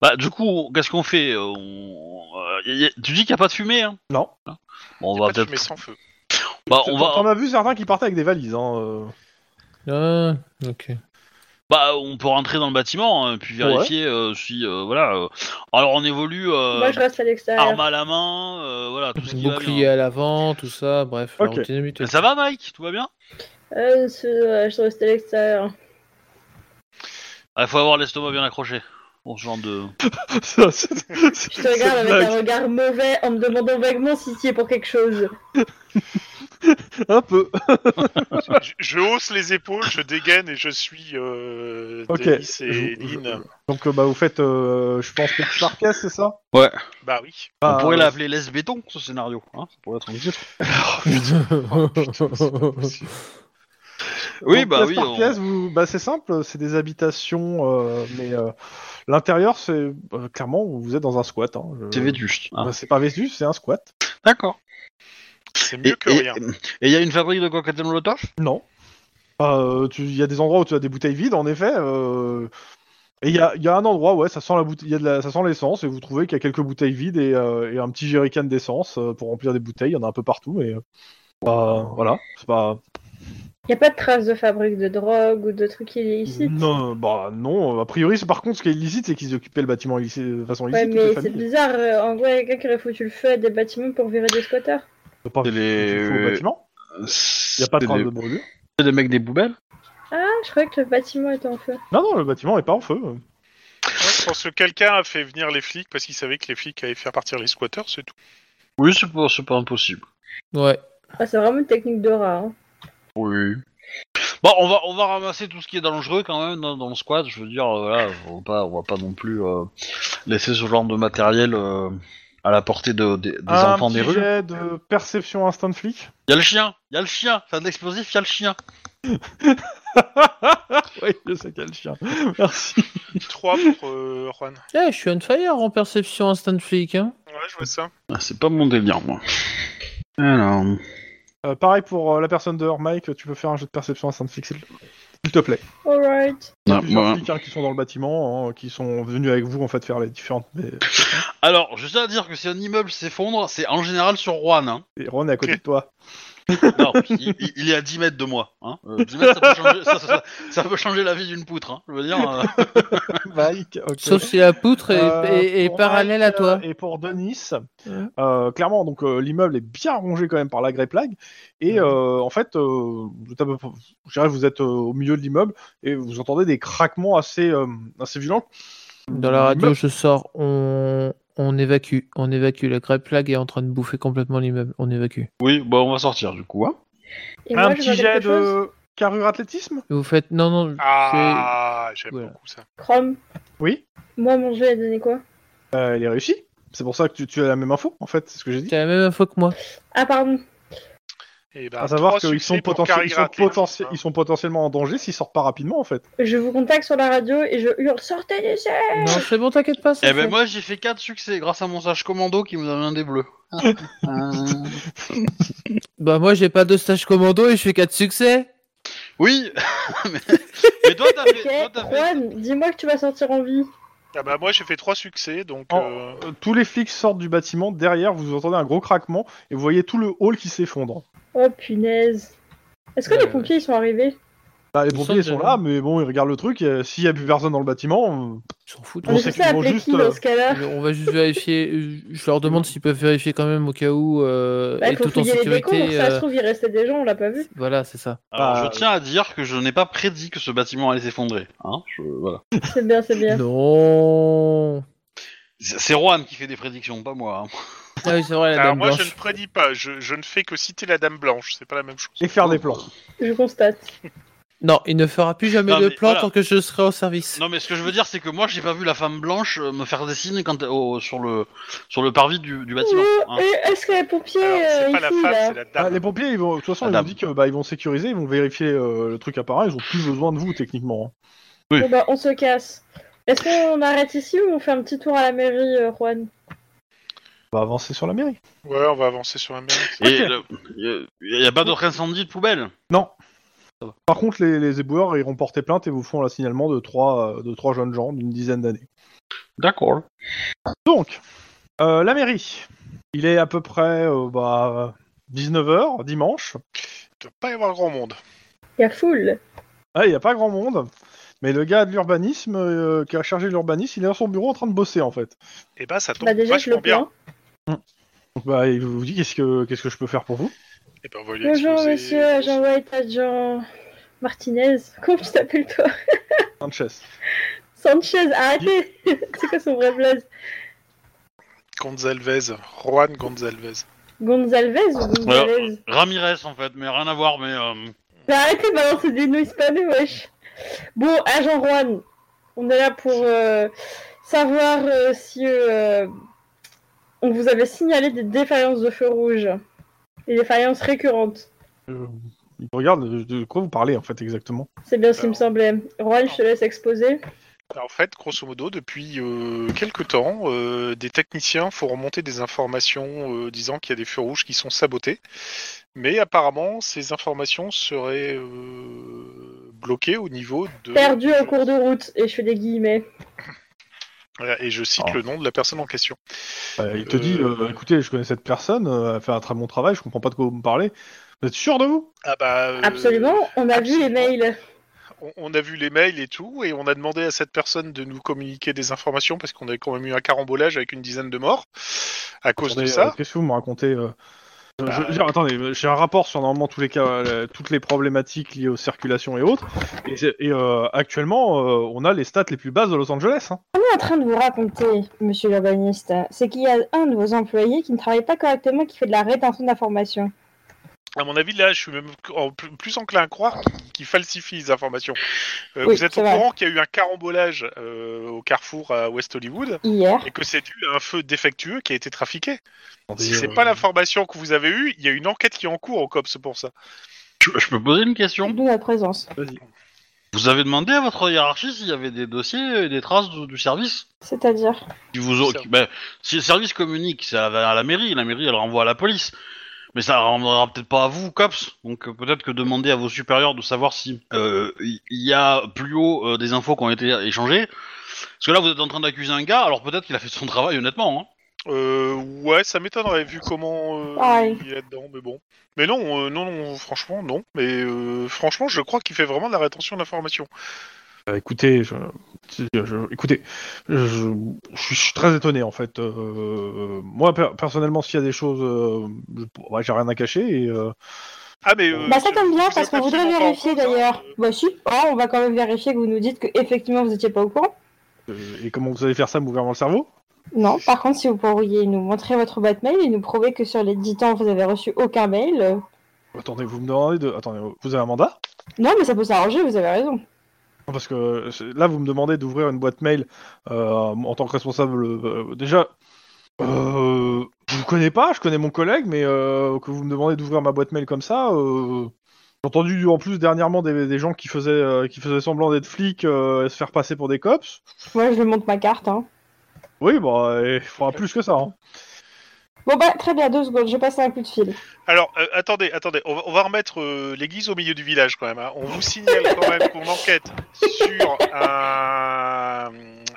Speaker 1: Bah, du coup, qu'est-ce qu'on fait Euh, on- euh, y a- y a- Tu dis qu'il n'y a pas de fumée, hein
Speaker 2: Non.
Speaker 1: Bon, on
Speaker 3: Pas
Speaker 1: va
Speaker 3: de
Speaker 1: peut-être.
Speaker 3: fumée sans feu.
Speaker 1: Bah, on
Speaker 2: T'en
Speaker 1: va.
Speaker 2: as vu certains qui partaient avec des valises. Hein. euh.
Speaker 4: Ah, ok.
Speaker 1: Bah, on peut rentrer dans le bâtiment, hein, puis vérifier euh, si. euh, voilà. euh. Alors, on évolue. euh,
Speaker 5: Moi, je reste à l'extérieur.
Speaker 1: Arme à la main, euh, voilà, tout ce qui va
Speaker 4: Bouclier
Speaker 1: bien.
Speaker 4: à l'avant, tout ça, bref,
Speaker 2: Ok.
Speaker 4: la routine habituelle.
Speaker 1: Ça va, Mike Tout va bien
Speaker 5: Euh, c'est- ouais, je reste à l'extérieur.
Speaker 1: Il Ah, faut avoir l'estomac bien accroché. Pour ce genre de.
Speaker 2: Ça, c'est- c'est-
Speaker 5: Je te regarde
Speaker 2: cette
Speaker 5: avec
Speaker 2: blague.
Speaker 5: un regard mauvais en me demandant vaguement si tu es pour quelque chose.
Speaker 2: Un peu.
Speaker 3: Je, je hausse les épaules, je dégaine et je suis euh,
Speaker 2: Ok.
Speaker 3: Denis et Lynn.
Speaker 2: Donc, euh, bah, vous faites, euh, je pense, Petit Marquez, c'est ça
Speaker 3: Bah oui.
Speaker 2: [laughs]
Speaker 1: On
Speaker 2: Bah,
Speaker 1: pourrait
Speaker 2: euh,
Speaker 1: l'appeler l'esbéton ce scénario. Hein ça pourrait être un titre.
Speaker 2: [laughs]
Speaker 1: Oui,
Speaker 2: Donc,
Speaker 1: bah
Speaker 2: pièce
Speaker 1: oui.
Speaker 2: par
Speaker 1: on-
Speaker 2: pièce, vous- bah, c'est simple, c'est des habitations, euh, mais euh, l'intérieur, c'est euh, clairement, vous êtes dans un squat. hein, je-
Speaker 1: C'est vétuste. hein.
Speaker 2: Bah, c'est pas Vésus, c'est un squat.
Speaker 1: D'accord.
Speaker 3: C'est
Speaker 1: Et
Speaker 3: mieux que rien.
Speaker 1: et- et il y a une fabrique de cocktails Molotov
Speaker 2: Non. Euh, tu- Il y a des endroits où tu as des bouteilles vides, en effet. euh, Et il y a, il y a un endroit, ouais, ça sent la bouteille, il y a de la- ça sent l'essence, et vous trouvez qu'il y a quelques bouteilles vides et, euh, et un petit jerrycan d'essence euh, pour remplir des bouteilles. Il y en a un peu partout, mais euh, bah, voilà, c'est pas.
Speaker 5: Il n'y a pas de traces de fabrique de drogue ou de trucs illicites.
Speaker 2: Non, bah non. A priori, c'est par contre ce qui est illicite, c'est qu'ils occupaient le bâtiment illicite, de façon
Speaker 5: Ouais,
Speaker 2: illicite. toutes les
Speaker 5: mais c'est
Speaker 2: familles.
Speaker 5: bizarre. euh, En gros, il y a quelqu'un qui aurait foutu le feu à des bâtiments pour virer des squatteurs.
Speaker 2: Faut pas
Speaker 1: C'est les-
Speaker 2: faut au bâtiment. Il y a pas de trace de brûlure.
Speaker 1: Euh, C'est des mecs des poubelles
Speaker 5: Ah, je croyais que le bâtiment était en feu.
Speaker 2: Non, non, le bâtiment est pas en feu.
Speaker 3: Ouais, je pense que quelqu'un a fait venir les flics parce qu'il savait que les flics allaient faire partir les squatteurs, c'est tout.
Speaker 1: Oui, c'est pas, c'est pas impossible.
Speaker 4: Ouais.
Speaker 5: Ah, c'est vraiment une technique de rat. hein.
Speaker 1: Oui. Bon, on va, on va ramasser tout ce qui est dangereux quand même hein, dans, dans le squat. Je veux dire, euh, voilà, on va pas, on va pas non plus euh, laisser ce genre de matériel euh, à la portée de- des- des
Speaker 2: un
Speaker 1: enfants
Speaker 2: petit
Speaker 1: des rues.
Speaker 2: jet de perception instant de flic.
Speaker 1: Il y a le chien, il y a le chien, c'est un explosif, il y a le chien.
Speaker 2: [laughs] oui, je sais quel chien. [laughs] Merci.
Speaker 3: 3 pour euh, Juan.
Speaker 4: Eh, je suis on fire en perception instant flic. Hein.
Speaker 3: Ouais, je vois ça.
Speaker 1: Ah, c'est pas mon délire, moi. Alors,
Speaker 2: Euh, pareil pour euh, la personne dehors, Mike. Tu peux faire un jet de perception instant de flic, s'il s'il te plaît.
Speaker 5: Alright.
Speaker 2: Il y a
Speaker 1: non,
Speaker 2: plusieurs
Speaker 1: moi-
Speaker 2: flics hein, qui sont dans le bâtiment, hein, qui sont venus avec vous en fait faire les différentes. mais-
Speaker 1: alors, je tiens à dire que si un immeuble s'effondre, c'est en général sur Rouen. Hein.
Speaker 2: Et Ron est à côté de toi.
Speaker 1: Non, [laughs] il, il- il est à 10 mètres de moi. Hein. Euh, 10 mètres, ça peut changer, ça- ça- ça peut changer la vie d'une poutre. Hein. Je veux dire, euh,
Speaker 2: Mike. ok.
Speaker 4: Sauf si la poutre est,
Speaker 2: Euh,
Speaker 4: est- est
Speaker 2: pour
Speaker 4: parallèle à
Speaker 2: Mike,
Speaker 4: toi.
Speaker 2: euh, Et pour Denis,
Speaker 4: Ouais.
Speaker 2: euh, clairement, donc euh, l'immeuble est bien rongé quand même par la grey plague. Et euh, en fait, euh, vous êtes à peu près- je dirais que vous êtes euh, au milieu de l'immeuble et vous entendez des craquements assez, euh, assez violents. euh,
Speaker 4: Dans la radio,
Speaker 2: L'immeuble-
Speaker 4: je sors. On, on évacue. On évacue. La grey plague est en train de bouffer complètement l'immeuble. On évacue.
Speaker 1: [laughs] Oui, bah on va sortir du coup. Hein.
Speaker 5: Et
Speaker 2: Un
Speaker 5: moi, je vois
Speaker 2: petit jet
Speaker 5: quelque chose.
Speaker 2: de carrure athlétisme
Speaker 4: Et vous faites. Non, non.
Speaker 3: Ah, j'aime
Speaker 4: Voilà.
Speaker 3: beaucoup ça.
Speaker 5: Chrome,
Speaker 2: Oui,
Speaker 5: moi, mon jeu a donné quoi
Speaker 2: Euh, il est réussi. C'est pour ça que tu, tu as la même info, en fait, c'est ce que j'ai dit.
Speaker 4: T'as la même info que moi.
Speaker 5: Ah, pardon.
Speaker 3: Et ben,
Speaker 2: À savoir
Speaker 3: trois
Speaker 2: qu'ils sont,
Speaker 3: succès pour
Speaker 2: poten-
Speaker 3: Carrie
Speaker 2: ils, sont
Speaker 3: Gratlin.
Speaker 2: poten- ils sont potentiellement en danger s'ils sortent pas rapidement, en fait.
Speaker 5: Je vous contacte sur la radio et je hurle Sortez du cerf
Speaker 4: Non, c'est bon, t'inquiète pas. c'est
Speaker 1: Eh ben
Speaker 4: fait.
Speaker 1: moi j'ai fait 4 succès grâce à mon sage commando qui me donne un des bleus.
Speaker 4: Bah, moi, j'ai pas de stage commando et je fais 4 succès.
Speaker 1: Oui, [laughs] mais, mais toi t'as fait, toi,
Speaker 5: Ok,
Speaker 1: t'as fait-
Speaker 5: Eh, Juan, dis-moi que tu vas sortir en vie.
Speaker 3: Ah bah moi j'ai fait trois succès donc
Speaker 2: Oh.
Speaker 3: euh,
Speaker 2: Euh, Tous les flics sortent du bâtiment, derrière vous entendez un gros craquement et vous voyez tout le hall qui s'effondre.
Speaker 5: Oh, punaise. Est-ce que
Speaker 4: Ouais,
Speaker 5: les
Speaker 2: Euh,
Speaker 4: ouais.
Speaker 5: pompiers ils sont arrivés
Speaker 2: Bah, les
Speaker 4: Ils
Speaker 2: pompiers
Speaker 4: sortent
Speaker 2: sont
Speaker 4: de
Speaker 2: là,
Speaker 4: là.
Speaker 2: mais bon, ils regardent le truc. euh, S'il y a plus personne dans le bâtiment, euh,
Speaker 4: Ils s'en foutent.
Speaker 2: Bon,
Speaker 5: On est
Speaker 2: c'est
Speaker 5: censé
Speaker 2: qu'ils vont
Speaker 5: appeler
Speaker 2: juste,
Speaker 5: qui
Speaker 2: euh,
Speaker 5: dans ce cas-là
Speaker 4: Mais On va juste vérifier. Je leur demande s'ils peuvent vérifier quand même au cas où. euh,
Speaker 5: Bah,
Speaker 4: et
Speaker 5: faut
Speaker 4: tout en
Speaker 5: fouiller les décombres,
Speaker 4: sécurité.
Speaker 5: ça se
Speaker 4: euh,
Speaker 5: trouve, il restait des gens, on l'a
Speaker 2: [laughs]
Speaker 5: pas vu.
Speaker 4: Voilà, c'est ça.
Speaker 1: Alors,
Speaker 2: Bah,
Speaker 1: je tiens à dire que je n'ai pas prédit que ce bâtiment allait s'effondrer. Hein je- voilà.
Speaker 5: C'est bien, c'est bien.
Speaker 4: Non.
Speaker 1: C'est c'est Juan qui fait des prédictions, pas moi. hein.
Speaker 4: Ah oui, c'est vrai, la
Speaker 3: alors
Speaker 4: dame
Speaker 3: moi je
Speaker 4: blanche.
Speaker 3: ne prédis pas, je, je ne fais que citer la dame blanche, c'est pas la même chose.
Speaker 2: et faire des plans.
Speaker 5: Je constate.
Speaker 4: Non, il ne fera plus jamais
Speaker 1: Non,
Speaker 4: de
Speaker 1: mais
Speaker 4: plan
Speaker 1: voilà.
Speaker 4: tant que je serai au service.
Speaker 1: Non mais ce que je veux dire c'est que moi j'ai pas vu la femme blanche euh, me faire des signes quand, au- sur, le, sur le parvis du, du bâtiment. hein.
Speaker 5: Et Est-ce que les pompiers
Speaker 3: Ah. Alors
Speaker 5: euh,
Speaker 3: c'est pas
Speaker 5: ils
Speaker 3: la
Speaker 5: fouillent,
Speaker 3: femme,
Speaker 5: là
Speaker 3: c'est la
Speaker 2: Ah,
Speaker 3: dame.
Speaker 2: les pompiers, ils vont, de toute façon, ils
Speaker 1: Madame.
Speaker 2: ont dit que bah, ils vont sécuriser, ils vont vérifier euh, le truc à part, ils ont plus besoin de vous techniquement. hein.
Speaker 1: Oui.
Speaker 5: Bon, bah, on se casse. Est-ce qu'on arrête ici ou on fait un petit tour à la mairie, euh, Juan
Speaker 2: On va avancer sur la mairie.
Speaker 3: Ouais on va avancer sur la mer.
Speaker 1: Et il n'y a pas d'autre incendie de poubelle
Speaker 2: Par contre, les, les éboueurs iront porter plainte et vous font l'assignalement de trois, euh, de trois jeunes gens d'une dizaine d'années.
Speaker 1: D'accord.
Speaker 2: Donc, euh, la mairie. Il est à peu près euh, bah, 19h dimanche.
Speaker 3: Il doit pas y avoir grand monde.
Speaker 5: Il y a foule.
Speaker 2: Ah, Il n'y a pas grand monde. Mais le gars de l'urbanisme, euh, qui a chargé de l'urbanisme, il est dans son bureau en train de bosser en fait.
Speaker 3: Et bah ça tombe
Speaker 5: Bah, déjà, je
Speaker 3: vachement
Speaker 5: le
Speaker 3: bien.
Speaker 5: plains.
Speaker 2: Donc, bah, il vous dit qu'est-ce que qu'est-ce que je peux faire pour vous
Speaker 3: Et ben, on va lui
Speaker 5: Bonjour,
Speaker 3: exposer-
Speaker 5: monsieur agent White, agent Martinez. Comment tu t'appelles, toi
Speaker 2: Sanchez.
Speaker 5: Sanchez, arrêtez [laughs] C'est quoi son vrai blaze
Speaker 3: Gonzalvez, Juan Gonzalvez.
Speaker 5: Gonzalvez ou Gonzalez
Speaker 1: Ramirez en fait, mais rien à voir, mais. euh,
Speaker 5: Mais arrêtez de balancer des noms hispanais, wesh. Bon, agent Juan, on est là pour euh, savoir euh, si euh, on vous avait signalé des défaillances de feu rouge. Des défaillances récurrentes.
Speaker 2: Euh, il te regarde, euh, de quoi vous parlez en fait exactement
Speaker 5: C'est bien ce qui me semblait. Juan, je te laisse exposer.
Speaker 3: Euh, Alors, Bah, en fait, grosso modo, depuis euh, quelque temps, euh, des techniciens font remonter des informations euh, disant qu'il y a des feux rouges qui sont sabotés. Mais apparemment, ces informations seraient euh, bloquées au niveau de...
Speaker 5: Perdu en cours de route, et je fais des guillemets.
Speaker 3: Voilà, Et je cite
Speaker 2: Oh.
Speaker 3: le nom de la personne en question.
Speaker 2: Euh, Il te
Speaker 3: Euh,
Speaker 2: dit, euh, écoutez, je connais cette personne, euh, elle fait un très bon travail, je comprends pas de quoi vous me parlez. Vous êtes sûr de vous
Speaker 3: Ah bah... euh,
Speaker 5: Absolument, on a vu les
Speaker 3: absolument.
Speaker 5: mails.
Speaker 3: on, on a vu les mails et tout, et on a demandé à cette personne de nous communiquer des informations parce qu'on avait quand même eu un carambolage avec une dizaine de morts à cause de
Speaker 2: Attendez,
Speaker 3: ça.
Speaker 2: euh, Qu'est-ce que vous me racontez euh Euh,
Speaker 3: Bah,
Speaker 2: je- j'ai- attendez, euh, j'ai un rapport sur normalement tous les cas, euh, toutes les problématiques liées aux circulations et autres. Et, c'est- et, euh, actuellement, euh, on a les stats les plus basses de Los Angeles. hein.
Speaker 5: On est en train de vous raconter, monsieur l'urbaniste, c'est qu'il y a un de vos employés qui ne travaille pas correctement, qui fait de la rétention d'informations.
Speaker 3: À mon avis, là, je suis même en plus plus enclin à croire qu'il qu'il falsifie les informations. Euh,
Speaker 5: Oui,
Speaker 3: vous êtes
Speaker 5: c'est
Speaker 3: au
Speaker 5: vrai.
Speaker 3: courant qu'il y a eu un carambolage euh, au carrefour à West Hollywood
Speaker 5: Hier.
Speaker 3: et que c'est dû à un feu défectueux qui a été trafiqué. Si
Speaker 2: Et,
Speaker 3: c'est
Speaker 2: euh,
Speaker 3: pas l'information que vous avez eue, il y a une enquête qui est en cours au COPS pour ça.
Speaker 1: Je, je peux poser une question
Speaker 5: D'où notre présence.
Speaker 1: Vous avez demandé à votre hiérarchie s'il y avait des dossiers et des traces du, du service
Speaker 5: C'est-à-dire
Speaker 1: qui vous ont-
Speaker 3: Ça.
Speaker 1: qui- ben, Si le service communique, c'est à, la- à la mairie, la mairie elle renvoie à la police. Mais ça renvoiera peut-être pas à vous, COPS. Donc euh, peut-être que demander à vos supérieurs de savoir si euh, il y a plus haut euh, des infos qui ont été échangées. Parce que là, vous êtes en train d'accuser un gars, alors peut-être qu'il a fait son travail honnêtement. hein.
Speaker 3: Euh, ouais, ça m'étonnerait vu comment euh,
Speaker 5: Pareil.
Speaker 3: il est là-dedans, mais bon. Mais non, euh, non, non, franchement, non. Mais euh, franchement, je crois qu'il fait vraiment de la rétention d'informations.
Speaker 2: Euh, écoutez, je, je- je- écoutez, je, je- je suis très étonné en fait. Euh, moi per- personnellement, s'il y a des choses, euh, je- ouais, j'ai rien à cacher. Et, euh,
Speaker 3: Ah, mais. euh,
Speaker 5: Bah ça tombe bien
Speaker 3: vous
Speaker 5: parce
Speaker 3: êtes
Speaker 5: qu'on voudrait
Speaker 3: absolument pas
Speaker 5: vérifier
Speaker 3: en cause, hein.
Speaker 5: d'ailleurs. Bah si, Ah, on va quand même vérifier que vous nous dites que effectivement vous étiez pas au courant.
Speaker 2: euh, et comment vous allez faire ça, m'ouvrir le cerveau
Speaker 5: Non, par contre si vous pourriez nous montrer votre boîte mail et nous prouver que sur les 10 temps vous avez reçu aucun mail. euh,
Speaker 2: Attendez, vous me demandez de, attendez, vous avez un mandat
Speaker 5: Non mais ça peut s'arranger, vous avez raison.
Speaker 2: Non, Parce que c'est- là, vous me demandez d'ouvrir une boîte mail euh, en tant que responsable. euh, déjà, euh, je vous connais pas, je connais mon collègue, mais euh, que vous me demandez d'ouvrir ma boîte mail comme ça. euh, J'ai entendu en plus dernièrement des, des gens qui faisaient, euh, qui faisaient semblant d'être flics euh, et se faire passer pour des cops.
Speaker 5: Moi je lui montre ma carte. Hein.
Speaker 2: Oui, bah, il faudra plus que ça. hein.
Speaker 5: Bon bah très bien, deux secondes, je passe un coup de fil.
Speaker 3: Alors, euh, attendez, attendez, on va, on va remettre euh, l'église au milieu du village quand même. hein. On vous signale quand même qu'on enquête sur un,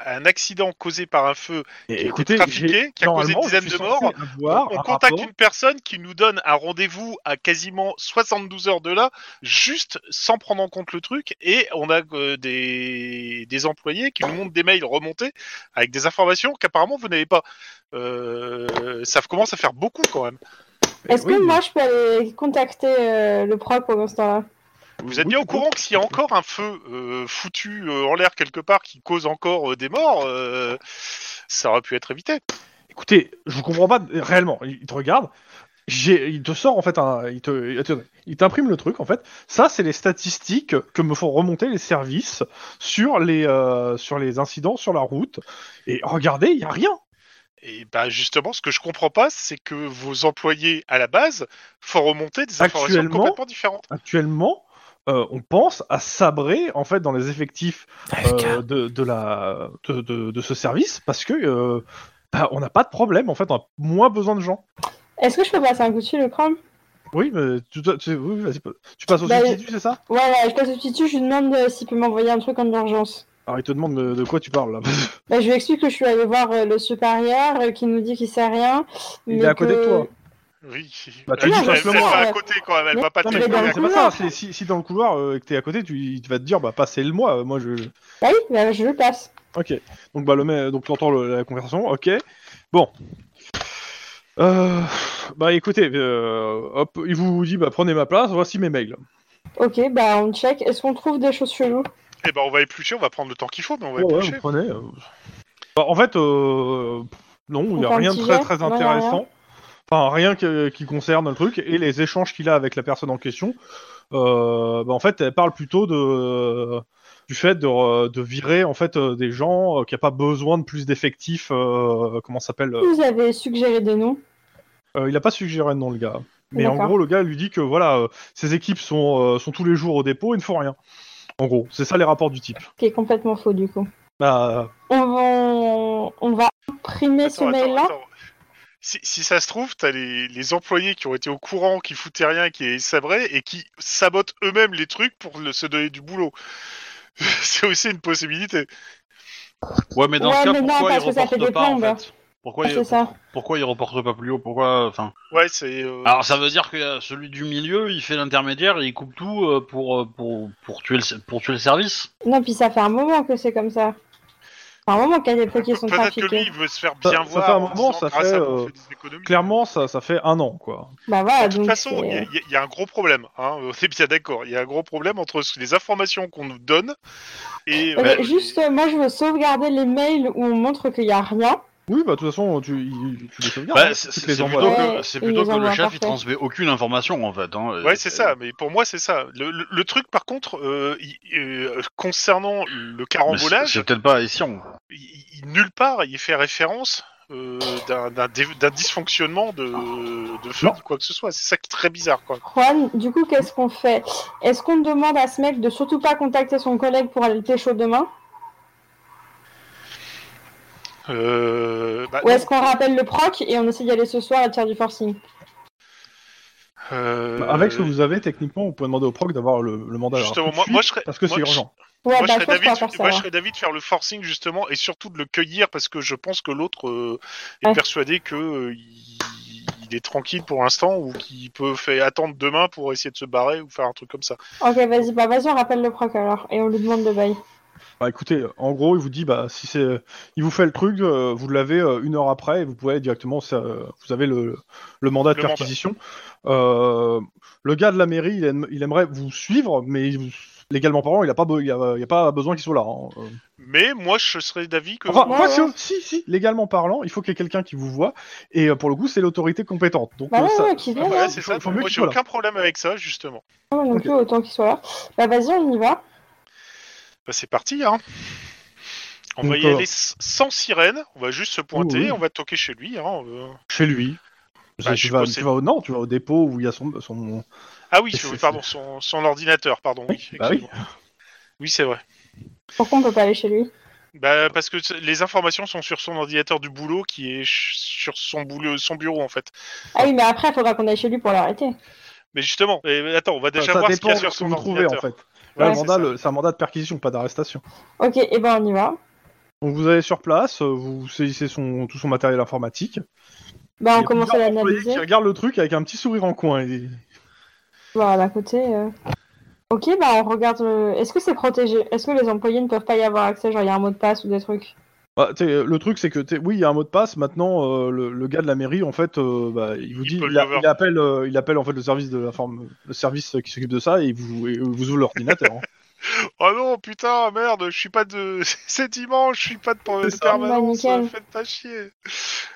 Speaker 3: un accident causé par un feu qui a été trafiqué, qui a causé une
Speaker 2: normalement, je
Speaker 3: dizaine
Speaker 2: suis
Speaker 3: de
Speaker 2: censé
Speaker 3: morts.
Speaker 2: avoir
Speaker 3: on
Speaker 2: un
Speaker 3: contacte
Speaker 2: rapport.
Speaker 3: une personne qui nous donne un rendez-vous à quasiment 72 heures de là, juste sans prendre en compte le truc, et on a euh, des, des employés qui nous montrent des mails remontés avec des informations qu'apparemment vous n'avez pas. Euh, ça commence à faire beaucoup quand même.
Speaker 2: Eh
Speaker 5: Est-ce
Speaker 2: oui,
Speaker 5: que
Speaker 2: mais-
Speaker 5: moi je peux aller contacter euh, le proc pendant ce temps-là
Speaker 3: Vous êtes
Speaker 2: Oui,
Speaker 3: bien au
Speaker 2: oui.
Speaker 3: courant que s'il y a encore un feu euh, foutu euh, en l'air quelque part qui cause encore euh, des morts, euh, ça aurait pu être évité.
Speaker 2: Écoutez, je vous comprends pas euh, réellement. Il il te regarde, j'ai- il te sort en fait un, il te, attendez, il t'imprime le truc en fait. Ça, c'est les statistiques que me font remonter les services sur les, euh, sur les incidents sur la route. Et regardez, il y a rien.
Speaker 3: Et bah justement, ce que je comprends pas, c'est que vos employés à la base font remonter des informations
Speaker 2: Actuellement,
Speaker 3: complètement différentes.
Speaker 2: Actuellement, euh, on pense à sabrer en fait dans les effectifs
Speaker 4: Ah,
Speaker 2: euh,
Speaker 4: les gars.
Speaker 2: de, de la, de, de- de ce service parce que euh, bah, on n'a pas de problème en fait, on a moins besoin de gens.
Speaker 5: Est-ce que je peux passer un coup de fil le chrome
Speaker 2: Oui, mais tu, tu- oui, vas-y, tu passes au
Speaker 5: Bah,
Speaker 2: substitut, c'est ça
Speaker 5: Ouais ouais, je passe au petit dessus, je lui demande euh, s'il peut m'envoyer un truc en urgence.
Speaker 2: Alors il te demande de, de quoi tu parles là.
Speaker 5: Bah, je lui explique que je suis allée voir euh, le supérieur euh, qui nous dit qu'il sait rien.
Speaker 2: Il
Speaker 5: mais
Speaker 2: est à côté
Speaker 5: que-
Speaker 2: de toi.
Speaker 3: Oui.
Speaker 2: Bah, tu
Speaker 3: Elle-
Speaker 5: dis
Speaker 3: elle-
Speaker 5: simplement,
Speaker 3: elle va
Speaker 5: ouais.
Speaker 3: à côté quand même, elle
Speaker 5: Mais-
Speaker 3: va pas
Speaker 2: Non,
Speaker 3: te
Speaker 2: mais
Speaker 5: Mais
Speaker 2: non,
Speaker 5: dans
Speaker 2: mais
Speaker 5: le
Speaker 2: c'est pas ça,
Speaker 5: couloir.
Speaker 2: c'est si, si dans le couloir euh, et que t'es à côté, tu, il va te dire bah passez le moi, euh, moi je.
Speaker 5: Bah oui, bah, je le passe.
Speaker 2: Ok. Donc bah le mec- donc t'entends le- la conversation, ok. Bon. Euh, bah écoutez, euh, hop, il vous dit bah prenez ma place, voici mes mails.
Speaker 5: Ok, bah on check. Est-ce qu'on trouve des choses cheloues
Speaker 3: Eh ben, on va éplucher, on va prendre le temps qu'il faut, mais on va
Speaker 2: Ouais, ouais,
Speaker 3: éplucher.
Speaker 2: vous prenez. euh. Bah, en fait, euh, non, il n'y
Speaker 5: prend
Speaker 2: a
Speaker 5: un
Speaker 2: rien de
Speaker 5: petit
Speaker 2: très,
Speaker 5: verre
Speaker 2: très
Speaker 5: Non, y a
Speaker 2: intéressant. Enfin, rien que- qui concerne le truc. Et les échanges qu'il a avec la personne en question, euh, bah, en fait, elle parle plutôt de, du fait de, re- de virer en fait, euh, des gens euh, qui n'ont pas besoin de plus d'effectifs. euh, comment ça s'appelle
Speaker 5: Vous avez suggéré des noms.
Speaker 2: euh, il n'a pas suggéré de nom, le gars. Mais en
Speaker 5: D'accord.
Speaker 2: gros, le gars lui dit que voilà, euh, ses équipes sont, euh, sont tous les jours au dépôt et ne font rien. En gros, c'est ça les rapports du type.
Speaker 5: qui est complètement faux du coup.
Speaker 2: Bah,
Speaker 5: On va, on va imprimer ce
Speaker 3: Attends, attends,
Speaker 5: mail-là.
Speaker 3: attends. Si, si ça se trouve, t'as les, les employés qui ont été au courant, qui foutaient rien, qui sabraient et qui sabotent eux-mêmes les trucs pour le- se donner du boulot. [laughs] C'est aussi une possibilité.
Speaker 1: Ouais, mais dans
Speaker 5: Ouais,
Speaker 1: ce cas,
Speaker 5: mais non,
Speaker 1: pourquoi ils
Speaker 5: parce que ça fait des
Speaker 1: reportent pas en
Speaker 5: plombes.
Speaker 1: fait pourquoi,
Speaker 5: C'est
Speaker 1: ils,
Speaker 5: ça.
Speaker 1: pourquoi ils reportent pas plus haut Pourquoi Enfin,
Speaker 3: Ouais, c'est. euh,
Speaker 2: Ah.
Speaker 1: alors ça veut dire que euh, celui du milieu, il fait l'intermédiaire, et il coupe tout euh, pour euh, pour pour tuer le pour tuer le service.
Speaker 5: Non, puis ça fait un moment que c'est comme ça. Ça fait un moment qu'il y a des trucs qui sont
Speaker 3: Peut-être que lui,
Speaker 5: trafiqués.
Speaker 3: il veut se faire
Speaker 2: Ça-
Speaker 3: bien
Speaker 2: ça
Speaker 3: voir.
Speaker 2: fait un
Speaker 3: en
Speaker 2: moment,
Speaker 3: disant,
Speaker 2: ça
Speaker 3: grâce
Speaker 2: fait,
Speaker 3: à vous, on
Speaker 2: euh,
Speaker 3: fait des économies.
Speaker 2: clairement, ça, ça fait un an, quoi.
Speaker 5: Bah voilà,
Speaker 3: De toute
Speaker 5: donc.
Speaker 3: façon, il y, a-
Speaker 5: c'est-
Speaker 3: il y a- il y a un gros problème. Hein, [laughs] on est bien d'accord. Il y a un gros problème entre ce- les informations qu'on nous donne et.
Speaker 5: Ok,
Speaker 3: euh,
Speaker 5: juste, euh, moi je veux sauvegarder les mails où on montre qu'il n'y a rien.
Speaker 2: Oui, bah, de toute façon, tu, il- tu les sauvegardes. hein,
Speaker 1: Bah, c'est
Speaker 2: tu
Speaker 1: c'est
Speaker 2: te
Speaker 1: plutôt
Speaker 2: envoies.
Speaker 5: Ouais,
Speaker 1: que, c'est
Speaker 5: il
Speaker 1: plutôt
Speaker 5: les
Speaker 1: que le
Speaker 5: envoie,
Speaker 1: chef il
Speaker 5: parfait.
Speaker 1: transmet aucune information en fait. hein.
Speaker 3: Ouais,
Speaker 1: Et-
Speaker 3: c'est ça. Mais pour moi, c'est ça. Le, le- le truc, par contre, euh, il- euh, concernant le
Speaker 1: Mais c'est-
Speaker 3: carambolage,
Speaker 1: C'est peut-être pas Essian.
Speaker 3: il- il- nulle part il fait référence euh, d'un- d'un dé- d'un dysfonctionnement de, de Ford, quoi que ce soit. C'est ça qui est très bizarre, quoi.
Speaker 5: Juan, du coup, qu'est-ce qu'on fait Est-ce qu'on demande à ce mec de surtout pas contacter son collègue pour aller le pécho demain
Speaker 3: Euh, bah,
Speaker 5: Ou est-ce qu'on rappelle le proc et on essaie d'y aller ce soir et de faire du forcing
Speaker 3: euh,
Speaker 2: Bah, Avec ce que vous avez, techniquement, vous pouvez demander au proc d'avoir le, le mandat. alors, tout
Speaker 3: Justement,
Speaker 2: de
Speaker 3: moi-
Speaker 2: suite,
Speaker 3: moi, je serais-
Speaker 2: Parce que c'est
Speaker 3: moi, je-
Speaker 2: urgent.
Speaker 5: Ouais,
Speaker 3: moi,
Speaker 5: bah,
Speaker 3: je
Speaker 5: je
Speaker 3: serais
Speaker 5: pense qu'on
Speaker 3: d'avis
Speaker 5: va
Speaker 3: de-
Speaker 5: faire ça.
Speaker 3: moi, je
Speaker 5: ouais.
Speaker 3: serais d'avis de faire le forcing justement et surtout de le cueillir parce que je pense que l'autre euh, est
Speaker 5: Ouais.
Speaker 3: persuadé que euh, il, il est tranquille pour l'instant ou qu'il peut faire attendre demain pour essayer de se barrer ou faire un truc comme ça.
Speaker 5: Ok, vas-y, bah vas-y, on rappelle le proc alors et on lui demande de bail.
Speaker 2: Bah, écoutez, en gros, il vous dit, bah, si c'est, il vous fait le truc, euh, vous l'avez euh, une heure après et vous pouvez aller directement, ça, euh, vous avez le, le mandat de
Speaker 3: Le mandat.
Speaker 2: perquisition. Euh, le gars de la mairie, il, aime- il aimerait vous suivre, mais il vous- légalement parlant, il n'a pas, be- il a, il a pas besoin qu'ils soient là. hein. Euh,
Speaker 3: Mais moi, je serais d'avis que
Speaker 2: Enfin,
Speaker 5: Ouais,
Speaker 2: quoi que,
Speaker 5: ouais.
Speaker 2: si, si, légalement parlant, il faut qu'il y ait quelqu'un qui vous voit, et euh, pour le coup, c'est l'autorité compétente. Donc,
Speaker 5: Bah
Speaker 2: euh,
Speaker 5: ouais,
Speaker 2: ça-
Speaker 5: ouais, qu'il
Speaker 3: Ah,
Speaker 5: vienne,
Speaker 3: voilà,
Speaker 5: hein.
Speaker 3: c'est
Speaker 2: faut-
Speaker 3: ça.
Speaker 2: faut mieux
Speaker 3: moi,
Speaker 2: qu'il
Speaker 3: j'ai
Speaker 2: soit
Speaker 3: aucun problème avec ça, justement.
Speaker 5: Moi non
Speaker 2: Ok.
Speaker 5: plus, autant qu'il soit là. Bah vas-y, on y va.
Speaker 3: Bah, c'est parti, hein. On va
Speaker 2: Donc,
Speaker 3: y
Speaker 2: euh,
Speaker 3: aller s- sans sirène. On va juste se pointer,
Speaker 2: Oui, oui.
Speaker 3: on va toquer chez lui. Hein. euh.
Speaker 2: chez lui.
Speaker 3: Bah, je
Speaker 2: tu,
Speaker 3: suppose
Speaker 2: vas,
Speaker 3: c'est-
Speaker 2: tu vas au, non, tu vas au dépôt où il y a son. son...
Speaker 3: Ah oui,
Speaker 2: C'est-
Speaker 3: euh,
Speaker 2: c'est-
Speaker 3: pardon, son, son ordinateur, pardon. Oui,
Speaker 2: bah oui.
Speaker 3: excuse-moi. Oui, c'est vrai.
Speaker 5: Pourquoi on peut pas aller chez lui
Speaker 3: Bah, parce que t- les informations sont sur son ordinateur du boulot qui est ch- sur son, boulot, son bureau en fait.
Speaker 5: Ah oui, mais après, il faudra qu'on aille chez lui pour l'arrêter.
Speaker 3: Mais justement, et- attends, on va déjà
Speaker 2: ça
Speaker 3: voir ce qu'il y
Speaker 2: dépend
Speaker 3: a
Speaker 2: de ce
Speaker 3: sur
Speaker 2: que
Speaker 3: son
Speaker 2: vous trouvez,
Speaker 3: ordinateur.
Speaker 2: en fait.
Speaker 3: Ouais,
Speaker 2: Là, le
Speaker 3: c'est
Speaker 2: mandat,
Speaker 3: ça.
Speaker 2: le- c'est un mandat de perquisition, pas d'arrestation.
Speaker 5: Ok, et ben on y va.
Speaker 2: Donc, vous allez sur place, euh, vous saisissez son, tout son matériel informatique.
Speaker 5: Bah
Speaker 2: Il
Speaker 5: on
Speaker 2: y a
Speaker 5: commence à
Speaker 2: plusieurs employés
Speaker 5: l'analyser.
Speaker 2: qui regarde le truc avec un petit sourire en coin. et-
Speaker 5: Bah d'un côté. euh. Ok, bah on regarde. euh, Est-ce que c'est protégé Est-ce que les employés ne peuvent pas y avoir accès Genre il y a un mot de passe ou des trucs
Speaker 2: Bah, t'es- le truc, c'est que t'es- oui, il y a un mot de passe. Maintenant, euh, le, le gars de la mairie, en fait, euh, bah, il vous
Speaker 3: Il
Speaker 2: dit,
Speaker 3: peut
Speaker 2: il, a-
Speaker 3: l'avoir.
Speaker 2: il appelle, euh, il appelle en fait le service de la forme, le service qui s'occupe de ça, et il vous, et vous ouvre l'ordinateur.
Speaker 3: [laughs]
Speaker 2: hein.
Speaker 3: Oh non, putain, merde, je suis pas de. [laughs] C'est dimanche, je suis pas de, de
Speaker 2: ça.
Speaker 3: permanence, euh,
Speaker 5: Bah, nickel.
Speaker 3: faites pas chier.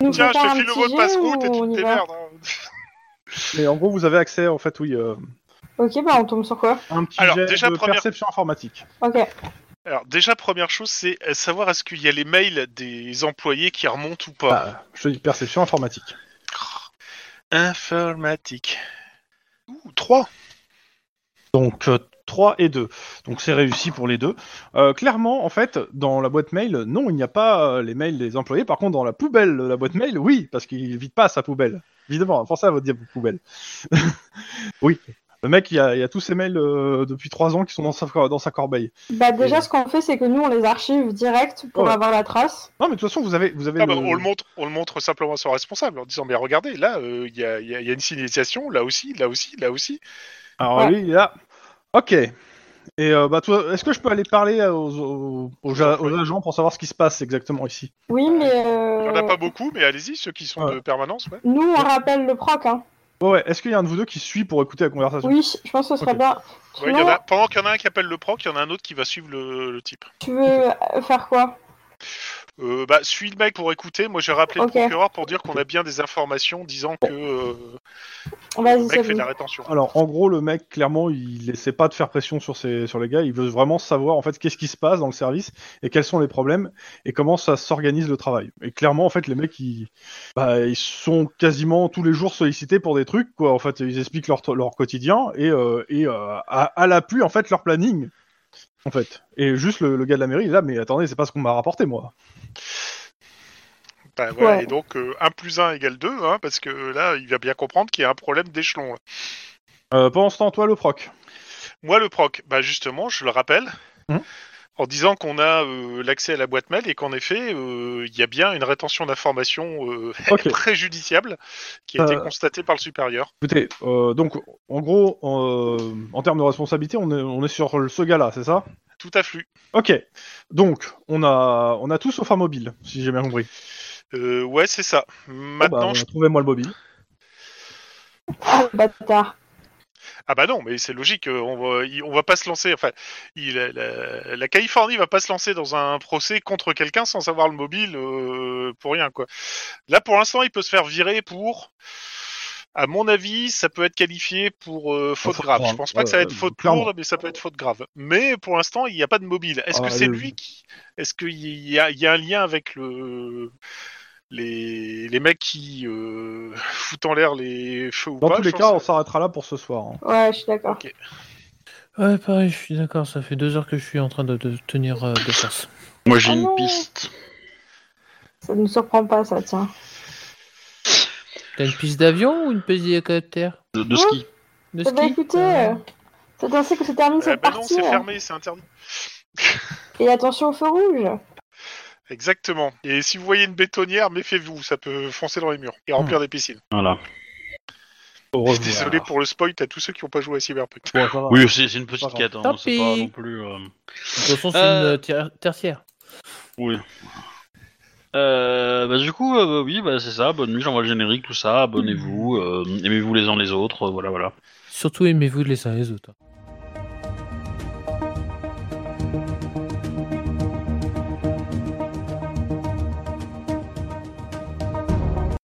Speaker 5: Nous
Speaker 3: Tiens, je
Speaker 5: faut faire
Speaker 3: te
Speaker 5: un
Speaker 3: file le
Speaker 5: petit
Speaker 3: mot de
Speaker 5: jet
Speaker 3: passe-route et
Speaker 5: ou
Speaker 3: tu
Speaker 5: on
Speaker 3: te
Speaker 5: y va
Speaker 3: démerdes. hein.
Speaker 2: Mais en gros, vous avez accès, en fait, oui, euh,
Speaker 5: Ok, bah on tombe sur quoi
Speaker 2: un petit
Speaker 3: Alors,
Speaker 2: jet
Speaker 3: déjà,
Speaker 2: de
Speaker 3: première-
Speaker 2: perception informatique.
Speaker 5: Ok.
Speaker 3: Alors, déjà, première chose, c'est euh, savoir est-ce qu'il y a les mails des employés qui remontent ou pas.
Speaker 2: Bah, je te dis perception informatique.
Speaker 3: Informatique. Ouh, 3.
Speaker 2: Donc euh, 3 et 2. Donc c'est réussi pour les deux. Euh, clairement, en fait, dans la boîte mail, non, il n'y a pas euh, les mails des employés. Par contre, dans la poubelle de la boîte mail, oui, parce qu'il vide pas sa poubelle. Évidemment, pensez à votre diable poubelle. [laughs] oui. Le mec, il y a, il y a tous ses mails euh, depuis 3 ans qui sont dans sa, cor- dans sa corbeille.
Speaker 5: Bah déjà
Speaker 2: Et-
Speaker 5: ce qu'on fait c'est que nous on les archive direct pour
Speaker 2: Ouais.
Speaker 5: avoir la trace.
Speaker 2: Non, mais de toute façon, vous avez... Vous avez
Speaker 3: Ah bah, on, le montre, on le montre simplement à son responsable en disant Mais regardez, là, euh, il y, a, il y a- il y a une signalisation, là aussi, là aussi, là aussi.
Speaker 2: Alors
Speaker 5: Ouais.
Speaker 2: lui, il est là. Ok. Et euh, bah, toi, est-ce que je peux aller parler aux, aux- aux ja- aux agents pour savoir ce qui se passe exactement ici
Speaker 5: Oui mais
Speaker 3: Il n'y
Speaker 5: euh,
Speaker 3: en a pas beaucoup, mais allez-y, ceux qui sont
Speaker 2: Ouais.
Speaker 3: de permanence. Ouais.
Speaker 5: nous on rappelle le proc hein.
Speaker 2: Bon, ouais, est-ce qu'il y a un de vous deux qui suit pour écouter la conversation
Speaker 5: Oui, je pense que ce sera
Speaker 2: Ok.
Speaker 5: bien.
Speaker 3: Ouais, il y en
Speaker 5: Sinon,
Speaker 3: a- pendant qu'il y en a un qui appelle le proc, il y en a un autre qui va suivre le, le type.
Speaker 5: Tu veux euh, faire quoi
Speaker 3: Euh, bah, suis le mec pour écouter. Moi, j'ai rappelé
Speaker 5: Ok.
Speaker 3: le procureur pour dire qu'on a bien des informations disant que euh, le
Speaker 5: Vas-y,
Speaker 3: mec fait de
Speaker 5: Sabine.
Speaker 3: la rétention.
Speaker 2: Alors, en gros, le mec, clairement, il essaie pas de faire pression sur, ses, sur les gars. Il veut vraiment savoir, en fait, qu'est-ce qui se passe dans le service et quels sont les problèmes et comment ça s'organise le travail. Et clairement, en fait, les mecs, ils, bah, ils sont quasiment tous les jours sollicités pour des trucs, quoi. En fait, ils expliquent leur, leur quotidien et, euh, et euh, à, à l'appui, en fait, leur planning. En fait. Et juste le, le gars de la mairie, il est là, mais attendez, c'est pas ce qu'on m'a rapporté, moi.
Speaker 3: Bah, voilà,
Speaker 5: Ouais.
Speaker 3: Et donc, 1 plus 1 égale 2, hein, parce que là, il va bien comprendre qu'il y a un problème d'échelon. là.
Speaker 2: Euh, pendant ce temps, toi, le proc.
Speaker 3: Moi, le proc, bah, justement, je le rappelle,
Speaker 2: Mhm.
Speaker 3: en disant qu'on a euh, l'accès à la boîte mail et qu'en effet, euh, il y a bien une rétention d'informations euh,
Speaker 2: Ok.
Speaker 3: [laughs] préjudiciable qui a été
Speaker 2: Euh.
Speaker 3: constatée par le supérieur.
Speaker 2: Écoutez, euh, donc, en gros, euh, en termes de responsabilité, on est, on est sur le- ce gars-là, c'est ça
Speaker 3: Tout à flux.
Speaker 2: Ok, donc on a on a tout sauf un mobile, si j'ai bien compris.
Speaker 3: Euh, ouais, c'est ça. Maintenant,
Speaker 2: Bon, bah,
Speaker 3: je-
Speaker 2: trouvez-moi le mobile.
Speaker 5: Ah, le bâtard.
Speaker 3: ah bah non, mais c'est logique. euh, On va, il- on va pas se lancer. Enfin, il- la, la- la Californie va pas se lancer dans un procès contre quelqu'un sans avoir le mobile euh, pour rien, quoi. Là, pour l'instant, il peut se faire virer pour. À mon avis, ça peut être qualifié pour euh, faute
Speaker 2: faute
Speaker 3: grave. Je
Speaker 2: grave,
Speaker 3: pense pas que ça va être
Speaker 2: ouais,
Speaker 3: faute
Speaker 2: clairement.
Speaker 3: lourde, mais ça peut être faute grave. Mais pour l'instant, il n'y a pas de mobile. Est-ce
Speaker 2: Ah,
Speaker 3: que c'est
Speaker 2: le-
Speaker 3: lui qui Est-ce qu'il y a, il y a un lien avec le les, les mecs qui euh, foutent en l'air les feux ou
Speaker 2: Dans
Speaker 3: pas
Speaker 2: tous les
Speaker 3: je
Speaker 2: cas, on
Speaker 3: pense-
Speaker 2: s'arrêtera là pour ce soir. hein.
Speaker 5: Ouais, je suis d'accord.
Speaker 4: Ouais, pareil, je suis d'accord, ça fait deux heures que je suis en train de, de tenir euh, de force.
Speaker 1: Moi j'ai
Speaker 5: Ah
Speaker 1: une
Speaker 5: non.
Speaker 1: piste.
Speaker 5: Ça ne nous surprend pas, ça, tiens.
Speaker 4: T'as une piste d'avion ou une piste d'hélicoptère
Speaker 1: De, de ski.
Speaker 4: De
Speaker 5: Eh
Speaker 4: ski
Speaker 5: ben, écoutez, euh, c'est ainsi que se termine
Speaker 3: Euh,
Speaker 5: cette
Speaker 3: bah non,
Speaker 5: partie.
Speaker 3: c'est
Speaker 5: hein.
Speaker 3: fermé, c'est interdit.
Speaker 5: Et attention au feu rouge.
Speaker 3: Exactement. Et si vous voyez une bétonnière, méfiez-vous, ça peut foncer dans les murs et remplir des piscines.
Speaker 1: Voilà.
Speaker 2: Au revoir.
Speaker 3: [laughs] Désolé pour le spoil à tous ceux qui n'ont pas joué à Cyberpunk.
Speaker 2: Bon, ça va.
Speaker 1: Oui, c'est c'est une petite
Speaker 2: Pas
Speaker 1: quête. hein,
Speaker 4: Tant
Speaker 1: C'est pas
Speaker 4: pis.
Speaker 1: non plus. euh,
Speaker 4: De toute façon, c'est
Speaker 1: Euh,
Speaker 4: une euh, tier- tertiaire.
Speaker 1: Oui. Euh, bah, du coup, euh, oui, bah, c'est ça. Bonne nuit, j'envoie le générique, tout ça. Abonnez-vous, euh, aimez-vous les uns les autres. euh, voilà, voilà.
Speaker 4: Surtout aimez-vous les uns les autres. hein.